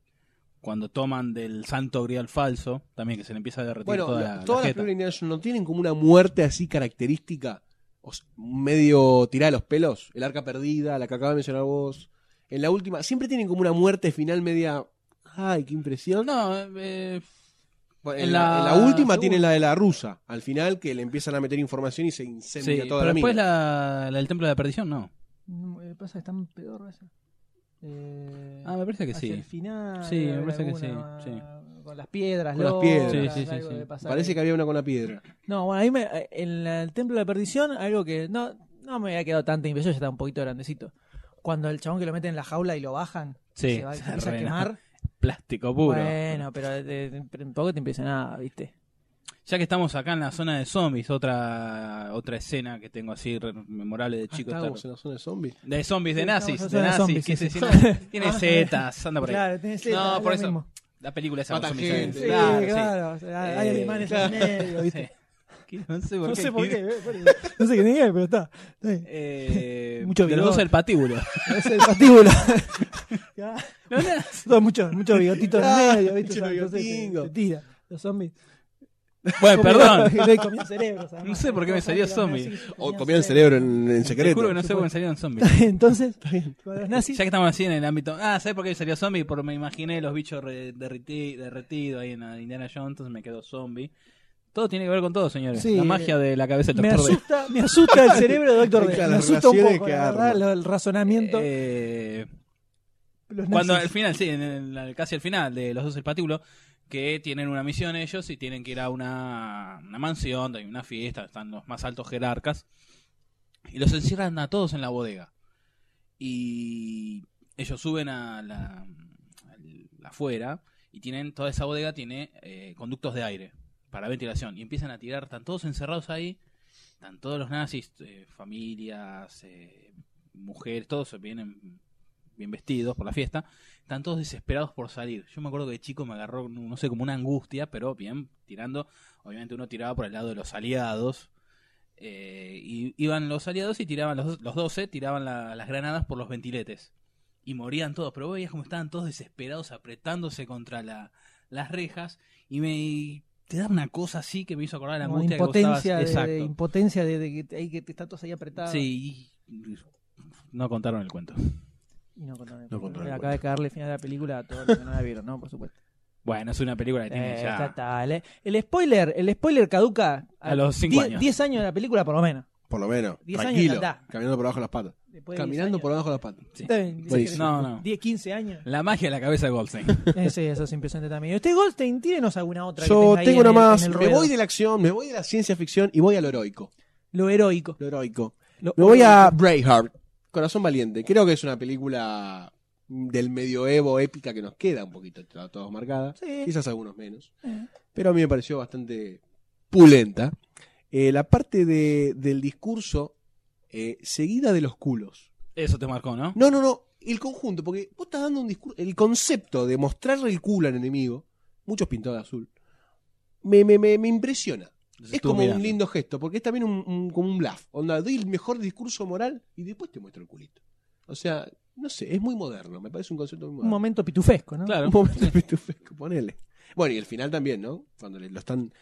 Speaker 4: cuando toman del santo grial falso, también que se le empieza a derretir
Speaker 5: Bueno,
Speaker 4: toda
Speaker 5: la-
Speaker 4: la, la
Speaker 5: todas las
Speaker 4: jeta.
Speaker 5: películas de Indiana Jones no tienen como una muerte así característica, o s- medio tirada de los pelos, el arca perdida, la que acaba de mencionar vos, en la última, siempre tienen como una muerte final media, ay, qué impresión.
Speaker 4: No, eh,
Speaker 5: Bueno, en,
Speaker 4: en
Speaker 5: la,
Speaker 4: la-
Speaker 5: en la última
Speaker 4: segunda.
Speaker 5: tienen la de la rusa, al final que le empiezan a meter información y se incendia
Speaker 4: sí,
Speaker 5: toda
Speaker 4: pero
Speaker 5: la mina.
Speaker 4: después la, la del Templo de la Perdición, no.
Speaker 2: Mm, eh, Pasa que están peor esa. Eh,
Speaker 4: Ah, me parece que
Speaker 2: hacia
Speaker 4: sí.
Speaker 2: el final.
Speaker 4: Sí, me
Speaker 2: habrá
Speaker 4: parece que
Speaker 2: alguna
Speaker 4: sí, sí.
Speaker 2: Con las piedras,
Speaker 5: Con las
Speaker 2: locas,
Speaker 5: piedras.
Speaker 4: Sí, sí, sí,
Speaker 2: algo
Speaker 4: sí.
Speaker 2: de pasar
Speaker 5: Parece
Speaker 2: ahí.
Speaker 5: que había una con la piedra.
Speaker 4: Ah,
Speaker 2: No, bueno, ahí me, eh, en la- el Templo de la Perdición, algo que no, no me había quedado tanta impresión, ya estaba un poquito grandecito. Cuando el chabón que lo mete en la jaula y lo bajan,
Speaker 4: Sí,
Speaker 2: se va,
Speaker 4: se
Speaker 2: empieza a
Speaker 4: rena.
Speaker 2: quemar.
Speaker 4: Plástico puro.
Speaker 2: Bueno, pero eh, tampoco te impresiona nada, ¿viste?
Speaker 4: Ya que estamos acá en la zona de zombies, otra otra escena que tengo así re- memorable de chico.
Speaker 5: Estábamos
Speaker 4: estar-
Speaker 5: en la zona de zombies.
Speaker 4: De zombies, de
Speaker 2: Ah, Sí,
Speaker 4: nazis,
Speaker 2: estamos
Speaker 4: de
Speaker 2: en la
Speaker 4: nazis,
Speaker 2: zona de zombies,
Speaker 4: que se
Speaker 2: sí, sí. [LAUGHS]
Speaker 4: sientan- tiene
Speaker 2: Ah,
Speaker 4: setas, anda por ahí.
Speaker 2: Claro, tenés
Speaker 4: No,
Speaker 2: la- lo
Speaker 4: por eso-
Speaker 2: mismo.
Speaker 4: La película esa
Speaker 5: Mata
Speaker 4: con zombies,
Speaker 5: gente.
Speaker 2: Sí,
Speaker 4: ¿sabes? Claro, sí.
Speaker 2: claro. o sea, hay
Speaker 4: Eh,
Speaker 2: alemanes en el medio, ¿viste?
Speaker 4: [LAUGHS] Sí. No sé por
Speaker 2: No
Speaker 4: qué.
Speaker 2: sé por qué, eh, por eso. no sé qué tenía, pero está. está
Speaker 4: [LAUGHS]
Speaker 2: bien.
Speaker 4: Eh,
Speaker 2: Mucho
Speaker 4: de los
Speaker 2: bigote.
Speaker 4: dos
Speaker 2: [LAUGHS]
Speaker 4: el patíbulo.
Speaker 2: Es el patíbulo. [LAUGHS] Ya. Todo mucho, mucho bigotito en el medio, ¿viste?
Speaker 5: mucho
Speaker 2: O sea, entonces te-
Speaker 5: bigotingo.
Speaker 2: te tira. Los zombies. [LAUGHS]
Speaker 4: bueno, perdón.
Speaker 2: Estoy comiendo cerebros. además.
Speaker 4: No sé por qué me salió
Speaker 2: Los nazis
Speaker 4: zombie.
Speaker 2: comían
Speaker 5: O comían el cerebro en, en
Speaker 4: Te
Speaker 5: secreto.
Speaker 4: juro que no sé por qué me salieron zombies.
Speaker 2: Entonces, con los nazis.
Speaker 4: Ya que estamos así en el ámbito. Ah, ¿sabes por qué salió zombie? Porque me imaginé los bichos re- derriti- derretidos ahí en la Indiana Jones, entonces me quedó zombie. Todo tiene que ver con todo, señores.
Speaker 2: Sí,
Speaker 4: la magia de la cabeza del
Speaker 2: Me
Speaker 4: doctor D.
Speaker 2: asusta, me asusta el cerebro de
Speaker 5: [LAUGHS]
Speaker 2: Doctor D.
Speaker 5: Claro,
Speaker 2: Me
Speaker 5: las
Speaker 2: asusta un
Speaker 5: relaciones
Speaker 2: poco,
Speaker 5: que
Speaker 2: la
Speaker 5: arma.
Speaker 2: verdad, lo- el razonamiento.
Speaker 4: Eh,
Speaker 2: los
Speaker 4: cuando al
Speaker 2: nazis.
Speaker 4: final, sí, en el- al- casi al final de los dos el patíbulo, que tienen una misión ellos y tienen que ir a una, una mansión, donde hay una fiesta, están los más altos jerarcas, y los encierran a todos en la bodega. Y ellos suben a la, al- afuera y tienen toda esa bodega tiene eh, conductos de aire para ventilación y empiezan a tirar, están todos encerrados ahí, están todos los nazis, eh, familias, eh, mujeres, todos se vienen bien vestidos por la fiesta, están todos desesperados por salir. Yo me acuerdo que de chico me agarró, no no sé, como una angustia, pero bien, tirando, obviamente uno tiraba por el lado de los aliados. eh, y iban los aliados y tiraban los, los 12, tiraban la- las granadas por los ventiletes. Y morían todos, pero vos veías como estaban todos desesperados, apretándose contra la- las rejas. Y me y te da una cosa así que me hizo acordar la
Speaker 2: Como
Speaker 4: angustia
Speaker 2: impotencia,
Speaker 4: que
Speaker 2: de, de
Speaker 4: vos estabas- Exacto.
Speaker 2: impotencia de, de que te- ahí que te está todos ahí apretados.
Speaker 4: Sí, y- no contaron el cuento.
Speaker 2: Y no contaron el cuento.
Speaker 5: No contaron el
Speaker 2: Acaba de caerle final a la película a todos los que no la vieron, ¿no? Por supuesto.
Speaker 4: Bueno, es una película que [LAUGHS] tiene
Speaker 2: Eh,
Speaker 4: ya.
Speaker 2: ya está, el, el spoiler, el spoiler caduca
Speaker 4: A los cinco
Speaker 2: die-
Speaker 4: años.
Speaker 2: 10 años de la película por lo menos.
Speaker 5: Por lo menos.
Speaker 2: Diez años
Speaker 5: Tranquilo.
Speaker 2: de edad.
Speaker 5: Caminando por abajo de las patas.
Speaker 2: Después de 10
Speaker 5: Caminando
Speaker 2: años.
Speaker 5: por abajo de las patas.
Speaker 4: Sí.
Speaker 2: Está bien,
Speaker 5: Buenísimo.
Speaker 4: No, no.
Speaker 2: 10, 15 años.
Speaker 4: La magia de la cabeza de Goldstein.
Speaker 2: [LAUGHS] Eh, sí, eso es impresionante también. Usted, Goldstein, tírenos alguna otra. que
Speaker 5: Yo
Speaker 2: tenga ahí
Speaker 5: tengo
Speaker 2: en
Speaker 5: una
Speaker 2: el-
Speaker 5: más.
Speaker 2: en el
Speaker 5: Me
Speaker 2: ruedo.
Speaker 5: voy de la acción, me voy de la ciencia ficción y voy al heroico.
Speaker 2: Lo heroico.
Speaker 5: Lo heroico.
Speaker 2: Lo-
Speaker 5: Me voy a Braveheart, Corazón Valiente. Creo que es una película del medioevo épica que nos queda un poquito a todos marcada.
Speaker 2: Sí.
Speaker 5: Quizás algunos menos.
Speaker 2: Eh.
Speaker 5: Pero a mí me pareció bastante pulenta. Eh, la parte de- del discurso eh, seguida de los culos.
Speaker 4: Eso te marcó, ¿no?
Speaker 5: No, no, no. El conjunto, porque vos estás dando un discurso. El concepto de mostrarle el culo al enemigo, muchos pintados de azul, me, me, me, me impresiona.
Speaker 4: Entonces
Speaker 5: Es
Speaker 4: estuvo
Speaker 5: como un
Speaker 4: mirando.
Speaker 5: lindo gesto, porque es también un, un- como un bluff. Onda, doy el mejor discurso moral y después te muestro el culito. O sea, no sé, es muy moderno, me parece un concepto muy
Speaker 2: Un
Speaker 5: moderno.
Speaker 2: momento pitufesco, ¿no?
Speaker 4: Claro.
Speaker 5: Un momento pitufesco, ponele. Bueno, y el final también, ¿no? Cuando le- lo están.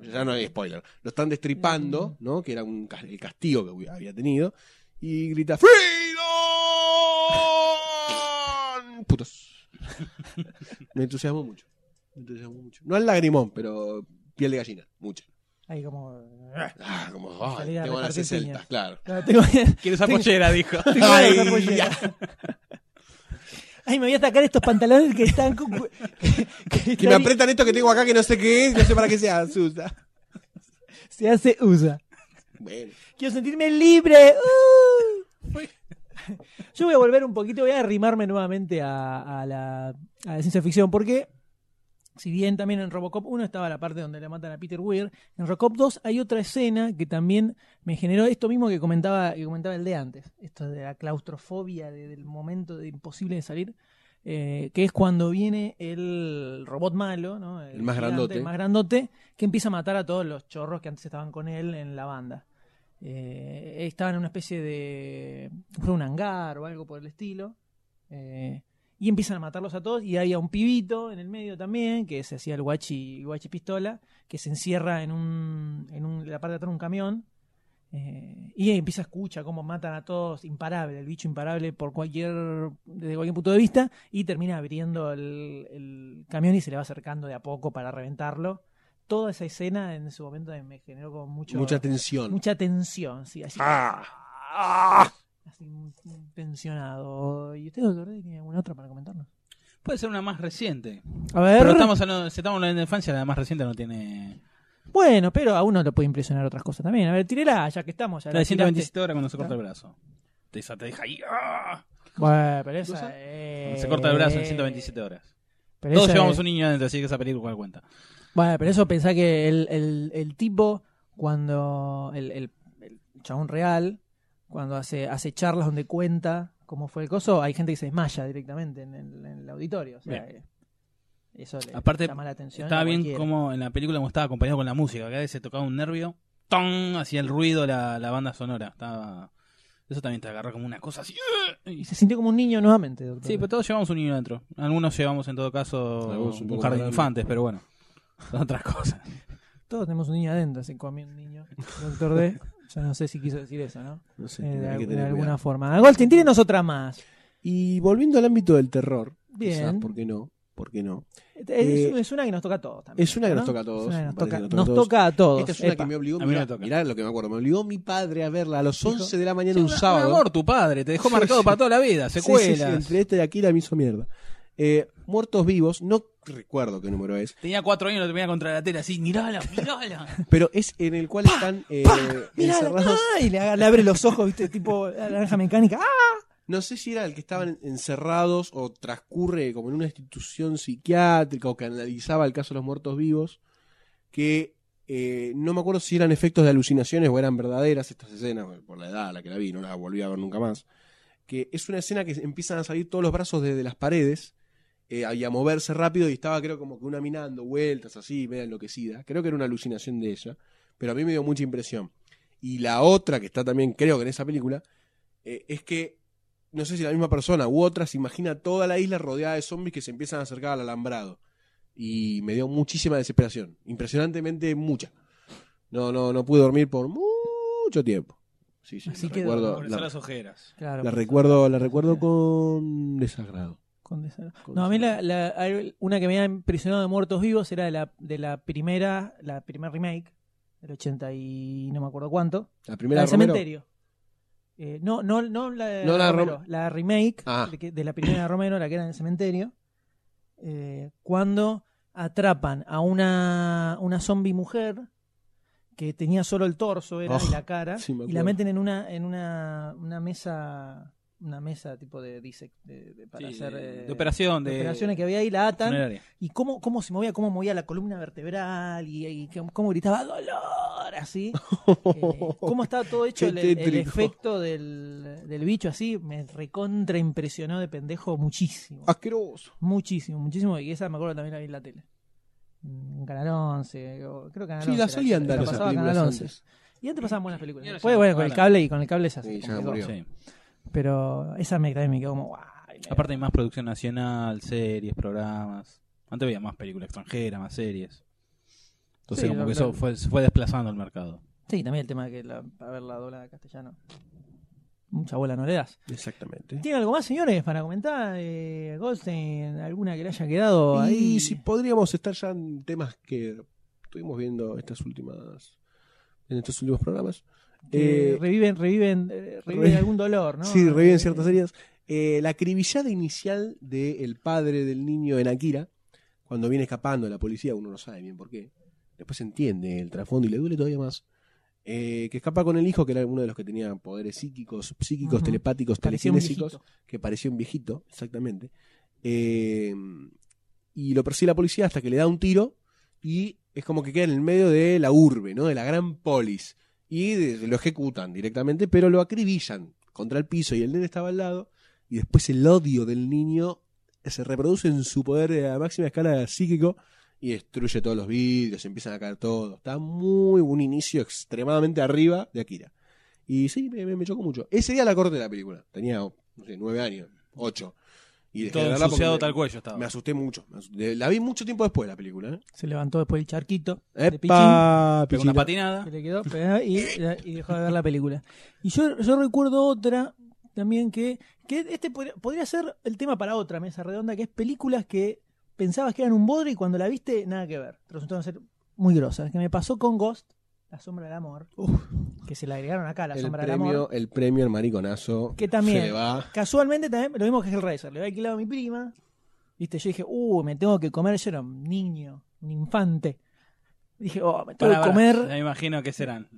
Speaker 5: Ya no hay spoiler. Lo están destripando, ¿no? Que era un, cas- el castigo que hubi- había tenido. Y grita: ¡Freedom! Putos. [LAUGHS] Me entusiasmó mucho. Me entusiasmó mucho. No al lagrimón, pero piel de gallina. Mucha.
Speaker 2: Ahí como. [LAUGHS]
Speaker 5: Ah, como. ay,
Speaker 2: Salí a
Speaker 5: tengo ganas de
Speaker 2: repartir
Speaker 5: ser celtas,
Speaker 2: piñas.
Speaker 5: claro.
Speaker 2: Claro, tengo-
Speaker 4: Quiero esa
Speaker 2: [LAUGHS]
Speaker 4: pollera, dijo.
Speaker 5: Ay,
Speaker 2: esa pollera. Ay, me voy a sacar estos pantalones que están. con- [LAUGHS] que- que
Speaker 5: Que me
Speaker 2: están-
Speaker 5: apretan esto que tengo acá que no sé qué es, no sé para qué se [LAUGHS] asusta.
Speaker 2: Se hace usa.
Speaker 5: Bueno.
Speaker 2: Quiero sentirme libre. ¡Uh! Yo voy a volver un poquito, voy a arrimarme nuevamente a, a la, a la ciencia ficción, porque Si bien también en Robocop 1 estaba la parte donde le matan a Peter Weir, en Robocop 2 hay otra escena que también me generó esto mismo que comentaba, que comentaba el de antes, esto de la claustrofobia, de- del momento de imposible de salir, eh, que es cuando viene el robot malo, ¿no?
Speaker 5: El más grandote.
Speaker 2: El más grandote, que empieza a matar a todos los chorros que antes estaban con él en la banda. Eh, estaban en una especie de. fue un hangar o algo por el estilo. Eh, y empiezan a matarlos a todos. Y hay a un pibito en el medio también, que se hacía el guachi, guachi pistola, que se encierra en, un, en un- la parte de atrás de un camión. eh, y ahí empieza a escuchar cómo matan a todos, imparable, el bicho imparable por cualquier, desde cualquier punto de vista, y termina abriendo el, el camión y se le va acercando de a poco para reventarlo. Toda esa escena en su momento me generó como mucho,
Speaker 5: Mucha tensión.
Speaker 2: mucha tensión, sí, así,
Speaker 1: Ah,
Speaker 2: así muy tensionado. ¿Y ustedes acordé que tiene alguna otra para comentarnos?
Speaker 4: Puede ser una más reciente.
Speaker 2: A ver,
Speaker 4: Pero estamos hablando, si estamos hablando de infancia, la más reciente no tiene.
Speaker 2: bueno, pero a uno lo puede impresionar otras cosas también. A ver, tirela, ya que estamos. Ya
Speaker 4: La de
Speaker 2: tiraste.
Speaker 4: 127 horas cuando se corta el brazo. Te, esa te deja ahí. ¡ah!
Speaker 2: Bueno, pero esa,
Speaker 4: ¿Cosa?
Speaker 2: eh,
Speaker 4: Se corta el brazo en 127 horas.
Speaker 2: pero
Speaker 4: Todos
Speaker 2: esa-
Speaker 4: llevamos un niño adentro, así que esa película cuenta.
Speaker 2: Bueno, pero eso pensá que el, el- el tipo, cuando. El, el, el chabón real, cuando hace, hace charlas donde cuenta cómo fue el coso, hay gente que se desmaya directamente en el, en el auditorio. O sea, eh, eso le
Speaker 4: Aparte,
Speaker 2: llama la atención.
Speaker 4: Estaba
Speaker 2: a
Speaker 4: bien
Speaker 2: cualquiera.
Speaker 4: como en la película como estaba acompañado con la música. Cada vez se tocaba un nervio. ¡Tong! Hacía el ruido la, la banda sonora. Estaba... Eso también te agarra como una cosa así.
Speaker 2: Y se sintió como un niño nuevamente, doctor.
Speaker 4: Sí, pero todos llevamos un niño adentro. Algunos llevamos en todo caso
Speaker 5: Algunos un
Speaker 4: un
Speaker 5: poco
Speaker 4: jardín
Speaker 5: más
Speaker 4: de infantes, pero bueno. [LAUGHS] Son otras cosas.
Speaker 2: Todos tenemos un niño adentro, se comió un
Speaker 5: [LAUGHS]
Speaker 2: niño. Doctor D. Yo no sé si quiso decir eso, ¿no?
Speaker 5: No sé,
Speaker 2: Eh, de,
Speaker 5: tendrá que
Speaker 2: algu- de
Speaker 5: tener
Speaker 2: alguna
Speaker 5: cuidado.
Speaker 2: forma. Ah, Goldstein, tírenos otra más.
Speaker 5: Y volviendo al ámbito del terror,
Speaker 2: Bien.
Speaker 5: quizás, ¿por qué no? ¿Por qué no?
Speaker 2: Es,
Speaker 5: Eh,
Speaker 2: es- es una que nos toca a todos también.
Speaker 5: es una que nos
Speaker 2: ¿no?
Speaker 5: toca a todos,
Speaker 2: Es una que nos
Speaker 5: me parece
Speaker 2: toca,
Speaker 5: que nos toca a
Speaker 2: nos
Speaker 5: todos.
Speaker 2: toca a todos.
Speaker 5: Esta es una
Speaker 2: Epa.
Speaker 5: que me obligó,
Speaker 4: A mí no
Speaker 5: mirá,
Speaker 4: me toca.
Speaker 5: mirá lo que me acuerdo, me obligó mi padre a verla a las 11 de la mañana un
Speaker 4: Un- un
Speaker 5: sábado.
Speaker 4: amor tu padre, te dejó marcado para toda la vida,
Speaker 5: Sí, sí,
Speaker 4: secuelas.
Speaker 5: sí, entre esta y Akira me hizo mierda. Eh, Muertos vivos, no recuerdo qué número es,
Speaker 4: Tenía cuatro años, lo tenía contra la tela así, mirala, mirala.
Speaker 5: [LAUGHS] pero es en el cual están eh,
Speaker 2: Mirá,
Speaker 5: encerrados.
Speaker 2: ah, [LAUGHS] y le, aga- le abre los ojos, ¿viste? Tipo la naranja mecánica. ¡Ah!
Speaker 5: No sé si era el que estaban encerrados o transcurre como en una institución psiquiátrica o que analizaba el caso de los muertos vivos, que eh, no me acuerdo si eran efectos de alucinaciones o eran verdaderas estas escenas, por la edad a la que la vi, no la volví a ver nunca más, que es una escena que empiezan a salir todos los brazos desde las paredes eh, y a moverse rápido y estaba creo como que una mina dando vueltas así, media enloquecida, creo que era una alucinación de ella, pero a mí me dio mucha impresión. Y la otra que está también creo que en esa película, eh, es que no sé si la misma persona u otra se imagina toda la isla rodeada de zombies que se empiezan a acercar al alambrado. Y me dio muchísima desesperación. Impresionantemente mucha. No, no, no pude dormir por mucho tiempo. Sí, sí,
Speaker 2: Así
Speaker 5: la
Speaker 2: que
Speaker 5: recuerdo,
Speaker 4: Por
Speaker 5: la,
Speaker 4: eso las ojeras.
Speaker 2: Claro.
Speaker 5: la
Speaker 2: pues,
Speaker 5: recuerdo, la recuerdo con desagrado.
Speaker 2: con desagradable.
Speaker 5: Con
Speaker 2: No, a mí la,
Speaker 5: desagrado.
Speaker 2: la- hay una que me había impresionado de Muertos Vivos era de la, de la primera, la primer remake, del 80 y no me acuerdo cuánto.
Speaker 5: La
Speaker 2: La
Speaker 5: primera
Speaker 2: del
Speaker 5: Romero.
Speaker 2: cementerio. Eh, no, no, no la de
Speaker 5: No la de
Speaker 2: Romero,
Speaker 5: Rom-
Speaker 2: la remake
Speaker 5: Ah.
Speaker 2: de, que- de la primera de Romero, la que era en el cementerio, eh, cuando atrapan a una, una zombie mujer que tenía solo el torso era, y
Speaker 5: Oh,
Speaker 2: la cara
Speaker 5: sí, me
Speaker 2: y la
Speaker 5: acuerdo.
Speaker 2: meten en una en una, una mesa una mesa tipo de, disec- de- de- para
Speaker 4: Sí,
Speaker 2: hacer
Speaker 4: de,
Speaker 2: eh,
Speaker 4: de operación, de,
Speaker 2: de operaciones que había ahí la atan
Speaker 4: funeraria.
Speaker 2: y cómo, cómo se movía, cómo movía la columna vertebral y, y cómo- cómo gritaba dolor, así. Eh,
Speaker 5: [LAUGHS]
Speaker 2: cómo estaba todo hecho
Speaker 5: Qué
Speaker 2: el, el
Speaker 5: tétrico.
Speaker 2: efecto del, del bicho así, me recontra impresionó de pendejo muchísimo.
Speaker 5: Ah. Asqueroso.
Speaker 2: Muchísimo, muchísimo. Y esa me acuerdo también la vi en la tele. En Canal 11, o- creo que Canal
Speaker 5: Sí,
Speaker 2: 11.
Speaker 5: la solían dar
Speaker 2: Ah, la
Speaker 5: esas
Speaker 2: pasaba
Speaker 5: películas
Speaker 2: Canal 11.
Speaker 5: antes.
Speaker 2: Y antes pasaban buenas películas.
Speaker 4: Y ahora
Speaker 2: Después,
Speaker 4: ya
Speaker 2: bueno,
Speaker 4: no
Speaker 2: con el
Speaker 4: paran.
Speaker 2: cable y con el cable se hace
Speaker 5: Sí,
Speaker 2: como
Speaker 5: ya
Speaker 2: que-
Speaker 5: Ah, murió.
Speaker 4: Sí.
Speaker 2: Pero esa me también me quedó como, guay. me-
Speaker 4: Aparte hay más producción nacional, series, programas. Antes había más películas extranjeras, más series. Entonces
Speaker 2: Sí,
Speaker 4: como
Speaker 2: lo-
Speaker 4: que
Speaker 2: lo-
Speaker 4: eso fue, se fue desplazando el mercado.
Speaker 2: Sí, también el tema de que la, haberla doblada a castellano. Mucha bola no le das.
Speaker 5: Exactamente.
Speaker 2: ¿Tiene algo más, señores, para comentar? Eh, Goldstein, alguna que le haya quedado ahí.
Speaker 5: Y si podríamos estar ya en temas que estuvimos viendo estas últimas en estos últimos programas.
Speaker 2: que
Speaker 5: Eh,
Speaker 2: reviven, reviven, eh, reviven
Speaker 5: re-
Speaker 2: algún dolor, ¿no?
Speaker 5: Sí, reviven ciertas
Speaker 2: Eh,
Speaker 5: heridas. Eh, la acribillada inicial del padre del niño en Akira, cuando viene escapando de la policía, uno no sabe bien por qué. Después entiende el trasfondo y le duele todavía más. Eh, que escapa con el hijo, que era uno de los que tenía poderes psíquicos, psíquicos,
Speaker 2: Ujú.
Speaker 5: telepáticos,
Speaker 2: parecía un
Speaker 5: telecinésicos
Speaker 2: viejito.
Speaker 5: que parecía un viejito, exactamente. Eh, y lo persigue la policía hasta que le da un tiro y es como que queda en el medio de la urbe, ¿no? De la gran polis. Y de- lo ejecutan directamente, pero lo acribillan contra el piso y el nene estaba al lado y después el odio del niño se reproduce en su poder a máxima escala psíquico y destruye todos los vidrios, empiezan a caer todos. Está muy un inicio extremadamente arriba de Akira. Y sí, me, me- me chocó mucho. Ese día la corté la película. Tenía, no sé, nueve años, ocho. Y dejé de
Speaker 4: Todo
Speaker 5: verla porque
Speaker 4: ensuciado
Speaker 5: me-
Speaker 4: tal cuello estaba.
Speaker 5: Me asusté mucho. me asusté. La vi mucho tiempo después la película. ¿eh?
Speaker 2: Se levantó después el charquito de Pichín.
Speaker 5: ¡Epa!
Speaker 4: Pegó una
Speaker 5: Pichina.
Speaker 4: patinada.
Speaker 2: que le quedó pegada y, y dejó de ver la película. Y yo, yo recuerdo otra también que, que este podría, podría ser el tema para otra mesa redonda, que es películas que pensabas que eran un bodre y cuando la viste, nada que ver. Resultaron ser muy grosas. Que me pasó con Ghost, La Sombra del Amor, que se la agregaron acá, La
Speaker 5: El
Speaker 2: Sombra del
Speaker 5: premio,
Speaker 2: Amor.
Speaker 5: el premio al mariconazo.
Speaker 2: Que también.
Speaker 5: Se le va.
Speaker 2: Casualmente también, lo mismo que Hellraiser, le había alquilado a mi prima. Viste, yo dije, uh, me tengo que comer, yo era un niño, un infante. Dije, oh, me tengo
Speaker 4: Para
Speaker 2: que comer.
Speaker 4: Me imagino que serán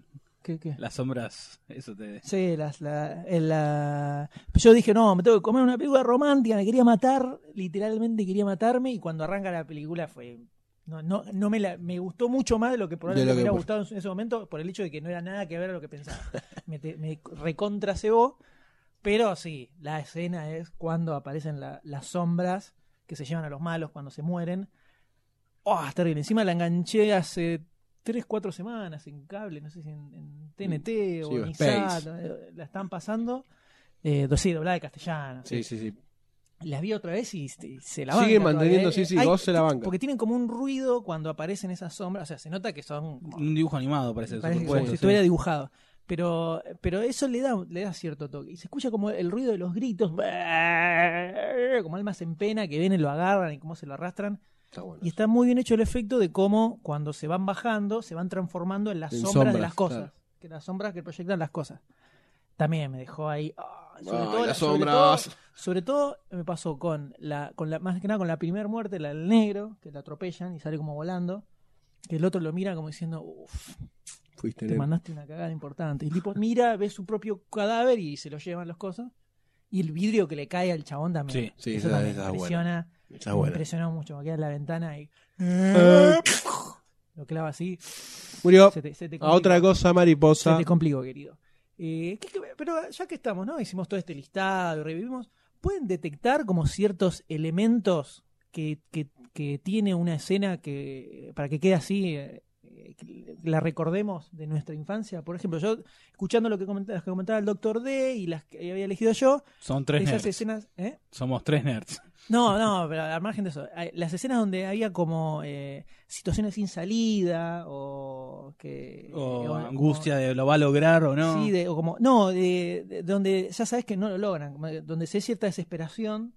Speaker 2: ¿Qué, qué?
Speaker 4: las sombras. Eso te.
Speaker 2: Sí, las, la, el, la- yo dije, no, me tengo que comer una película romántica, me quería matar, literalmente quería matarme, y cuando arranca la película fue... No, no, no me, la- me gustó mucho más de lo que probablemente
Speaker 5: De lo
Speaker 2: me
Speaker 5: que
Speaker 2: hubiera
Speaker 5: por-
Speaker 2: gustado en ese momento por el hecho de que no era nada que ver a lo que pensaba. [LAUGHS] me, te- me recontra cebó, pero sí, la escena es cuando aparecen la- las sombras que se llevan a los malos cuando se mueren. ¡Oh, es terrible! Encima la enganché hace 3, 4 semanas en cable, no sé si en, en TNT o
Speaker 5: Mm, Sí, o
Speaker 2: en
Speaker 5: Space.
Speaker 2: Izat, eh, la están pasando. Eh, do- sí, doblada de castellano.
Speaker 5: Sí, sí, sí.
Speaker 2: Las vi otra vez y, se- se la
Speaker 5: Sigue
Speaker 2: banca. todavía,
Speaker 5: manteniendo,
Speaker 2: eh.
Speaker 5: sí, sí,
Speaker 2: Hay-
Speaker 5: vos se la banca.
Speaker 2: Porque tienen como un ruido cuando aparecen esas sombras. O sea, se nota que son. como-
Speaker 4: Un dibujo animado parece.
Speaker 2: parece que
Speaker 4: superpuesto,
Speaker 2: como si
Speaker 4: sí.
Speaker 2: estuviera dibujado. Pero, pero eso le da, le da cierto toque. Y se escucha como el ruido de los gritos. Como almas en pena que vienen, lo agarran y cómo se lo arrastran.
Speaker 5: Está bueno.
Speaker 2: Y está muy bien hecho el efecto de cómo cuando se van bajando, se van transformando en las
Speaker 5: En
Speaker 2: sombras, de
Speaker 5: sombras,
Speaker 2: las cosas.
Speaker 5: claro.
Speaker 2: Que las sombras que proyectan las cosas. También me dejó ahí. ah, sobre
Speaker 5: Ay,
Speaker 2: todo,
Speaker 5: las
Speaker 2: sobre
Speaker 5: sombras.
Speaker 2: todo- sobre todo me pasó con la, con la, más que nada con la primera muerte, la del negro, que la atropellan y sale como volando. Que el otro lo mira como diciendo, uff,
Speaker 5: Fuiste
Speaker 2: te
Speaker 5: en el-
Speaker 2: mandaste una cagada importante. Y el tipo mira, ve su propio cadáver y se lo llevan las cosas. Y el vidrio que le cae al chabón también.
Speaker 4: Sí,
Speaker 5: sí,
Speaker 2: Eso
Speaker 5: esa-
Speaker 2: también
Speaker 5: esa
Speaker 2: me
Speaker 5: es buena.
Speaker 2: impresiona.
Speaker 5: Está
Speaker 2: Me
Speaker 5: bueno.
Speaker 2: impresionó mucho, me queda en la ventana y. Lo clava así.
Speaker 5: Murió.
Speaker 2: Se te, se te
Speaker 5: A otra
Speaker 2: complicó,
Speaker 5: cosa,
Speaker 2: se
Speaker 5: mariposa.
Speaker 2: te complicó, querido. Eh, ¿qué- qué- pero ya que estamos, ¿no? Hicimos todo este listado y revivimos. ¿Pueden detectar como ciertos elementos que, que- que tiene una escena que para que quede así, eh, que la recordemos de nuestra infancia? Por ejemplo, yo, escuchando lo que comentaba, que comentaba el doctor D y las que había elegido yo,
Speaker 4: Son tres
Speaker 2: esas
Speaker 4: nerds.
Speaker 2: escenas. ¿eh?
Speaker 4: Somos tres nerds.
Speaker 2: No, no, pero al margen de eso, hay- las escenas donde había como eh, situaciones sin salida o que
Speaker 4: O
Speaker 2: como-
Speaker 4: angustia de lo va a lograr o no.
Speaker 2: sí, de- o como no, de, de- donde ya sabes que no lo logran, como que- donde se hay cierta desesperación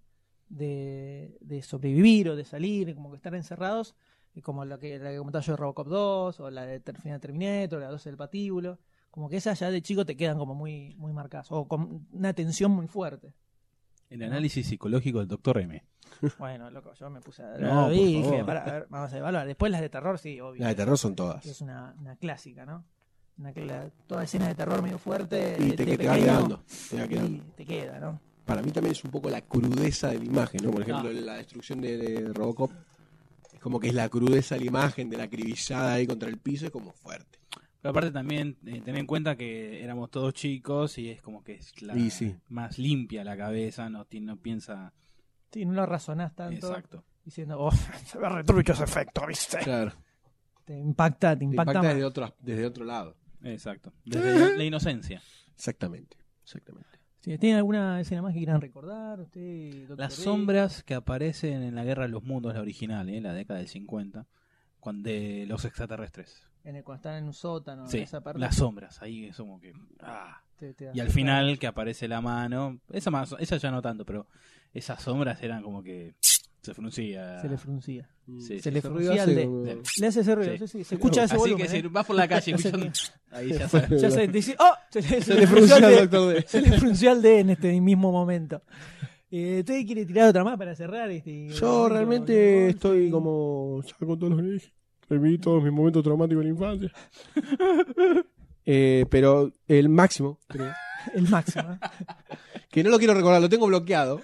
Speaker 2: de, de sobrevivir o de salir, como que estar encerrados, y como lo que, la que comentaba yo de Robocop 2 o la de Ter- final de Terminator, la 12 del patíbulo, como que esas ya de chico te quedan como muy muy marcadas o con una tensión muy fuerte.
Speaker 4: El análisis psicológico del doctor M.
Speaker 2: Bueno, loco, yo me puse a
Speaker 4: No,
Speaker 2: la
Speaker 4: por
Speaker 2: vi, dije,
Speaker 4: favor.
Speaker 2: pará, a ver, vamos a evaluar. Después las de terror, sí, obvio.
Speaker 5: Las de terror son todas.
Speaker 2: Es una, una clásica, ¿no? Una, cla- toda escena de terror medio fuerte.
Speaker 5: Y
Speaker 2: de-
Speaker 5: te,
Speaker 2: de
Speaker 5: que te va
Speaker 2: este pequeño,
Speaker 5: quedando. te va quedando.
Speaker 2: y te queda, ¿no?
Speaker 5: Para mí también es un poco la crudeza de la imagen, ¿no? Por ejemplo, la destrucción de, de Robocop. Es como que es la crudeza de la imagen, de la acribillada ahí contra el piso, es como fuerte.
Speaker 4: Pero aparte también eh, tener en cuenta que éramos todos chicos y es como que es la
Speaker 5: Y sí.
Speaker 4: más limpia la cabeza, no, ti- no piensa
Speaker 2: Sí, no lo razonás tanto.
Speaker 4: exacto.
Speaker 2: Diciendo, oh, [LAUGHS] se ve retrucho ese efecto, ¿viste?
Speaker 5: Claro.
Speaker 2: Te impacta, te
Speaker 5: Te
Speaker 2: impacta,
Speaker 5: impacta
Speaker 2: más.
Speaker 5: desde otro, desde otro lado.
Speaker 2: [LAUGHS]
Speaker 4: Exacto. Desde la inocencia.
Speaker 5: Exactamente. Exactamente.
Speaker 2: Sí, ¿Tienen alguna escena más que quieran recordar? Usted, doctor
Speaker 4: Las
Speaker 2: D?
Speaker 4: sombras que aparecen en la Guerra de los Mundos, la original, eh, la década del 50, cuando de los extraterrestres.
Speaker 2: En el, cuando están en un sótano, en
Speaker 4: sí,
Speaker 2: Ah, esa parte.
Speaker 4: las sombras, ahí es como que... ah.
Speaker 2: te- te
Speaker 4: Y al
Speaker 2: asusta.
Speaker 4: final que aparece la mano, esa, más, esa ya no tanto, pero esas sombras eran como que se fruncía.
Speaker 2: Se le fruncía.
Speaker 4: Sí,
Speaker 2: se le
Speaker 5: Ese
Speaker 2: fruncía
Speaker 5: ruido
Speaker 2: al
Speaker 5: hace
Speaker 2: de-
Speaker 5: como-
Speaker 2: [LAUGHS] Le hace ese ruido,
Speaker 4: Sí.
Speaker 2: sí, sí, Se escucha ese
Speaker 4: Así
Speaker 2: volumen,
Speaker 4: que si
Speaker 2: ¿eh?
Speaker 4: vas por la
Speaker 2: [LAUGHS]
Speaker 4: calle
Speaker 2: Ya sé
Speaker 4: escuchando- Ahí ya
Speaker 5: Fue-
Speaker 2: [LAUGHS]
Speaker 4: sabes.
Speaker 2: Ya se dice, ¡oh! Se le, se le frunció
Speaker 5: frunció
Speaker 2: el
Speaker 5: al
Speaker 2: dedo.
Speaker 5: doctor D.
Speaker 2: Se le frunció al D en este mismo momento. Eh, ¿Usted quiere tirar otra más para cerrar? Este,
Speaker 5: Yo
Speaker 2: momento?
Speaker 5: realmente estoy como. Ya con todos los que dije. Reviví todos mis momentos traumáticos de la infancia. Eh, pero el máximo, creo,
Speaker 2: El máximo. ¿eh?
Speaker 5: que no lo quiero recordar, lo tengo bloqueado.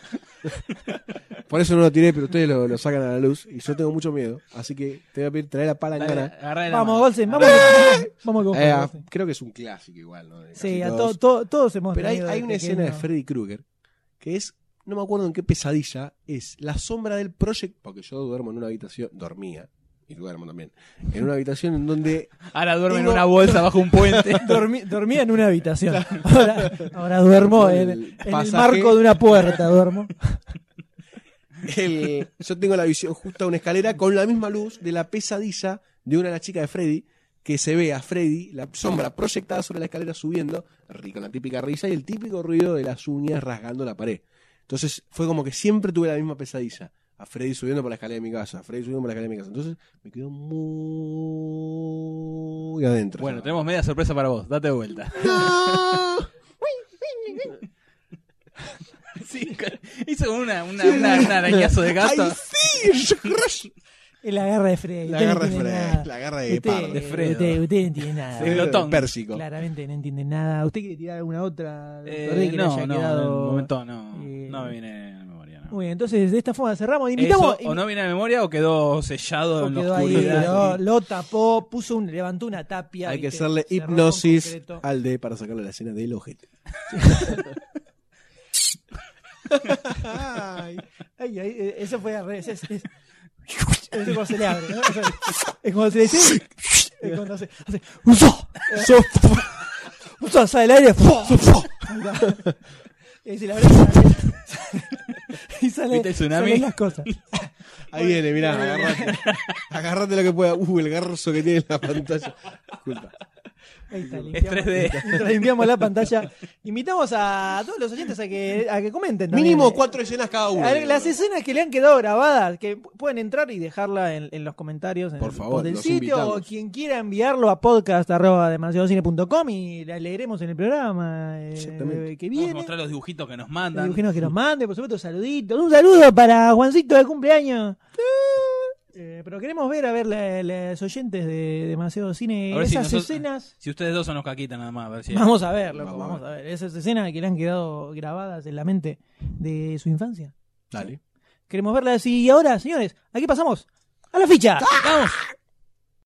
Speaker 5: Por eso no lo tiré, pero ustedes lo, lo sacan a la luz y yo tengo mucho miedo. Así que te voy a pedir traer a palangana.
Speaker 2: Vamos, Golsen, vamos.
Speaker 5: [LAUGHS]
Speaker 2: Golsen, Vamos con
Speaker 5: Eh, a-
Speaker 2: Golsen.
Speaker 5: creo que es un clásico igual, ¿no? De
Speaker 2: Sí,
Speaker 5: casi
Speaker 2: a to-
Speaker 5: todos.
Speaker 2: to- todos hemos
Speaker 5: Pero hay,
Speaker 2: tenido
Speaker 5: hay
Speaker 2: de
Speaker 5: una escena de
Speaker 2: pequeño-
Speaker 5: Freddy Krueger que es, no me acuerdo en qué pesadilla, es la sombra del proyecto. Porque yo duermo en una habitación, dormía, y duermo también, en una habitación en donde
Speaker 4: Ahora duerme
Speaker 5: Tengo-
Speaker 4: en una bolsa bajo un puente.
Speaker 2: [LAUGHS] Dormí- dormía en una habitación. [LAUGHS] Ahora, ahora duermo
Speaker 5: Con
Speaker 2: en,
Speaker 5: el
Speaker 2: en el
Speaker 5: pasaje.
Speaker 2: marco de una puerta, duermo. [LAUGHS]
Speaker 5: el- Eh, yo tengo la visión justo a una escalera con la misma luz de la pesadilla de una de las chicas de Freddy, que se ve a Freddy, la sombra proyectada sobre la escalera subiendo, ri- con la típica risa y el típico ruido de las uñas rasgando la pared. Entonces fue como que siempre tuve la misma pesadilla. A Freddy subiendo por la escalera de mi casa, a Freddy subiendo por la escalera de mi casa. Entonces me quedo muy adentro.
Speaker 4: Bueno,
Speaker 5: Ya.
Speaker 4: tenemos media sorpresa para vos. Date vuelta. [LAUGHS] Sí, hizo una, una, una, un arañazo de gato. [LAUGHS]
Speaker 5: ¡Ay, sí!
Speaker 2: Es la garra de Freddy.
Speaker 5: La
Speaker 2: Usted no
Speaker 5: garra de
Speaker 2: entiende
Speaker 5: Freddy,
Speaker 2: nada.
Speaker 5: la garra de
Speaker 2: Usted-
Speaker 5: Pardo.
Speaker 4: De Fredo.
Speaker 2: Usted, usted no entiende nada.
Speaker 4: Sí. Glotón.
Speaker 5: Pérsico.
Speaker 2: Claramente no entiende nada. ¿Usted quiere tirar alguna otra?
Speaker 4: Eh,
Speaker 2: Perdón que le
Speaker 4: no,
Speaker 2: haya
Speaker 4: no,
Speaker 2: quedado-
Speaker 4: en el momento no.
Speaker 2: Eh,
Speaker 4: No me viene a la memoria. No.
Speaker 2: Muy bien, entonces de esta forma cerramos. Invitamos.
Speaker 4: Eso, o no viene a la memoria o quedó sellado
Speaker 2: o
Speaker 4: en la
Speaker 2: quedó ahí,
Speaker 4: oscuridad.
Speaker 2: lo, lo tapó, puso un, levantó una tapia.
Speaker 5: Hay que
Speaker 2: ¿viste?
Speaker 5: hacerle
Speaker 2: Cerró con
Speaker 5: hipnosis
Speaker 2: concreto.
Speaker 5: al D para sacarle la escena del ojete.
Speaker 2: Ay, ay, ay, eh, eso fue al revés. Es, es- es cuando se le abre, ¿no? O sea, Es cuando se le dice. Es cuando hace. hace ¡Uso!
Speaker 5: So-
Speaker 2: ¡Uso! Sale el aire. ¡fua! Y ahí se le abre. [LAUGHS] Y sale.
Speaker 4: ¿Viste el tsunami?
Speaker 2: salen las cosas.
Speaker 5: Ahí viene, mirá, agarrate. Agarrate lo que pueda. Uh, el garzo que tiene en la pantalla. Disculpa.
Speaker 2: Ahí está,
Speaker 4: Es
Speaker 2: limpiamos,
Speaker 4: 3D.
Speaker 2: [LAUGHS] mientras limpiamos la pantalla. Invitamos a todos los oyentes a que, a que comenten. también. eh.
Speaker 5: Mínimo cuatro escenas cada uno.
Speaker 2: A ver, las escenas que le han quedado grabadas, que pu- pueden entrar y dejarla en, en los comentarios en
Speaker 5: Por
Speaker 2: el
Speaker 5: favor,
Speaker 2: post del
Speaker 5: los
Speaker 2: sitio
Speaker 5: invitamos.
Speaker 2: o quien quiera enviarlo a podcast arroba demasiadocine.com y la leeremos en el programa eh,
Speaker 5: Exactamente.
Speaker 2: que
Speaker 4: Vamos a
Speaker 2: viene.
Speaker 4: mostrar los dibujitos que nos
Speaker 2: Los
Speaker 4: mandan.
Speaker 2: dibujinos que nos mande, por supuesto, saluditos. Un saludo para Juancito de cumpleaños. Eh, pero queremos ver a ver la- las oyentes de Demasiado Cine
Speaker 4: A ver si
Speaker 2: esas
Speaker 4: nosotros-
Speaker 2: escenas.
Speaker 4: Si ustedes dos son los caquitas nada más, a ver si.
Speaker 2: Vamos a ver, loco,
Speaker 5: Vamos a
Speaker 2: vamos a ver. Esas escenas que le han quedado grabadas en la mente de su infancia.
Speaker 5: Dale.
Speaker 2: Queremos verlas y ahora, señores, aquí pasamos a la ficha. ¡Vamos!